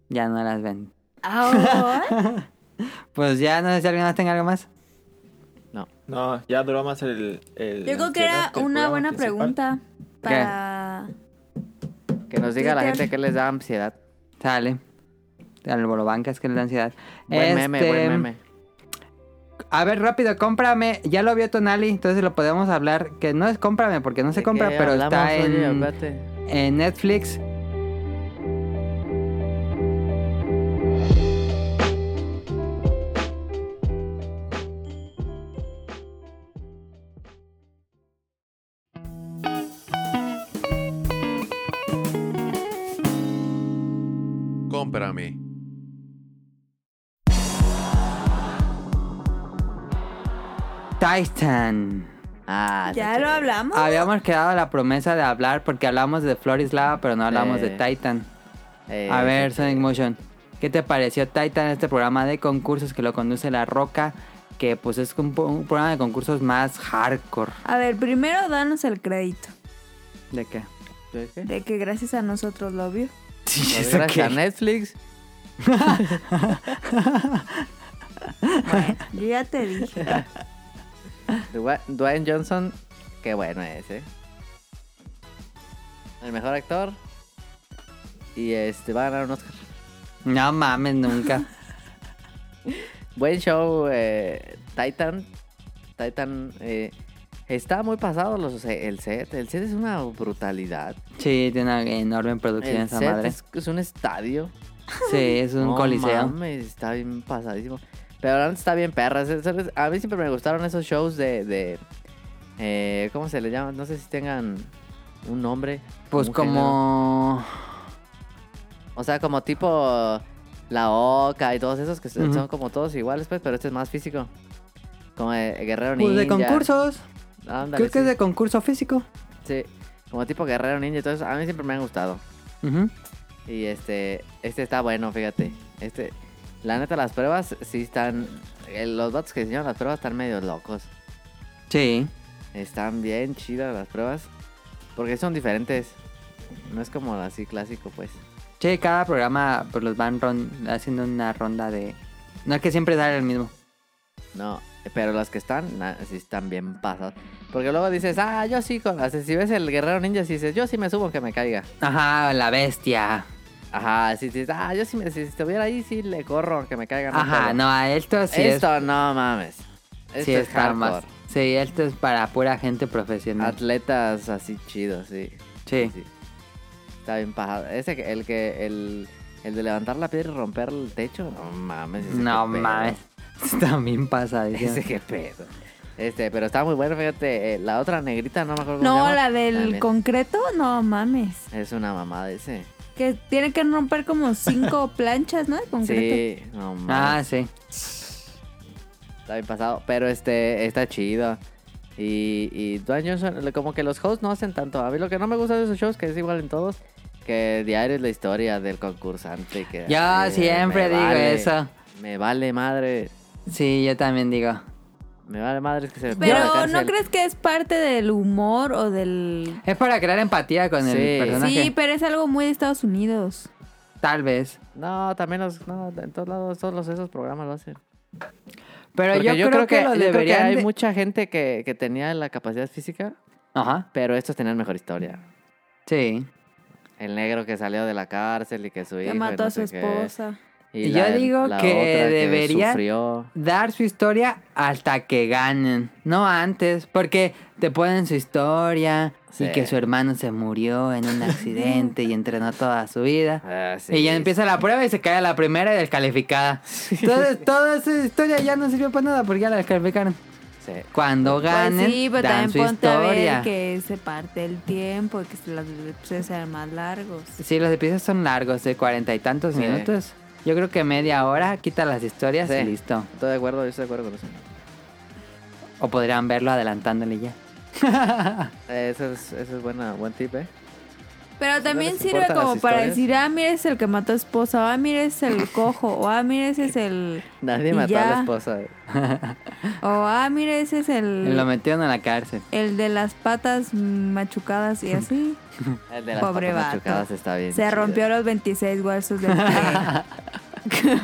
S1: Ya no las ven.
S4: Ahora.
S1: Pues ya no sé si alguien más tenga algo más.
S3: No, ya duró más el. el
S4: yo creo que era
S3: el
S4: una
S3: programa
S4: buena
S3: principal.
S4: pregunta para...
S2: Que nos diga la
S4: Twitter.
S2: gente que les da ansiedad.
S1: Sale. Al bolobancas que es la ansiedad.
S2: Buen meme,
S1: Este,
S2: buen meme.
S1: A ver, rápido, cómprame. Ya lo vio Tonali, entonces lo podemos hablar. Que no es cómprame porque no se
S2: ¿De
S1: compra,
S2: qué
S1: pero está
S2: Eh, hablamos, oye?
S1: en,
S2: Espérate.
S1: en Netflix.
S5: Cómprame.
S1: Titan.
S2: Ah,
S4: Ya
S2: está
S4: lo
S2: chido.
S4: hablamos.
S1: Habíamos quedado la promesa de hablar porque hablamos de Florislava, pero no hablamos de
S2: Sí.
S1: Titan.
S2: Eh,
S1: A ver, Sonic Motion, ¿qué te pareció Titan, este programa de concursos que lo conduce La Roca? Que pues es un, po- un programa de concursos más hardcore.
S4: A ver, primero danos el crédito
S1: ¿De qué?
S2: ¿de qué?
S4: de que gracias a nosotros lo vio.
S1: Sí,
S2: Pues Gracias a Netflix.
S4: Yo ya te dije.
S2: Dwa- Dwayne Johnson, qué bueno es, ¿eh? El mejor actor. Y este va a ganar un Oscar.
S1: No mames, nunca.
S2: Buen show, eh, Titan. Titan eh, está muy pasado los, se- el set. El set es una brutalidad.
S1: Sí, tiene una enorme producción
S2: El
S1: esa
S2: set
S1: madre.
S2: Es, es un estadio.
S1: Sí, es un
S2: No
S1: coliseo.
S2: mames, está bien pasadísimo. Pero ahora está bien perras. A mí siempre me gustaron esos shows de. de, eh, ¿Cómo se le llama? No sé si tengan un nombre.
S1: Pues
S2: un género.
S1: como...
S2: O sea, como tipo. La Oca y todos esos que son
S1: Ujú.
S2: como todos iguales, pues, pero este es más físico. Como eh, Guerrero
S1: Pues
S2: Ninja.
S1: de concursos.
S2: Ándale,
S1: Creo que es
S2: sí,
S1: de concurso físico.
S2: sí. Como tipo Guerrero Ninja. Entonces, a mí siempre me han gustado.
S1: Ujú.
S2: Y este, este está bueno, fíjate. Este, la neta, las pruebas sí están. eh, Los vatos que diseñaron las pruebas están medio locos.
S1: Sí.
S2: Están bien chidas las pruebas. Porque son diferentes. No es como así clásico, pues.
S1: Sí, cada programa pues los van ron- haciendo una ronda de... No es que siempre sale el mismo.
S2: No, pero las que están, na- sí están bien pasadas. Porque luego dices, ah, yo sí, con. o sea, si ves el guerrero ninja, sí dices, yo sí me subo que me caiga.
S1: Ajá, la bestia.
S2: Ajá, si dices, ah, yo sí me. Si estuviera ahí, sí le corro aunque me caiga.
S1: Ajá,
S2: pero-
S1: no, a esto sí es
S2: Esto no mames. Esto
S1: Sí,
S2: es
S1: está más.
S2: hardcore.
S1: Sí, esto es para pura gente profesional.
S2: Atletas así chidos, sí.
S1: Sí.
S2: Está bien pajado. Ese, que- el que, el, el de levantar la piedra y romper el techo, no mames. ese
S1: no
S2: qué pedo.
S1: mames. Está bien pasadísimo.
S2: Ese qué pedo. Este, pero estaba muy bueno, fíjate. eh, la otra negrita, no me acuerdo cómo se
S4: No,
S2: llama,
S4: la del
S2: también
S4: concreto, no mames.
S2: Es una mamada ese.
S4: Que tiene que romper como cinco planchas, ¿no? De concreto.
S2: Sí, no mames.
S1: Ah, sí.
S2: Está bien pasado. Pero este, está chido. Y, y Dwayne Johnson, le- como que los hosts no hacen tanto. A mí lo que no me gusta de esos shows, que es igual en todos, que diario es la historia del concursante. Que,
S1: Yo
S2: eh,
S1: siempre
S2: me
S1: digo
S2: vale,
S1: eso.
S2: Me vale madre.
S1: Sí, yo también digo.
S2: Me vale madre que se me ponga la
S4: Pero ¿no
S2: cárcel.
S4: crees que es parte del humor o del...?
S1: Es para crear empatía con
S2: Sí.
S1: el personaje.
S4: Sí, pero es algo muy de Estados Unidos.
S1: Tal vez.
S2: No, también los, no, en todos lados, todos los- esos programas lo hacen.
S1: Pero
S2: Porque
S1: yo, creo, que, lo
S2: yo creo que
S1: deberían.
S2: hay
S1: de-
S2: mucha gente que, que tenía la capacidad física,
S1: Ajá.
S2: pero estos tenían mejor historia.
S1: Sí.
S2: El negro que salió de la cárcel y que su hijo.
S4: Que
S2: y
S4: mató
S2: no
S4: a su
S2: sé qué.
S4: esposa.
S2: Y
S1: Yo
S2: la-
S1: digo
S2: la
S1: que
S2: otra
S1: debería-
S2: sufrió.
S1: Dar su historia hasta que ganen. No antes. Porque te ponen su historia.
S2: Sí.
S1: Y que su hermano se murió en un accidente y entrenó toda su vida.
S2: Ah, sí.
S1: Y ya empieza la prueba y se cae a la primera y descalificada. Entonces, toda esa historia ya no sirvió para nada porque ya la descalificaron.
S2: Sí.
S1: Cuando
S4: Pues
S1: ganen,
S4: sí, pero
S1: dan su
S4: también ponte a
S1: historia.
S4: ver que se parte el tiempo, que se- los episodios sean más largos.
S1: Sí, los episodios son largos, de cuarenta y tantos
S2: Sí.
S1: minutos. Yo creo que media hora, quita las historias
S2: Sí.
S1: y listo.
S2: Estoy de acuerdo, yo estoy de acuerdo con eso.
S1: O podrían verlo adelantándole ya.
S2: Eh, Eso es, eso es buena, buen tip, ¿eh?
S4: Pero también
S2: les
S4: sirve
S2: importan las
S4: como para
S2: historias.
S4: decir, ah, mira, es el que mató a esposa, o ah, mira, es el cojo, o ah, mira, ese es el...
S2: Nadie
S4: Y
S2: mató a la
S4: ya.
S2: esposa.
S4: O ah, mira, ese es el...
S1: Lo metieron a la cárcel.
S4: El de las patas machucadas y así.
S2: El de las
S4: Pobre
S2: patas
S4: vato.
S2: machucadas está bien.
S4: Se
S2: chido.
S4: rompió los 26 huesos del pie.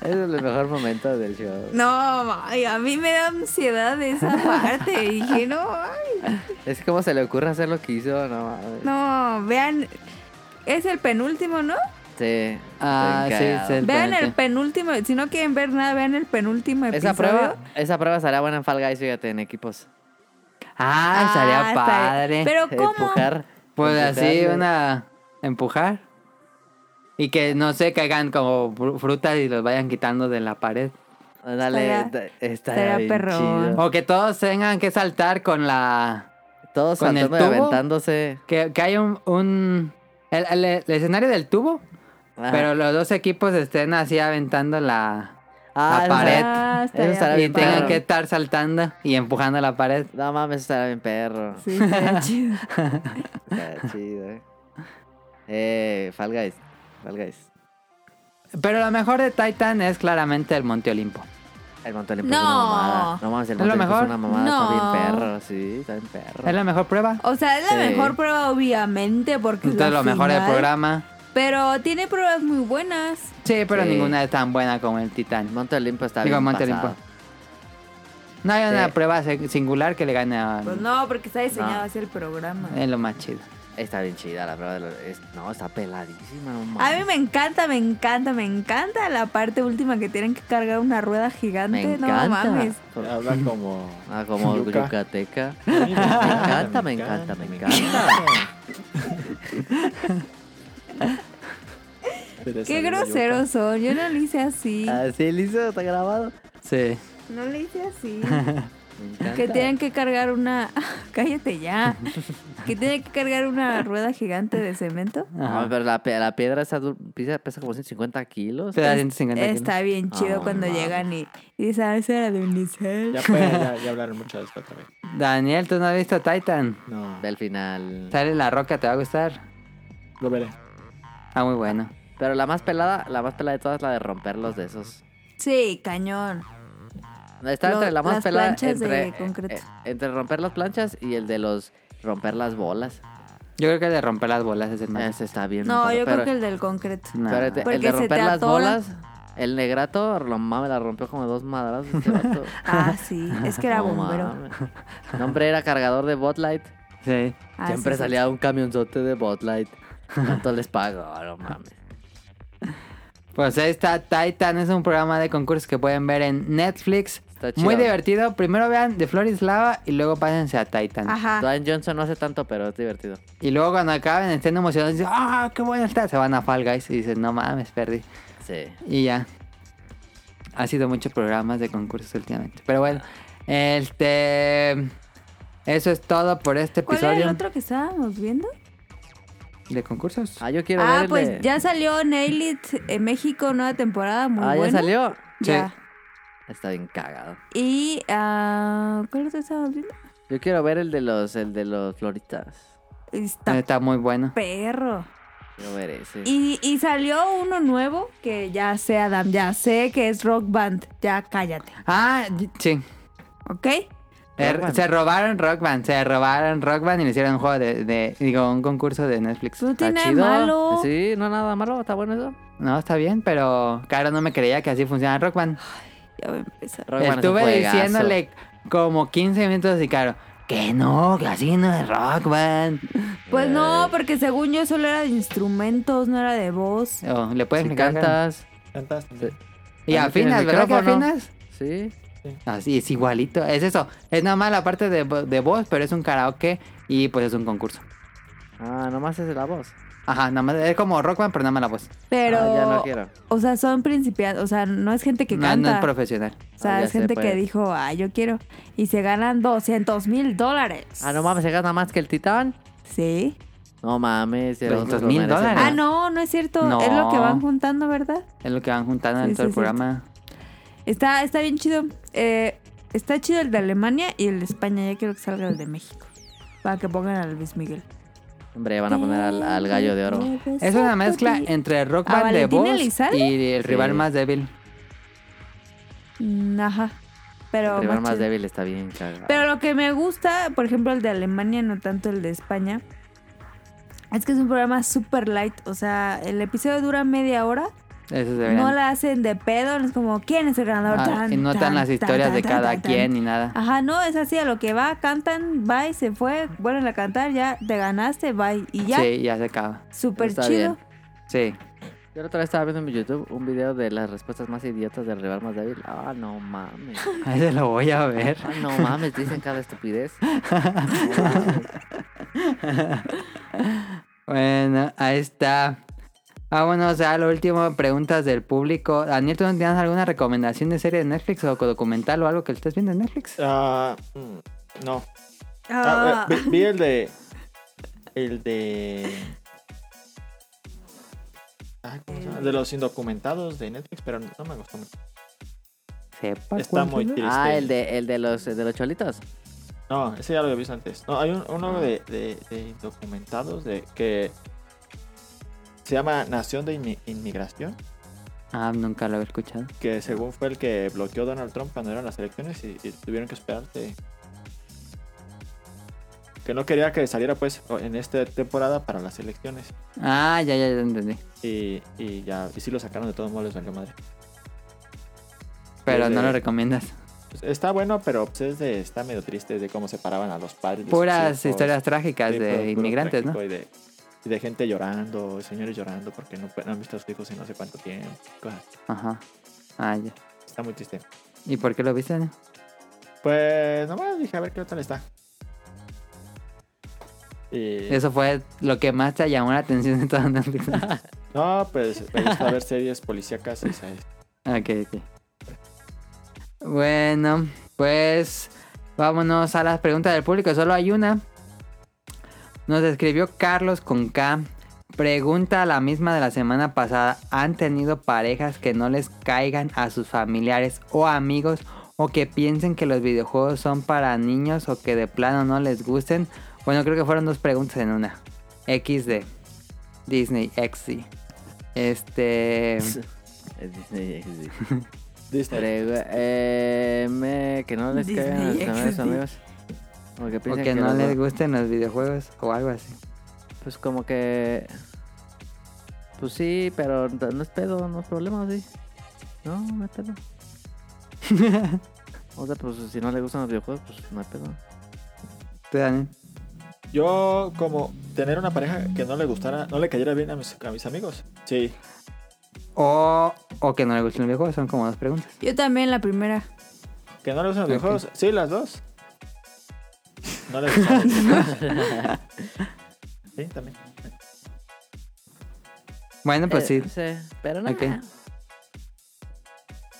S2: Ese es el mejor momento del show.
S4: No, ay, a mí me da ansiedad esa parte. Y dije, no, ay,
S2: Es como se le ocurre hacer lo que hizo, no mames.
S4: no, vean. Es el penúltimo, ¿no?
S2: Sí.
S1: Ah,
S2: estoy
S1: sí,
S2: cagado.
S1: sí. El
S4: vean el
S1: penúltimo.
S4: penúltimo. Si no quieren ver nada, vean el penúltimo episodio.
S2: Esa prueba, esa prueba será buena en Fall Guys, fíjate, en equipos. Eh,
S1: Ah, estaría
S4: está
S1: padre.
S4: bien. Pero ¿cómo?
S2: Empujar.
S1: pues así,
S2: empujarle.
S1: una... Empujar. Y que, no sé, caigan como fru- frutas y los vayan quitando de la pared.
S2: Ándale,
S4: Estaría-
S2: esta- estaría
S4: estaría
S2: bien
S4: perrón.
S2: chido.
S1: O que todos tengan que saltar con la...
S2: Todos
S1: Oh, Con el
S2: saltando y
S1: tubo.
S2: aventándose.
S1: Que, que haya un... un- el, el- el escenario del tubo,
S2: Ajá.
S1: pero los dos equipos estén así aventando la...
S2: Ah,
S1: la
S2: eso
S1: pared.
S4: Ah, estaría
S2: Eso estará
S1: Y
S2: bien
S1: tengan
S2: perro.
S1: que estar saltando y empujando la pared.
S2: No mames, estará bien perro.
S4: Sí, está chido.
S2: Está chido, eh. Eh, Fall Guys. Fall Guys.
S1: Pero lo mejor de Titan es claramente el Monte Olimpo.
S2: El Monte Olimpo es una
S4: No.
S2: mamada. No mames, el
S1: ¿Es lo
S2: Monte Olimpo es
S1: mejor?
S2: una mamada. Está
S4: No.
S2: bien perro, sí, está bien perro.
S1: Es la mejor prueba.
S4: O sea, es la
S2: Sí.
S4: mejor prueba, obviamente, porque. es
S1: Entonces
S4: Oh, la
S1: lo mejor del
S4: final,
S1: programa.
S4: Pero tiene pruebas muy buenas.
S1: Sí, pero
S2: Sí.
S1: ninguna es tan buena como el
S2: El
S1: Titan.
S2: Monte Olimpo está
S1: Digo,
S2: bien
S1: Monte
S2: pasado.
S1: Olimpo. No hay una
S2: Sí.
S1: prueba se- singular que le gane a...
S4: Pues no, porque está diseñado
S2: Mm. No. Eh,
S4: así el programa.
S1: Es lo más chido.
S2: Está bien chida la prueba de los... es- No, está peladísima, no mames.
S4: A mí me encanta, me encanta, me encanta la parte última que tienen que cargar una rueda gigante.
S2: Me
S4: No
S2: encanta.
S4: mames.
S3: Habla como.
S2: Ah, como
S3: Yuca.
S2: yucateca.
S3: Me
S2: encanta, me encanta, me encanta.
S4: Qué groseros son. Yo no le hice así.
S2: Así, listo, está grabado.
S1: Sí.
S4: No le hice así.
S2: Me encanta.
S4: que tienen que cargar una. Cállate ya. que tienen que cargar una rueda gigante de cemento.
S1: Ajá.
S2: No, pero la, pe- la piedra esa du- pesa, pesa como 150 kilos.
S1: Te da 150 kilos.
S4: Está bien chido
S2: Ah,
S4: cuando
S2: mames.
S4: llegan y, y dicen, "Ah, esa era de Unicel.
S3: Ya, fue, ya, ya hablaron mucho de esto también.
S1: Daniel, ¿tú no has visto Titan?
S3: No,
S2: Del final.
S1: Sale la roca, te va a gustar.
S3: lo veré.
S1: Está muy bueno.
S2: Pero la más pelada, la más pelada de todas es la de romper los de esos.
S4: Sí, cañón.
S2: Está
S4: Lo-
S2: entre la más
S4: las
S2: pelada.
S4: planchas de
S2: entre,
S4: concreto.
S2: eh, entre romper las planchas y el de los romper las bolas. Ah,
S1: Yo creo que el de romper las bolas es el más...
S2: Ese está bien.
S4: No,
S2: perro,
S4: yo
S2: pero-
S4: creo que el del concreto.
S1: No.
S2: pero el de- el
S4: Porque
S2: de
S4: se
S2: romper
S4: te
S2: las
S4: atora.
S2: bolas, el negrato, lo mames, la rompió como dos madras. Este vato.
S4: Ah, sí. Es que era
S2: No
S4: bombero.
S2: mames. No, hombre, era cargador de Botlight.
S1: Sí.
S4: Ah,
S2: Siempre
S4: sí, sí.
S2: salía un camionzote de Botlight. Tanto les pago, no mames.
S1: Pues ahí está Titan, es un programa de concursos que pueden ver en Netflix.
S2: Está chido.
S1: Muy divertido. Primero vean The Florislava y luego pásense a Titan.
S4: Ajá.
S2: Dwayne Johnson no hace tanto, pero es divertido.
S1: Y luego cuando acaben estén emocionados y dicen, ¡ah, qué bueno está! Se van a Fall Guys y dicen, no mames, perdí.
S2: Sí.
S1: Y ya. Ha sido muchos programas de concursos últimamente. Pero bueno, Este. Eso es todo por este
S4: ¿Cuál era el
S1: episodio
S4: otro que estábamos viendo?
S1: de concursos.
S2: Ah, yo quiero ver
S4: Ah,
S2: el
S4: pues
S2: de-
S4: ya salió Nail It en México, nueva temporada, muy
S2: Ah,
S4: buena.
S2: ya salió.
S4: Ya.
S2: Está bien cagado.
S4: Y, ah, ¿cuál otro estábamos viendo?
S2: Yo quiero ver el de los, el de los floritas. Eh.
S4: Está
S1: Está muy bueno.
S4: perro.
S2: Quiero ver ese.
S4: Y, y salió uno nuevo que ya sé, Adam, ya sé que es Rock Band. Ya cállate,
S1: Ah, y- sí.
S4: ¿ok?
S1: Eh,
S2: Rock Band.
S1: se robaron Rock Band, se robaron Rock Band y le hicieron un juego de, de- digo, un concurso de Netflix.
S4: No tiene nada de
S2: chido.
S4: malo.
S2: Sí, no nada malo, está bueno eso.
S1: No, está bien, pero claro, no me creía que así funcionaba Rock Band.
S4: Ya voy a empezar.
S2: Rock Band es un
S1: Estuve
S2: juegazo.
S1: diciéndole como 15 minutos y claro, que no, que así no es Rock Band.
S4: Pues
S2: Eh.
S4: no, porque según yo solo era de instrumentos, no era de voz.
S2: Ah,
S1: Oh, ¿Le puedes
S2: Si
S1: explicar?
S2: cantas,
S3: Cantas también.
S1: Y
S2: Ah, no tiene
S1: afinas, ¿verdad que
S2: micrófono.
S1: afinas?
S2: sí.
S1: Así es igualito, es eso. Es nada más la parte de, vo- de voz, pero es un karaoke y pues es un concurso.
S2: Ah, nomás es la voz.
S1: Ajá, nada más, es como Rock Band, pero nada más la voz.
S4: Pero,
S2: Ah, ya no quiero.
S4: o sea, son principiantes, o sea, no es gente que
S1: No, no
S4: canta.
S1: es profesional.
S4: O sea,
S2: Ah, ya
S4: es gente
S2: sé,
S4: que
S2: pues.
S4: dijo, ah, yo quiero. Y se ganan 200 mil dólares.
S2: Ah, no mames, se gana más que el titán.
S4: Sí.
S2: No mames, el
S1: 200
S2: otro
S1: mil
S2: merece
S1: dólares.
S2: más.
S4: Ah, no, no es cierto.
S1: No.
S4: Es lo que van juntando, ¿verdad?
S1: Es lo que van juntando
S4: Sí,
S1: en todo
S4: sí,
S1: el
S4: sí,
S1: programa.
S4: Está, está bien chido. Eh, está chido el de Alemania y el de España. Ya quiero que salga el de México. Para que pongan a Luis Miguel.
S2: Hombre, van a poner al, al gallo de oro.
S1: Es una mezcla entre Rock
S4: ¿A
S1: Band de
S4: Ah, Valentín
S1: voz
S4: Elizalde?
S1: y el
S2: Sí.
S1: rival más débil.
S4: Mm, Ajá. Pero.
S2: El rival
S4: más
S2: más
S4: chido.
S2: débil está bien cagado.
S4: Pero lo que me gusta, por ejemplo, el de Alemania, no tanto el de España, es que es un programa super light. O sea, el episodio dura media hora.
S1: Eso se
S4: No la hacen de pedo, no es como, ¿quién es el ganador?
S1: Ah, y
S4: Tan,
S1: notan
S4: tan,
S1: las
S4: tan,
S1: historias
S4: tan,
S1: de
S4: tan,
S1: cada
S4: tan, Ah, tan.
S1: quien ni nada.
S4: Ajá, no, es así, a lo que va, cantan, bye, se fue, vuelven a cantar, ya te ganaste, bye, y ya.
S1: Sí, ya se acaba.
S4: Súper
S2: Está bien.
S4: chido.
S1: Sí.
S2: Yo la otra vez estaba viendo en mi YouTube un video de las respuestas más idiotas del rival más débil. Ah, no mames.
S1: A ese lo voy a ver.
S2: Ah, no mames, dicen cada estupidez. No mames.
S1: Bueno, ahí está. Ah, Vámonos a lo último, preguntas del público. Daniel, ¿tú no tienes alguna recomendación de serie de Netflix o documental o algo que estés viendo en Netflix?
S3: Ah, mm, no. Ah,
S4: Ah,
S3: eh, vi, vi el de. El de. Ah, ¿cómo se llama? El de los indocumentados de Netflix, pero no me gustó mucho.
S1: Sepa.
S3: Está
S1: cuál
S3: muy
S1: es.
S3: triste.
S2: Ah, el de, el de los el de los cholitos.
S3: No, ese ya lo había visto antes. No, hay un- uno de, de, de indocumentados de que se llama Nación de Inmi- Inmigración,
S1: Ah, nunca lo había escuchado.
S3: que según fue el que bloqueó Donald Trump cuando eran las elecciones y, y tuvieron que esperarte. Que no quería que saliera pues en esta temporada para las elecciones.
S1: Ah, ya, ya, ya entendí.
S3: Y, y ya, y sí lo sacaron de todos modos, les valió madre.
S1: Pero
S3: Desde-
S1: no lo recomiendas.
S3: Pues, está bueno, pero pues, es de, está medio triste de cómo separaban a los padres. de sus
S1: Puras
S3: hijos.
S1: historias trágicas
S3: Sí, puro-
S1: de
S3: puro
S1: inmigrantes, ¿no?
S3: trágico Y de, y de gente llorando, señores llorando porque no, pu- no han visto a sus hijos en no sé cuánto tiempo. cosas así.
S1: Ajá. Ah, ya.
S3: Está muy triste.
S1: ¿Y por qué lo viste? Dani?
S3: Pues nomás dije a ver qué tal está. Y,
S1: Eso fue lo que más te llamó la atención de todo Netflix.
S3: No, pues me gusta ver series policíacas. y series.
S1: ok, ok. Bueno, pues vámonos a las preguntas del público. Solo hay una. Nos escribió Carlos con K. Pregunta la misma de la semana pasada. ¿Han tenido parejas que no les caigan a sus familiares o amigos o que piensen que los videojuegos son para niños o que de plano no les gusten? Bueno, creo que fueron dos preguntas en una. XD. Disney XD. Este...
S2: El Disney XD.
S3: Disney.
S2: Pregu- eh, me- que no les
S4: Disney
S2: caigan a sus amigos,
S4: XD.
S2: amigos. Como que
S1: O
S2: piensen
S1: que no
S2: los
S1: les
S2: dos-
S1: gusten los videojuegos o algo así.
S2: Pues como que... Pues sí, pero no no es pedo, no es problema, ¿o sí. No, no es pedo. o sea, pues si no le gustan los videojuegos, pues no hay pedo.
S1: ¿Tú, Daniel?
S3: Yo como tener una pareja que no le gustara, no le cayera bien a mis, a mis amigos. Sí,
S1: O, o que no les gusten los videojuegos, son como dos preguntas.
S4: Ah, yo también la primera.
S3: que no le gustan
S1: Ok.
S3: los videojuegos. Sí, las dos. No le gustan los videojuegos. Sí, también.
S1: Bueno, pues
S2: Eh,
S1: sí.
S2: sí, pero no.
S1: Ok.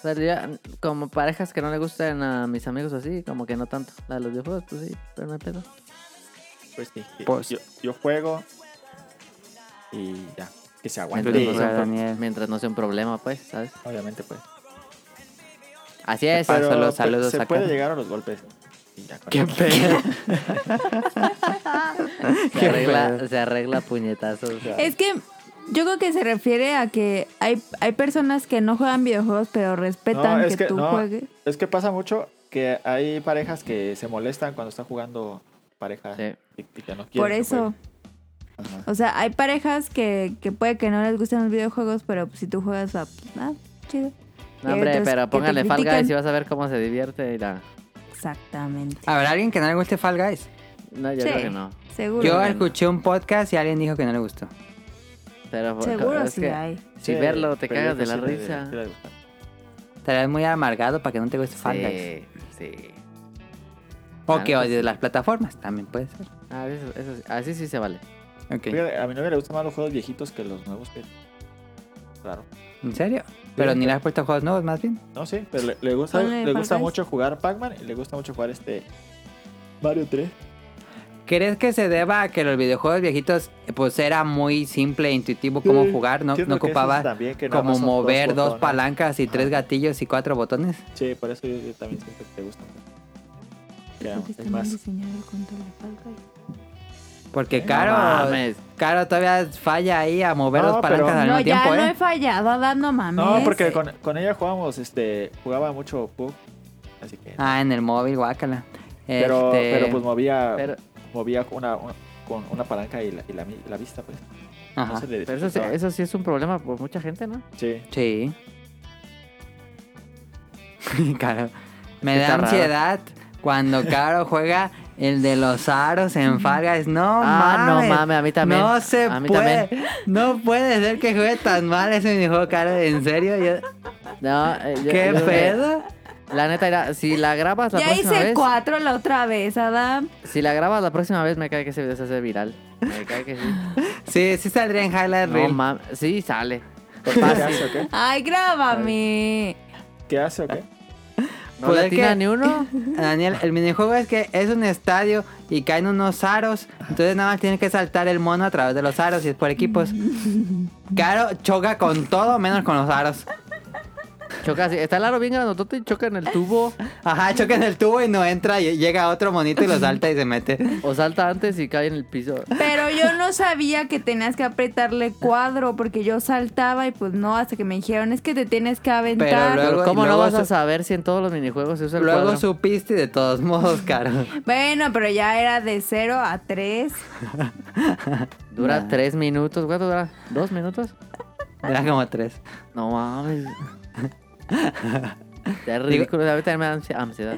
S2: Pero ya, como parejas que no le gustan a mis amigos así, como que no tanto. La de los videojuegos, pues sí, pero no hay pedo.
S3: Pues sí,
S1: Pues-
S3: Yo, yo juego y ya. Que se aguante.
S2: Mientras,
S1: Sí,
S2: no
S1: claro,
S2: sea un pro-
S1: Daniel.
S2: mientras no sea un problema, pues, ¿sabes?
S3: Obviamente, pues.
S2: Así es.
S1: Paso los
S3: pero
S1: saludos
S3: se
S1: acá.
S3: puede llegar a los golpes. Y ya, con
S1: Qué
S3: eso.
S1: pedo.
S2: Se
S1: Qué
S2: arregla,
S1: pedo.
S2: se arregla a puñetazos.
S4: Es que yo creo que se refiere a que hay, hay personas que no juegan videojuegos, pero respetan
S3: No,
S4: que,
S3: es que-
S4: tú
S3: no.
S4: juegues.
S3: Es que pasa mucho que hay parejas que se molestan cuando están jugando parejas
S2: Sí.
S3: y, y que no quieren. pues.
S4: Por
S3: que
S4: eso.
S3: jueguen. Ajá.
S4: O sea, hay parejas que, que puede que no les gusten los videojuegos, pero pues, si tú juegas, ah, pues, ah, chido.
S2: No, hombre,
S4: Entonces, que
S2: pero
S4: te
S2: póngale Fall
S4: critican.
S2: Guys y vas a ver cómo se divierte. y la-
S4: Exactamente.
S1: ¿Habrá alguien que no le guste Fall Guys?
S2: No, yo
S4: Sí,
S2: creo que no.
S4: Seguro.
S1: Yo
S2: no.
S1: escuché un podcast y alguien dijo que no le gustó.
S2: Pero,
S4: Seguro
S2: es
S4: sí
S2: que
S4: hay.
S2: Si verlo, te
S3: pero yo
S2: cagas de
S3: creo
S2: la
S3: que sí le-
S2: risa.
S3: sí le gusta.
S1: Estarás muy amargado para que no te guste Fall Guys.
S2: Sí, sí.
S1: O
S2: claro
S1: que
S2: que
S1: odies
S2: sí.
S1: las plataformas, también puede ser.
S2: Ah, eso- eso sí. Así sí se vale.
S1: Ok.
S3: Fíjate, A mi novia le gustan más los juegos viejitos que los nuevos. Que... Claro.
S1: ¿En serio? Pero ni le has puesto juegos nuevos, más bien.
S3: No, sí, pero le, le gusta, le
S4: Ponle Fall
S3: gusta
S4: Guys.
S3: mucho jugar Pac-Man y le gusta mucho jugar este Mario 3.
S1: ¿Crees que se deba a que los videojuegos viejitos, eh, pues era muy simple e intuitivo cómo
S3: Sí,
S1: jugar? No,
S3: siento
S1: no
S3: que eso
S1: ocupaba
S3: es también que nada
S1: como
S3: más son dos
S1: mover dos,
S3: botones.
S1: palancas y
S3: Ajá.
S1: tres gatillos y cuatro botones.
S3: Sí, por eso yo, yo también siento que te gusta mucho. Que
S4: Creo que está
S3: es
S4: mal
S3: más.
S4: diseñado el control de Fall Guys.
S1: Porque
S2: No
S1: Caro,
S2: mames.
S1: Caro todavía falla ahí a mover
S3: No,
S1: dos palancas
S3: pero-
S1: al
S4: No,
S1: mismo
S4: ya
S1: tiempo,
S4: no
S1: ¿eh?
S4: he fallado, Adán, no mames.
S3: No, porque con, con ella jugábamos, este, jugaba mucho Pug. Así que.
S1: Ah, en el móvil, guácala.
S3: pero,
S1: Este,
S3: pero pues movía,
S2: Pero,
S3: movía una, una- con una palanca y la, y la, mi- la vista, pues.
S1: ajá.
S3: No se le
S2: pero eso, sí,
S3: dificultaba.
S2: eso sí es un problema por mucha gente, ¿no?
S3: Sí.
S1: Sí. Caro. Me
S2: Está
S1: da
S2: raro.
S1: ansiedad cuando Caro juega el de los aros en Fall Guys. No
S2: ah,
S1: mames.
S2: no mames, a mí también.
S1: No se
S2: a mí
S1: puede.
S2: También.
S1: No puede ser que juegue tan mal ese minijuego, Caro. ¿En serio? Yo-
S2: No, eh, yo-
S1: ¿Qué
S2: yo creo que-
S1: pedo?
S2: La neta, mira, si la grabas la
S4: Ya
S2: próxima
S4: hice
S2: vez.
S4: cuatro la otra vez, Adam.
S2: Si la grabas la próxima vez, me cae que ese video se hace viral. Me cae que sí.
S1: Sí, sí saldría en Highlight
S2: No
S1: Reel.
S2: mames. Sí, sale.
S3: ¿Por qué? ¿Qué hace o qué?
S4: Ay, grábame.
S3: ¿Qué hace o qué?
S2: No
S1: Pues
S2: le
S1: es
S2: atina
S1: que-
S2: ni uno.
S1: Daniel, el minijuego es que es un estadio y caen unos aros. Entonces nada más tienes que saltar el mono a través de los aros y es por equipos. Caro choca con todo menos con los aros.
S2: Choca así. Está el aro bien grandotote y choca en el tubo.
S1: Ajá, choca en el tubo y no entra. Y llega otro monito y lo salta y se mete.
S2: O salta antes y cae en el piso.
S4: Pero yo no sabía que tenías que apretarle cuadro porque yo saltaba y pues no, hasta que me dijeron es que te tienes que aventar.
S1: Pero luego-
S2: Pero ¿cómo
S1: y
S2: no
S1: luego
S2: vas a
S1: su-
S2: saber si en todos los minijuegos se usa el
S1: Luego
S2: cuadro?
S1: supiste de todos modos, Caro.
S4: Bueno, pero ya era de 0 a 3.
S2: Dura tres minutos. ¿Cuánto dura? ¿Dos minutos?
S1: Era como tres.
S2: No mames. Está ridículo. A mí también me da ansi- ansiedad.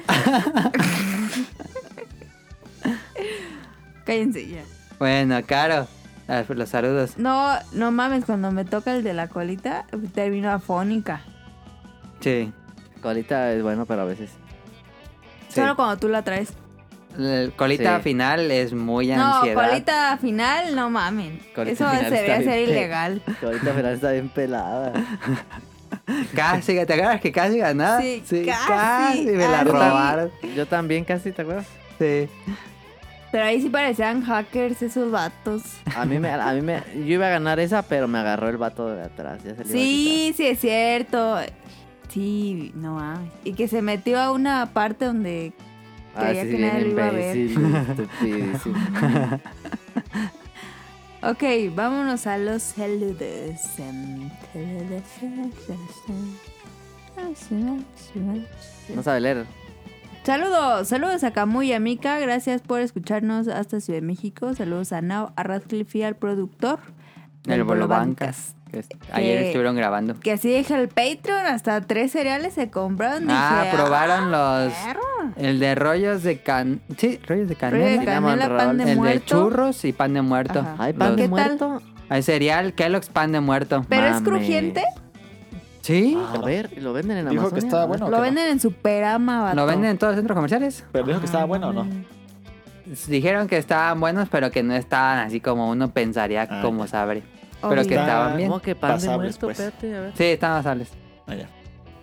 S4: Cállense ya.
S1: Bueno, Caro, a ver, los saludos.
S4: No, no mames, cuando me toca el de la colita, termino afónica.
S1: Sí.
S2: Colita es bueno, pero a veces.
S1: Sí.
S4: Solo cuando tú la traes.
S1: El colita
S2: Sí.
S1: final es muy
S4: no,
S1: ansiedad.
S4: colita final, no mamen.
S2: Colita
S4: Eso
S2: final
S4: se
S2: está
S4: debería
S2: bien
S4: ser
S2: feo.
S4: ilegal.
S2: Colita final está bien pelada.
S1: Casi, ¿te acuerdas que casi ganaba?
S4: Sí,
S1: casi.
S4: casi,
S1: me la
S4: así.
S1: robaron.
S2: Yo también casi, ¿te acuerdas?
S1: Sí.
S4: Pero ahí sí parecían hackers esos vatos.
S2: A mí me, a mí me, yo iba a ganar esa, pero me agarró el vato de atrás. Ya se le iba a
S4: Sí, sí es cierto. Sí, no mames. Y que se metió a una parte donde
S2: quitar. ah,
S4: creía
S2: sí,
S4: que
S2: sí, bien
S4: nadie lo iba a ver.
S2: imbécil, estupidísimo.
S4: Ok, vámonos a los saludos.
S2: No sabe leer.
S4: Saludos, saludos a Camu y a Mika, gracias por escucharnos hasta Ciudad de México. Saludos a Nao, a Radcliffe y al productor. del
S1: El Bolo
S4: Bolobancas.
S1: Bancas. Ayer
S4: Que-
S1: estuvieron grabando.
S4: Que así deja el Patreon, hasta tres cereales se compraron.
S1: Ah,
S4: dije,
S1: probaron
S4: "Ah,
S1: los.
S4: perro".
S1: El de rollos de can. Sí, rollos de
S4: Rollo de
S1: canela.
S2: Cinnamon
S4: canela, pan
S2: roll.
S4: de
S1: el de
S4: muerto.
S1: churros y pan de muerto.
S4: Ajá.
S2: Ay, pan de
S4: ¿Qué tal?
S2: muerto.
S1: Hay cereal Kellogg's pan de muerto.
S4: Pero es
S2: Mames.
S4: crujiente,
S1: Sí.
S2: A ver, ¿lo venden en
S3: Dijo
S2: Amazonia?
S3: que estaba bueno.
S4: lo venden en Superama, Ah, vato. Mm,
S1: Lo venden en todos los centros comerciales.
S3: Pero dijo que
S4: Ah,
S3: estaba bueno o no.
S1: Dijeron que estaban buenos, pero que no estaban así como uno pensaría,
S3: Ah,
S1: como
S3: ya.
S1: sabe.
S4: Obvio.
S1: Pero que
S3: Está-
S1: estaban bien.
S2: ¿Cómo que pan de
S3: Pasables,
S2: muerto?
S3: pues.
S2: Espérate, a ver.
S1: Sí, estaban sables.
S3: Ah, ya.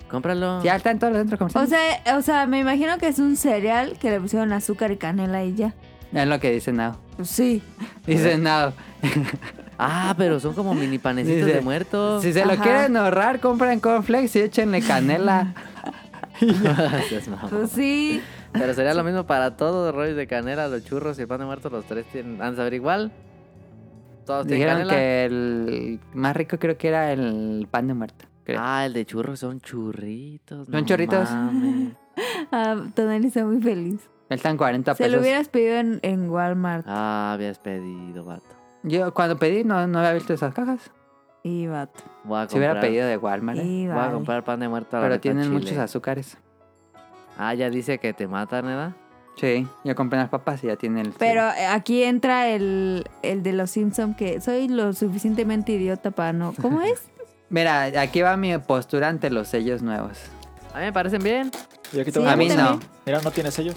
S2: Cómpralo.
S1: Ya está en todos los centros
S4: O
S1: comerciales.
S4: sea, o sea, me imagino que es un cereal que le pusieron azúcar y canela y ya.
S1: es lo que dice Now.
S4: Pues sí.
S1: Dice Now.
S2: Ah, pero son como mini panecitos
S1: Dice,
S2: de muerto.
S1: Si se lo
S4: Ajá.
S1: quieren ahorrar, compren cornflakes y échenle canela.
S2: Gracias, mamá.
S4: Pues sí.
S2: Pero sería lo mismo para todos los rollos de canela, los churros y el pan de muerto, los tres tienen, han de saber igual. Todos tienen
S1: Dijeron
S2: canela.
S1: que el más rico creo que era el pan de muerto. creo.
S2: Ah, el de churros son churritos.
S1: Son churritos.
S2: mames.
S4: Ah, Tonali está muy feliz.
S1: Están 40
S4: Se
S1: pesos.
S4: lo hubieras pedido en, en Walmart
S2: Ah, habías pedido, vato.
S1: Yo cuando pedí no, no había visto esas cajas.
S4: y vato.
S2: Voy a comprar,
S1: Se hubiera pedido de Walmart. ¿eh?
S4: Y
S2: voy a
S4: vale.
S2: comprar pan de muerto a la
S1: Pero
S2: neta
S1: tienen
S2: chile.
S1: muchos azúcares.
S2: Ah, ya dice que te matan, ¿verdad?
S1: Sí, yo compré las papas y ya tiene el...
S4: Pero eh, aquí entra el, el de los Simpson que soy lo suficientemente idiota para no. ¿Cómo es?
S1: Mira, aquí va mi postura ante los sellos nuevos.
S2: A mí me parecen bien.
S3: Yo aquí
S4: Sí,
S3: tengo
S1: a
S3: una
S1: mí
S3: cosa.
S1: no.
S3: Mira, no tiene sellos.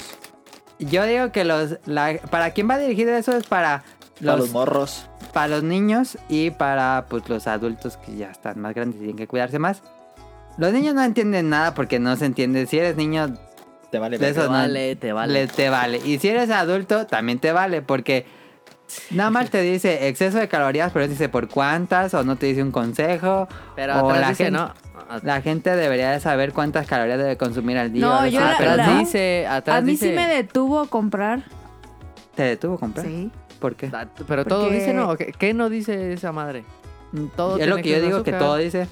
S1: Yo digo que los... la- ¿Para quién va dirigido eso? Es para
S3: Para
S1: los,
S3: los morros.
S1: para los niños y para pues, los adultos que ya están más grandes y tienen que cuidarse más. Los niños no entienden nada porque no se entiende. Si eres niño,
S3: Te vale
S1: De
S3: verga.
S1: Eso
S2: te
S1: no-
S2: vale, te vale.
S1: le- te vale. Y si eres adulto, también te vale porque nada más te dice exceso de calorías, pero no te dice por cuántas o no te dice un consejo.
S2: Pero
S1: o
S2: atrás
S1: la
S2: dice,
S1: gente-
S2: no. At-
S1: La gente debería de saber cuántas calorías debe consumir al día. Ah,
S4: No,
S1: o de
S4: yo
S1: sus
S4: la-
S2: atrás
S1: calorías.
S4: la-
S2: dice, atrás
S4: A mí
S2: dice.
S4: sí me detuvo comprar.
S1: ¿Te detuvo comprar?
S4: Sí.
S1: ¿Por qué?
S2: Ah, Pero todo
S4: Porque-
S2: dice, ¿no? ¿O ¿Qué, qué no dice esa madre? todo
S1: es lo
S2: tiene
S1: que
S2: que
S1: yo
S2: ser
S1: digo que
S2: azúcar.
S1: todo dice.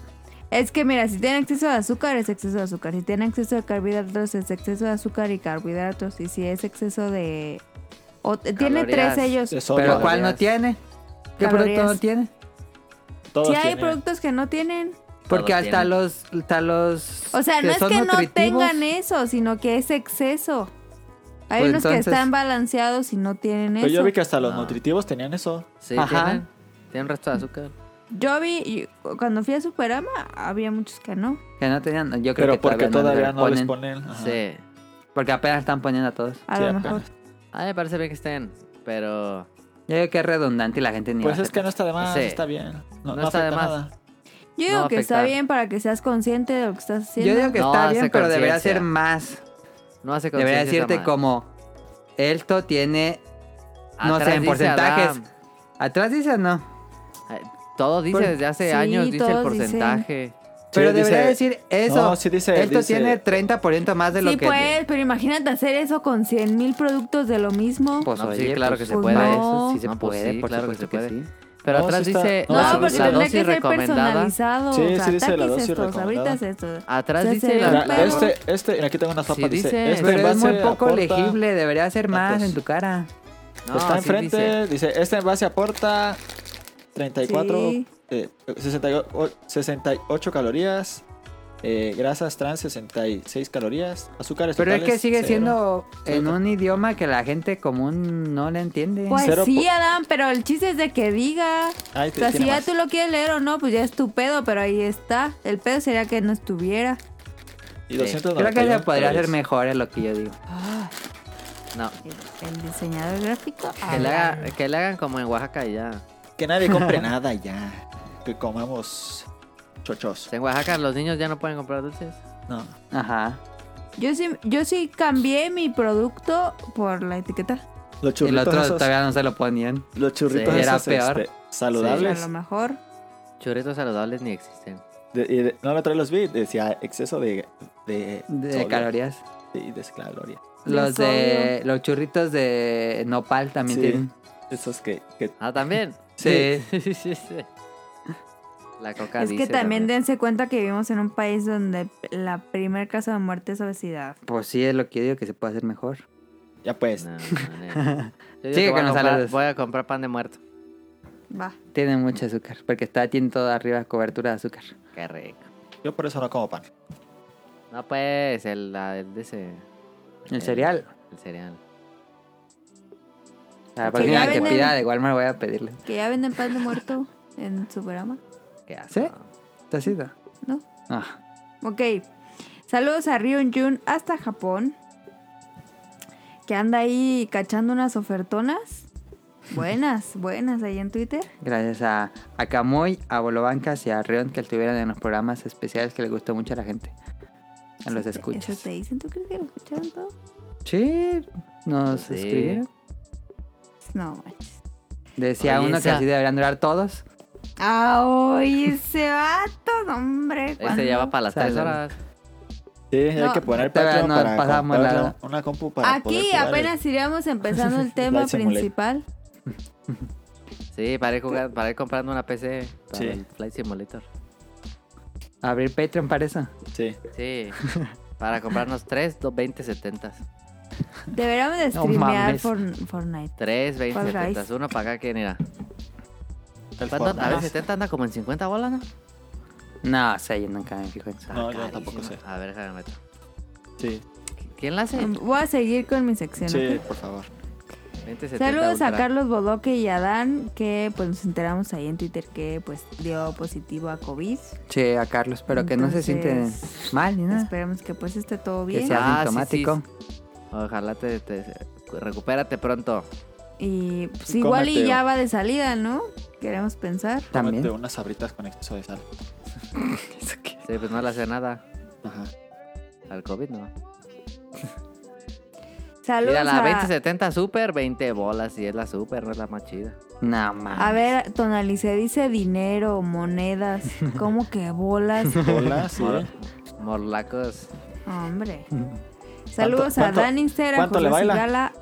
S4: Es que mira, si tiene exceso de azúcar, es exceso de azúcar. Si tiene exceso de carbohidratos, es exceso de azúcar y carbohidratos. Y si es exceso de... o- eh, tiene tres
S2: Calorías.
S4: sellos.
S3: De sodio.
S1: Pero ¿cuál no
S2: calorías.
S1: tiene? ¿Qué
S4: Calorías.
S1: producto no tiene?
S3: Todos
S4: Si hay
S3: tienen.
S4: productos que no tienen.
S1: Porque
S2: Todos
S1: hasta
S2: tienen.
S1: los, hasta los.
S4: O sea, no es
S1: son
S4: que no
S1: nutritivos,
S4: tengan ¿eh? eso, sino que es exceso. Hay
S1: Pues
S4: unos que
S1: entonces-
S4: están balanceados y no tienen
S3: Pero
S4: eso.
S3: Pues yo vi que hasta los
S2: No.
S3: nutritivos tenían eso.
S2: Sí,
S1: Ajá.
S2: tienen. Tienen resto de azúcar.
S4: y- cuando fui a Superama, había muchos que no.
S1: Que no tenían. Yo creo
S3: Pero
S1: que
S3: porque todavía no les
S1: ponen,
S3: ponen. ajá.
S2: Sí.
S1: Porque apenas están poniendo a todos.
S4: A
S3: Sí,
S4: lo
S3: apenas.
S4: mejor.
S2: A mí me parece bien que estén, pero
S1: Yo digo que es redundante y la gente ni.
S3: Pues
S1: va a
S3: es que no está de más,
S2: Sí.
S3: está bien.
S2: No
S3: No, no
S2: está de
S3: afecta
S2: más.
S3: nada.
S4: Yo digo
S2: va a
S4: que está
S2: afectar.
S4: bien para que seas consciente de lo que estás
S1: hacer. Yo
S4: haciendo.
S1: digo que
S2: No
S1: está
S2: hace
S1: bien, pero debería
S2: conciencia.
S1: ser más.
S2: no hace conciencia.
S1: Debería
S2: esa
S1: decirte
S2: madre.
S1: como. Esto tiene. no
S2: Atrás
S1: sé, en
S2: dice
S1: porcentajes.
S2: Adam.
S1: Atrás dice no.
S2: Ay, Todo dice
S1: Por-
S2: desde hace
S4: Sí,
S2: años, dice el
S4: todos dicen.
S2: porcentaje.
S1: Pero
S3: Sí,
S1: debería
S3: dice-
S1: decir eso.
S3: No, sí dice-
S1: Esto
S3: dice-
S1: tiene 30% más de lo
S4: sí,
S1: que.
S4: pues, pero imagínate hacer eso con 100 mil productos de lo mismo.
S1: Pues
S2: No, sí,
S1: oye,
S2: claro
S1: pues,
S2: que se
S1: pues,
S4: puede.
S1: para Eso sí se
S2: No, pues,
S1: puede,
S2: sí,
S1: por
S2: claro que
S1: supuesto
S2: se puede.
S1: que sí.
S2: Pero
S3: No,
S2: atrás
S3: sí está-
S2: dice
S3: no,
S4: no,
S2: la,
S3: sí,
S4: porque
S2: la
S3: tendría
S4: tendría
S2: dosis
S4: que ser
S2: recomendada.
S4: personalizado.
S3: Sí,
S4: o sea,
S3: sí dice la
S4: ataques
S3: dosis
S4: estos,
S3: recomendada.
S4: ahoritas estos.
S2: Atrás
S4: Se
S2: dice
S4: hace
S2: la-
S4: la-
S3: Mira,
S4: Claro.
S3: este, este, mira, aquí tengo unas papas.
S2: Sí,
S3: dice,
S2: dice.
S3: este
S1: Pero es
S3: envase
S1: muy poco
S3: aporta-
S1: legible, debería ser más
S3: Tantos.
S1: en tu cara.
S2: pues No,
S3: está
S2: sí
S3: enfrente,
S2: dice.
S3: dice. este envase aporta 34,
S4: Sí.
S3: eh, 68, 68 calorías, eh, grasas trans 66 calorías, azúcares
S1: Pero es
S3: totales,
S1: que sigue
S3: cero.
S1: siendo en
S3: Cero.
S1: un idioma que la gente común no le entiende.
S4: Pues
S3: Cero
S4: sí,
S3: po-
S4: Adam, pero el chiste es de que diga.
S3: Ahí
S4: O
S3: te-
S4: sea, si
S3: tiene
S4: ya
S3: más.
S4: tú lo quieres leer o no, pues ya es tu pedo, pero ahí está. El pedo sería que no estuviera.
S3: Y 291
S1: Creo que se podría hacer
S2: Pues.
S3: calorías.
S1: mejor, es lo que yo digo.
S2: Ah. No,
S4: El, el diseñador gráfico.
S2: que le,
S4: Ah,
S2: haga- que le hagan como en Oaxaca y ya.
S3: Que nadie compre nada ya. Que comamos chochos.
S2: En Oaxaca los niños ya no pueden comprar dulces.
S3: No.
S1: Ajá.
S4: Yo sí, yo sí cambié mi producto por la etiqueta.
S1: El
S3: Los churritos
S1: otro
S3: esos-
S1: todavía no se lo ponían.
S3: los churritos
S1: Sí, era
S3: esos,
S1: peor.
S3: este,
S4: A
S3: saludables.
S4: lo mejor.
S2: Churritos saludables ni existen.
S3: De- y de- no, la otra vez los vi, decía exceso de... De,
S1: De
S3: sodio.
S1: calorías.
S3: Sí, de calorías.
S4: De
S1: Los de. Los churritos de nopal también
S3: Sí.
S1: tienen.
S3: Esos que... que
S2: Ah, también.
S1: Sí.
S2: sí, sí, sí. La coca
S4: Es que
S2: dice
S4: también dense cuenta que vivimos en un país donde la primer caso de muerte es obesidad.
S1: Pues sí, es lo que yo digo que se puede hacer mejor.
S3: ya pues.
S2: No, no, no. Yo digo
S1: Sigue
S2: que
S1: con
S2: voy, a
S1: los
S2: comprar,
S1: saludos.
S2: voy a comprar pan de muerto.
S4: Va.
S1: Tiene mucho azúcar, porque está, tiene todo arriba cobertura de azúcar.
S2: Qué rico.
S3: Yo por eso no como pan.
S2: No, pues, el, la- el de ese.
S1: El cereal.
S2: El cereal.
S1: La
S4: Que
S1: próxima
S4: ya
S1: que
S4: venden-
S1: pida de Walmart voy a pedirle.
S4: Que ya venden pan de muerto en Superama.
S2: Qué asco.
S1: ¿Sí? ¿Te has ido?
S4: No.
S1: Ah,
S4: Ok. Saludos a Ryun Jun hasta Japón. Que anda ahí cachando unas ofertonas. Buenas, buenas ahí en Twitter.
S1: gracias a, a Camuy, a Bolobancas y a Rion que estuvieron en los programas especiales que le gustó mucho a la gente. en los
S4: te-
S1: escuchas.
S4: Eso te dicen, ¿tú crees que lo escucharon todo?
S1: Sí, nos
S2: Sí.
S1: escribieron.
S4: No, manches.
S1: Decía
S2: Oye,
S1: uno que
S2: esa-
S1: así deberían durar todos.
S4: Ah, oye, ese vato, no, hombre.
S2: Este ya va para las
S1: Sale.
S2: tres horas.
S3: Sí, hay
S4: No.
S3: que poner
S1: Todavía
S3: Patreon
S1: no
S3: para
S1: pasamos la-
S3: comprarle una compu para poder
S4: Aquí
S3: jugar el-
S4: apenas iríamos empezando el tema
S3: Flight Simulator.
S4: principal.
S2: Sí, para ir, jugar- para ir comprando una PC para
S3: Sí.
S2: el Flight Simulator.
S1: Abrir Patreon para eso.
S3: Sí.
S2: Sí, para comprarnos tres do- 2070s.
S4: Deberíamos de
S1: No
S4: streamear
S1: mames.
S4: Forn- Fortnite.
S2: Tres
S4: Fall
S2: 2070s.
S4: Guys.
S2: Uno para acá, ¿quién irá?
S3: El
S2: ¿Cuánto? A ver,
S3: Fortnite.
S2: 70 anda como en 50 bolas, ¿no?
S1: No, o sea, yo nunca me fijo en eso.
S3: No, yo
S2: Carísimo.
S3: tampoco sé.
S2: A ver, déjame meter.
S3: Sí,
S2: ¿Quién la hace?
S4: Voy a seguir con mi sección. ¿ok?
S3: sí, por favor.
S2: 2070
S4: Saludos a
S2: Ultra.
S4: Carlos Bodoque y a Dan, que pues nos enteramos ahí en Twitter que pues dio positivo a COVID.
S1: Che, a Carlos, pero que no se siente
S4: Entonces,
S1: mal ni nada.
S4: Esperemos que pues esté todo
S1: Ah. Que
S4: bien.
S1: sea
S2: Ah, sí,
S1: asintomático.
S2: Ojalá te, te- recupérate pronto.
S4: Y pues
S3: Y
S4: igual y
S3: cómetelo.
S4: ya va de salida, ¿no? Queremos pensar.
S1: También.
S3: Cómete unas sabritas con exceso de sal.
S2: Sí, pues no le hace nada
S3: Ajá.
S2: al COVID, ¿no?
S4: Saludos
S2: Mira, la
S4: a...
S2: 2070 Super, 20 bolas, y es la Super, no es la más chida.
S1: No,
S4: A
S1: mames.
S4: ver, Tonalice dice dinero, monedas, ¿cómo que bolas?
S3: Hola, sí.
S2: Mor- Morlacos.
S4: Hombre. Saludos a
S3: cuánto-
S4: Dan Inster, a
S3: cuánto le
S4: José
S3: baila?
S4: Sigala,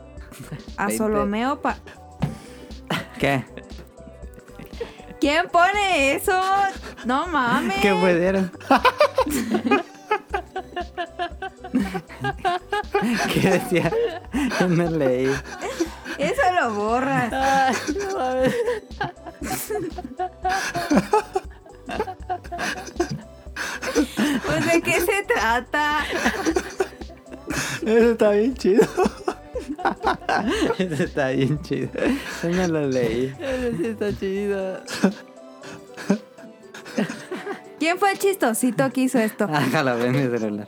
S4: a
S2: Veinte.
S4: Solomeo. Pa...
S1: ¿Qué?
S4: ¿Quién pone eso? No mames.
S1: ¿Qué pudieron? ¿Qué decía? Yo no leí.
S4: Eso lo borras. pues de qué se trata.
S3: Eso está bien chido.
S1: Eso está bien chido. Yo no lo leí.
S2: está chido.
S4: ¿Quién fue el chistosito que hizo esto?
S1: Déjalo ver mi celular.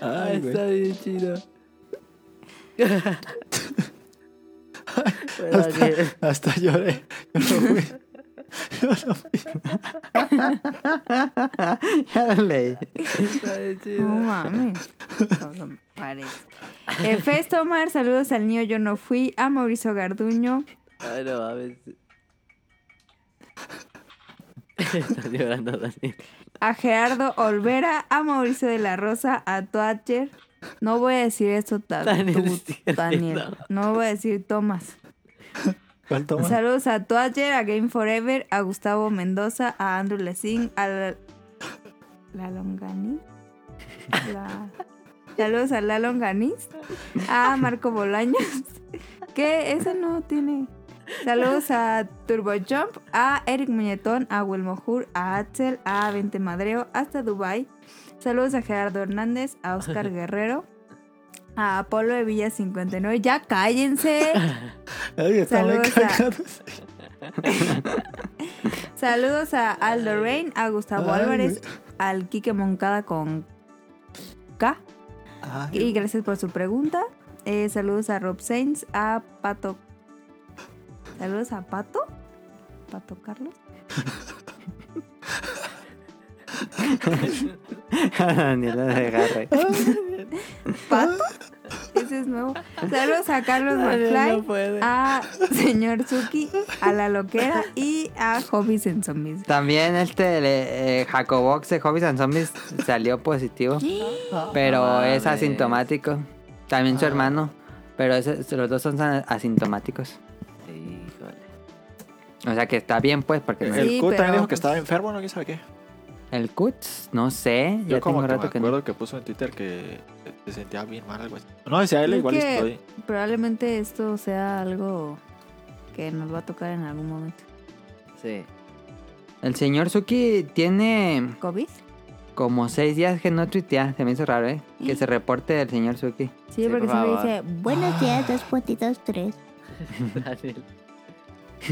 S3: Ay, güey.
S2: bien chido.
S3: Hasta lloré. Yo no fui. Yo no fui.
S1: Ya lo leí.
S4: No mames. No me parece. Eh, Fez Tomar, saludos al niño Yo No Fui, a Mauricio Garduño.
S2: Ay, no mames. Estás llorando, Daniel.
S4: a Gerardo Olvera, a Mauricio de la Rosa, a Thatcher. No voy a decir esto, ta-
S2: Daniel,
S4: tú,
S2: sí, es
S4: Daniel.
S2: cierto.
S4: No voy a decir Tomás.
S3: ¿Cuál toma?
S4: Saludos a Thatcher, a Game Forever, a Gustavo Mendoza, a Andrew Lessing, a la, la Longani. La- Saludos a la Longaniz, a Marco Bolaños, que ese no tiene. Saludos a TurboJump, a Eric Muñetón, a Wilmojur, a Axel, a Vente Madreo, hasta Dubai. Saludos a Gerardo Hernández, a Oscar Guerrero, a Apolo de Villa 59. Ya cállense.
S3: Ay, están muy
S4: Saludos a-
S3: cagados.
S4: Saludos a Aldo Rain, a Gustavo
S3: Ay,
S4: Álvarez, al Quique Moncada con K.
S3: Ay,
S4: Y gracias por su pregunta. Eh, saludos a Rob Sainz, a Pato. Saludos a Pato. Pato Carlos.
S1: Daniela de agarre.
S4: Pato. Ese es nuevo. Saludos a Carlos McFly, a señor Suki, a la loquera y a Hobbies en Zombies.
S1: También este le- eh, Jacobox de Hobbies and Zombies salió positivo. Pero
S2: Ah,
S1: es
S2: mames.
S1: asintomático. También su hermano. Pero ese- los dos son asintomáticos.
S2: Híjole.
S1: O sea que está bien, pues, porque no-
S3: El
S1: el,
S4: Sí,
S3: Q también
S4: pero-
S3: dijo que estaba enfermo, ¿no? ¿Quién sabe qué?
S1: Cuts, no sé.
S3: Yo
S1: ya
S3: como
S1: tengo
S3: que
S1: rato
S3: me
S1: que no.
S3: acuerdo que puso en Twitter que se sentía bien mal algo así. No, decía él
S4: Creo
S3: igual
S4: que-
S3: estoy.
S4: Probablemente esto sea algo que nos va a tocar en algún momento.
S2: Sí.
S1: El señor Suki tiene
S4: ¿Covid?
S1: como seis días que no tuitea. Se me hizo raro, ¿eh? Que se reporte el señor Suki.
S4: Sí,
S2: Sí,
S4: porque
S2: por
S4: siempre
S2: favor.
S4: dice, buenos
S3: Ah,
S4: días, dos puntitos, tres.
S2: Daniel.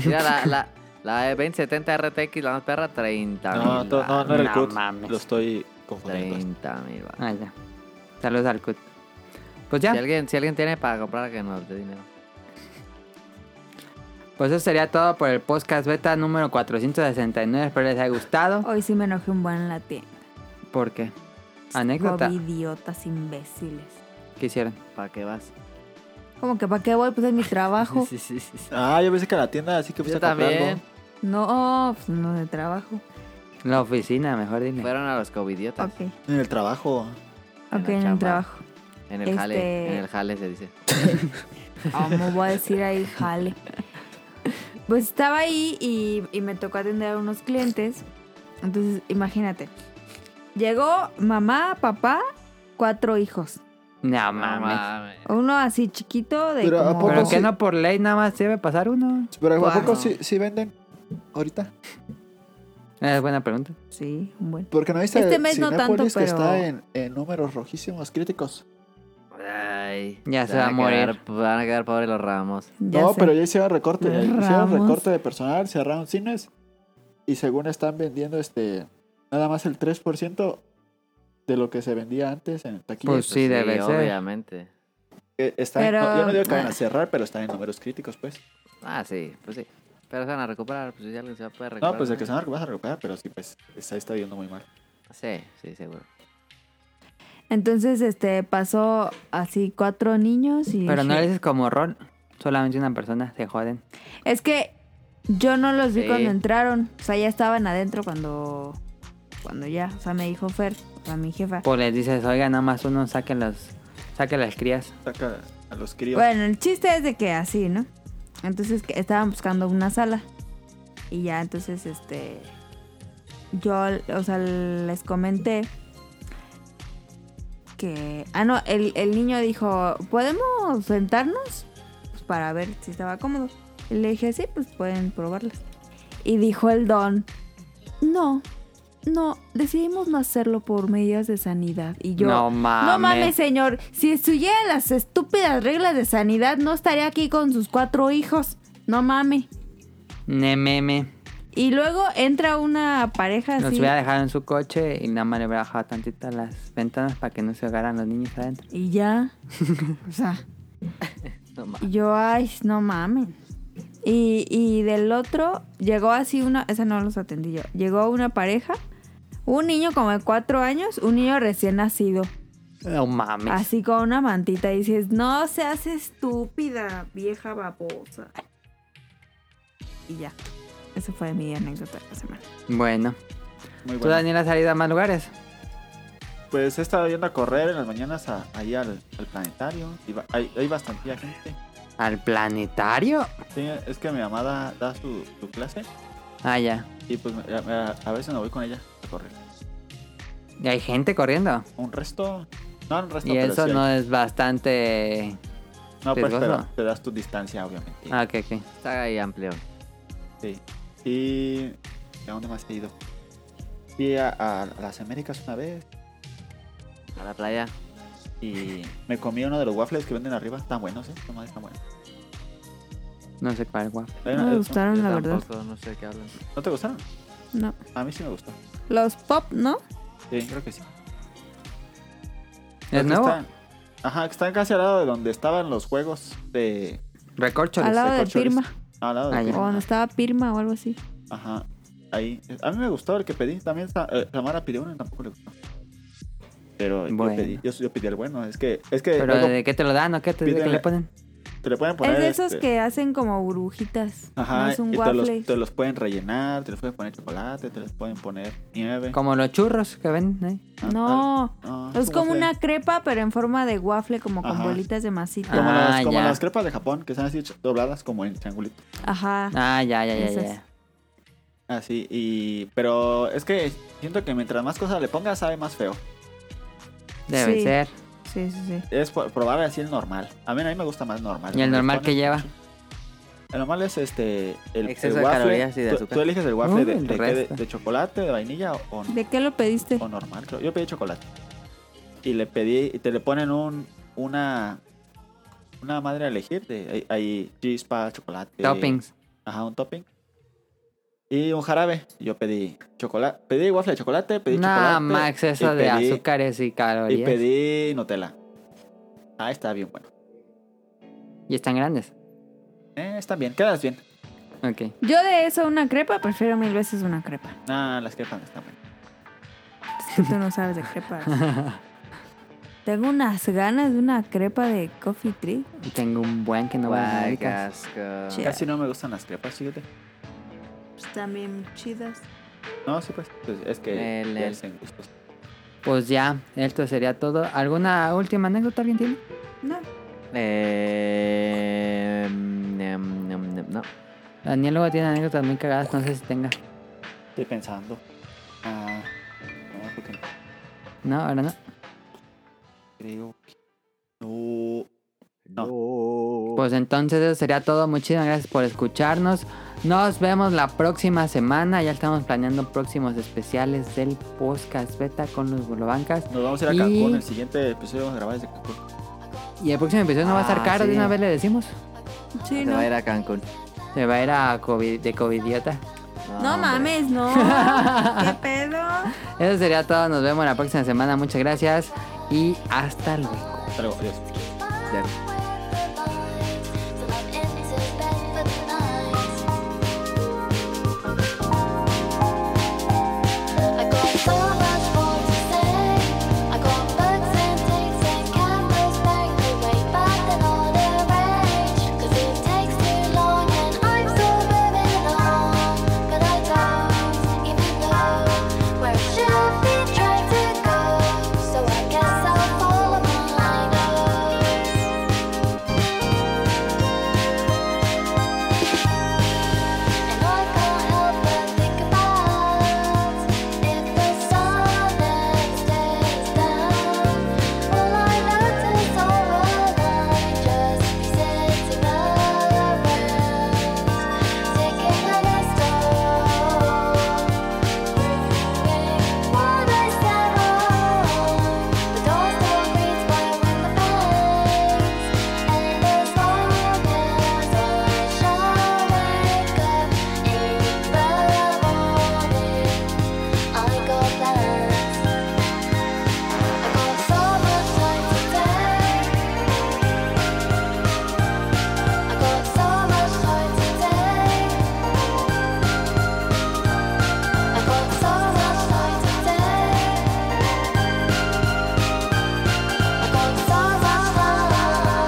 S2: Mira, la, la, la 2070 RTX, la más perra, 30
S3: No,
S2: mil.
S3: to- no, no era el
S1: No
S3: Cut.
S1: mames.
S3: Lo estoy confundiendo.
S2: 30 mil. va.
S1: Ah, ya. Saludos al Cuts. Pues ya,
S2: Si alguien, si alguien tiene para comprar, que nos dé dinero.
S1: pues eso sería todo por el podcast beta número 469. Espero les haya gustado.
S4: Hoy sí me enojé un buen en la tienda.
S1: ¿Por qué? Anécdota.
S4: idiotas imbéciles.
S1: ¿Qué hicieron?
S2: ¿Para qué vas?
S4: Como que para qué voy, pues es mi trabajo.
S2: Sí, sí, sí. sí.
S3: Ah, yo pensé que a la tienda así que fuiste
S2: Yo
S3: a comprar
S2: también.
S3: algo.
S4: No, pues no de trabajo.
S1: La oficina, mejor dime.
S2: Fueron a los covidiotas.
S4: Ok,
S3: En el trabajo.
S2: En
S4: ok,
S2: la
S4: en el
S2: chamba.
S4: trabajo.
S2: En el jale.
S4: Este-
S2: En el jale se dice.
S4: ¿Cómo Ah, voy a decir ahí, jale? Pues estaba ahí y, y me tocó atender a unos clientes. Entonces, imagínate. Llegó mamá, papá, cuatro hijos.
S1: No
S2: No
S1: mames.
S2: mames.
S4: Uno así chiquito de
S3: Pero, ¿a
S4: como-
S3: poco
S1: ¿Pero
S3: sí?
S1: que no por ley nada más debe pasar uno?
S3: Pero ¿a
S4: Claro.
S3: poco sí, sí venden ahorita?
S1: Es buena pregunta.
S4: Sí, bueno.
S3: Porque no viste
S4: Este mes no tanto,
S3: Cinépolis que
S4: pero-
S3: está en, en números rojísimos críticos.
S2: Ay,
S1: Ya se
S2: van
S1: va a
S2: quedar-
S1: morir. Pues
S2: van a quedar pobres los ramos.
S4: Ya
S3: no,
S4: sé.
S3: pero ya hicieron recorte.
S4: Los
S3: Hicieron
S4: ramos.
S3: recorte de personal, cerraron cines. Y según están vendiendo este nada más el 3% de lo que se vendía antes en taquillas.
S1: Pues sí, debe ser.
S2: Obviamente.
S3: Eh, está en-
S4: Pero- Ah.
S3: no, yo no digo que van a cerrar, pero están en números críticos, pues.
S2: Ah, sí, pues sí. Pero se van a recuperar, pues ya alguien se va a poder recuperar.
S3: No, pues de que se van a recuperar, se van a recuperar, pero sí, pues está, está yendo muy mal.
S2: Sí, sí, seguro.
S4: Entonces, este, pasó así cuatro niños y...
S1: Pero no le dices como rol. Solamente una persona, se joden.
S4: Es que yo no los vi
S2: Sí.
S4: cuando entraron. O sea, ya estaban adentro cuando... Cuando ya, o sea, me dijo Fer, o sea, mi jefa.
S1: Pues les dices, oiga, nada más uno saque los, saque las crías.
S3: Saca a los críos.
S4: Bueno, el chiste es de que así, ¿no? Entonces que estaban buscando una sala. Y ya entonces, este. Yo, o sea, les comenté que. Ah, no, el, el niño dijo: ¿Podemos sentarnos? Pues para ver si estaba cómodo. Y le dije: Sí, pues pueden probarlas. Y dijo el don: No, no, decidimos no hacerlo por medidas de sanidad. Y yo.
S1: no mames.
S4: No mames, señor. Si estuviera las estúpidas reglas de sanidad, no estaría aquí con sus cuatro hijos. No mames.
S1: Ne meme.
S4: Y luego entra una pareja
S1: Los
S4: así.
S1: hubiera dejado en su coche y nada más le hubiera bajado tantito las ventanas para que no se ahogaran los niños adentro.
S4: Y ya. o sea,
S2: No mames.
S4: y yo, ay, no mames. Y, y del otro llegó así una. Esa no los atendí yo. Llegó una pareja. Un niño como de cuatro años, un niño recién nacido.
S1: No mames.
S4: Así con una mantita y dices, no seas estúpida, vieja babosa. Y ya. Esa fue mi anécdota de la semana.
S1: Bueno.
S3: Muy
S1: ¿Tú,
S3: bueno.
S1: Daniel, has salido a más lugares?
S3: Pues he estado yendo a correr en las mañanas a- ahí al, al planetario. Y ba- hay, hay bastante gente.
S1: ¿Al planetario?
S3: Sí, es que mi mamá da, da su, su clase
S1: Ah, ya.
S3: y pues me- me- a veces me voy con ella a correr.
S1: Y hay gente corriendo.
S3: Un resto. No, un resto,
S1: y
S3: pero
S1: eso
S3: sí hay.
S1: no es bastante...
S3: No, pues
S1: riesgoso.
S3: pero te das tu distancia, obviamente.
S1: Ah, ok, ok.
S2: Está ahí amplio.
S3: Sí. Y. ¿A dónde más he ido? Fui a, a- a las Américas una vez
S2: A la playa.
S3: y me comí uno de los waffles que venden arriba. Están buenos, ¿eh? Nomás están buenos.
S1: No sé cuál, guapo.
S3: Hay
S4: No
S3: una-
S4: me
S3: ¿No,
S4: gustaron,
S2: Yo
S4: la verdad.
S2: tampoco, no sé qué hablan.
S3: ¿No te gustaron?
S4: No.
S3: A mí sí me gustó.
S4: Los pop, ¿no?
S3: Sí, creo que sí.
S1: ¿Es
S3: Creo que
S1: nuevo?
S3: están- ajá, que están casi al lado de donde estaban los juegos de.
S1: Recorcholis.
S4: Al lado de
S3: corcholis.
S4: Pirma.
S3: Al lado de
S1: Ah, ya.
S4: O
S3: Pirma.
S4: donde estaba Pirma o algo así.
S3: Ajá. Ahí. A mí me gustó el que pedí. También Sa- eh, Samara pidió uno y tampoco le gustó. Pero
S1: Bueno.
S3: yo, pedí, yo, yo pedí el bueno. Es que, es que
S1: ¿Pero
S3: luego
S1: de qué te lo dan o qué te de qué
S3: Pídele.
S1: le ponen?
S3: te le pueden poner.
S4: Es de esos
S3: este,
S4: que hacen como burbujitas.
S3: Ajá.
S4: no es un
S3: y te
S4: waffle.
S3: los, te los pueden rellenar, te los pueden poner chocolate, te los pueden poner nieve.
S1: Como los churros que ven, ¿eh?
S3: Ah,
S4: No.
S3: tal. No,
S4: Es
S3: un
S4: como
S3: waffle.
S4: una crepa, pero en forma de waffle, como con
S3: Ajá.
S4: bolitas de masita.
S3: Como,
S1: Ah,
S3: las, como
S1: ya.
S3: las crepas de Japón, que están así ch- dobladas como en triangulito.
S4: Ajá.
S1: Ah, ya, ya, ya, ya.
S4: Esas.
S3: Así, y. Pero es que siento que mientras más cosas le pongas, sabe más feo.
S1: Debe
S4: Sí.
S1: ser.
S4: Sí, sí, sí.
S3: Es por- probar así el normal. A mí, a mí me gusta más normal.
S1: ¿Y el
S3: Le
S1: normal que
S3: ponen-
S1: lleva?
S3: El normal es este. El,
S2: Exceso
S3: el
S2: de
S3: waffle.
S2: calorías y de
S3: Tú-
S2: azúcar.
S3: Tú, eliges el waffle
S1: No,
S3: de,
S1: el
S3: de qué, de-
S1: resto.
S3: de chocolate, de vainilla o,
S4: ¿De este. qué lo pediste?
S3: o normal, creo. Yo pedí chocolate. Y le pedí. Y te le ponen un. Una. Una madre a elegir. De, hay, hay chispa, chocolate.
S1: Toppings.
S3: Ajá, un topping. Y un jarabe. Yo pedí chocolate. Pedí waffle de chocolate, pedí
S1: Nada
S3: chocolate.
S1: más exceso
S3: y
S1: de
S3: pedí-
S1: azúcares y
S3: Y
S1: calorías. Y,
S3: pedí Nutella. Ah, está bien bueno.
S1: están grandes.
S3: Eh, está bien, quedas bien.
S1: Ok.
S4: Yo de eso a una crepa prefiero mil veces una crepa.
S3: Ah, las crepas están buenas.
S4: que tú no sabes de crepas. Tengo unas ganas de una crepa de coffee tree.
S1: Tengo un buen que no va a
S2: Guay, qué
S1: Américas.
S2: asco.
S4: Sí.
S3: Casi no me gustan las crepas, fíjate.
S4: también chidas.
S3: No, sí, pues. pues, es que.
S2: El-
S3: ya
S2: el-
S3: dicen gustos.
S1: Pues ya, esto sería todo. ¿Alguna última anécdota alguien tiene?
S4: No.
S2: Eh, mm, em, em, em, no.
S1: Daniel luego tiene anécdotas muy cagadas, no sé si tenga.
S3: Estoy pensando. Ah. No, porque no
S1: No, ahora no.
S3: creo que. No.
S1: Pues entonces eso sería todo. Muchísimas gracias por escucharnos. Nos vemos la próxima semana. Ya estamos planeando próximos especiales del podcast beta con los bolobancas.
S3: Nos vamos a ir a
S1: Y-
S3: Cancún. El siguiente episodio vamos a grabar desde Cancún.
S1: Y el próximo episodio no va a estar
S2: Ah,
S1: caro, de
S2: sí.
S1: una vez le decimos.
S4: Sí,
S2: Te
S4: no.
S2: va a ir a Cancún.
S1: Se va a ir a COVID, de covidiota.
S4: No
S2: hombre.
S4: mames, no. ¿Qué pedo?
S1: Eso sería todo. Nos vemos la próxima semana. Muchas gracias y hasta luego.
S3: Hasta luego, adiós.
S2: Ya.
S6: I got so much more to say. I got books and tapes and cameras banged away, but they're not arranged. 'Cause it takes too long and I'm still moving on. But I don't even know where I should be trying to go. So I guess I'll follow my nose. And I can't help but think about if the sun stays down. Will I notice or will I just be sitting around, taking a rest? What I said wrong, the door still reads my window panes, and as long as I shall wake up in the morning, I got plans. I got so much time to take. I got so much time to take. I got so much time to take. I got so much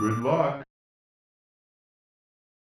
S5: Good luck.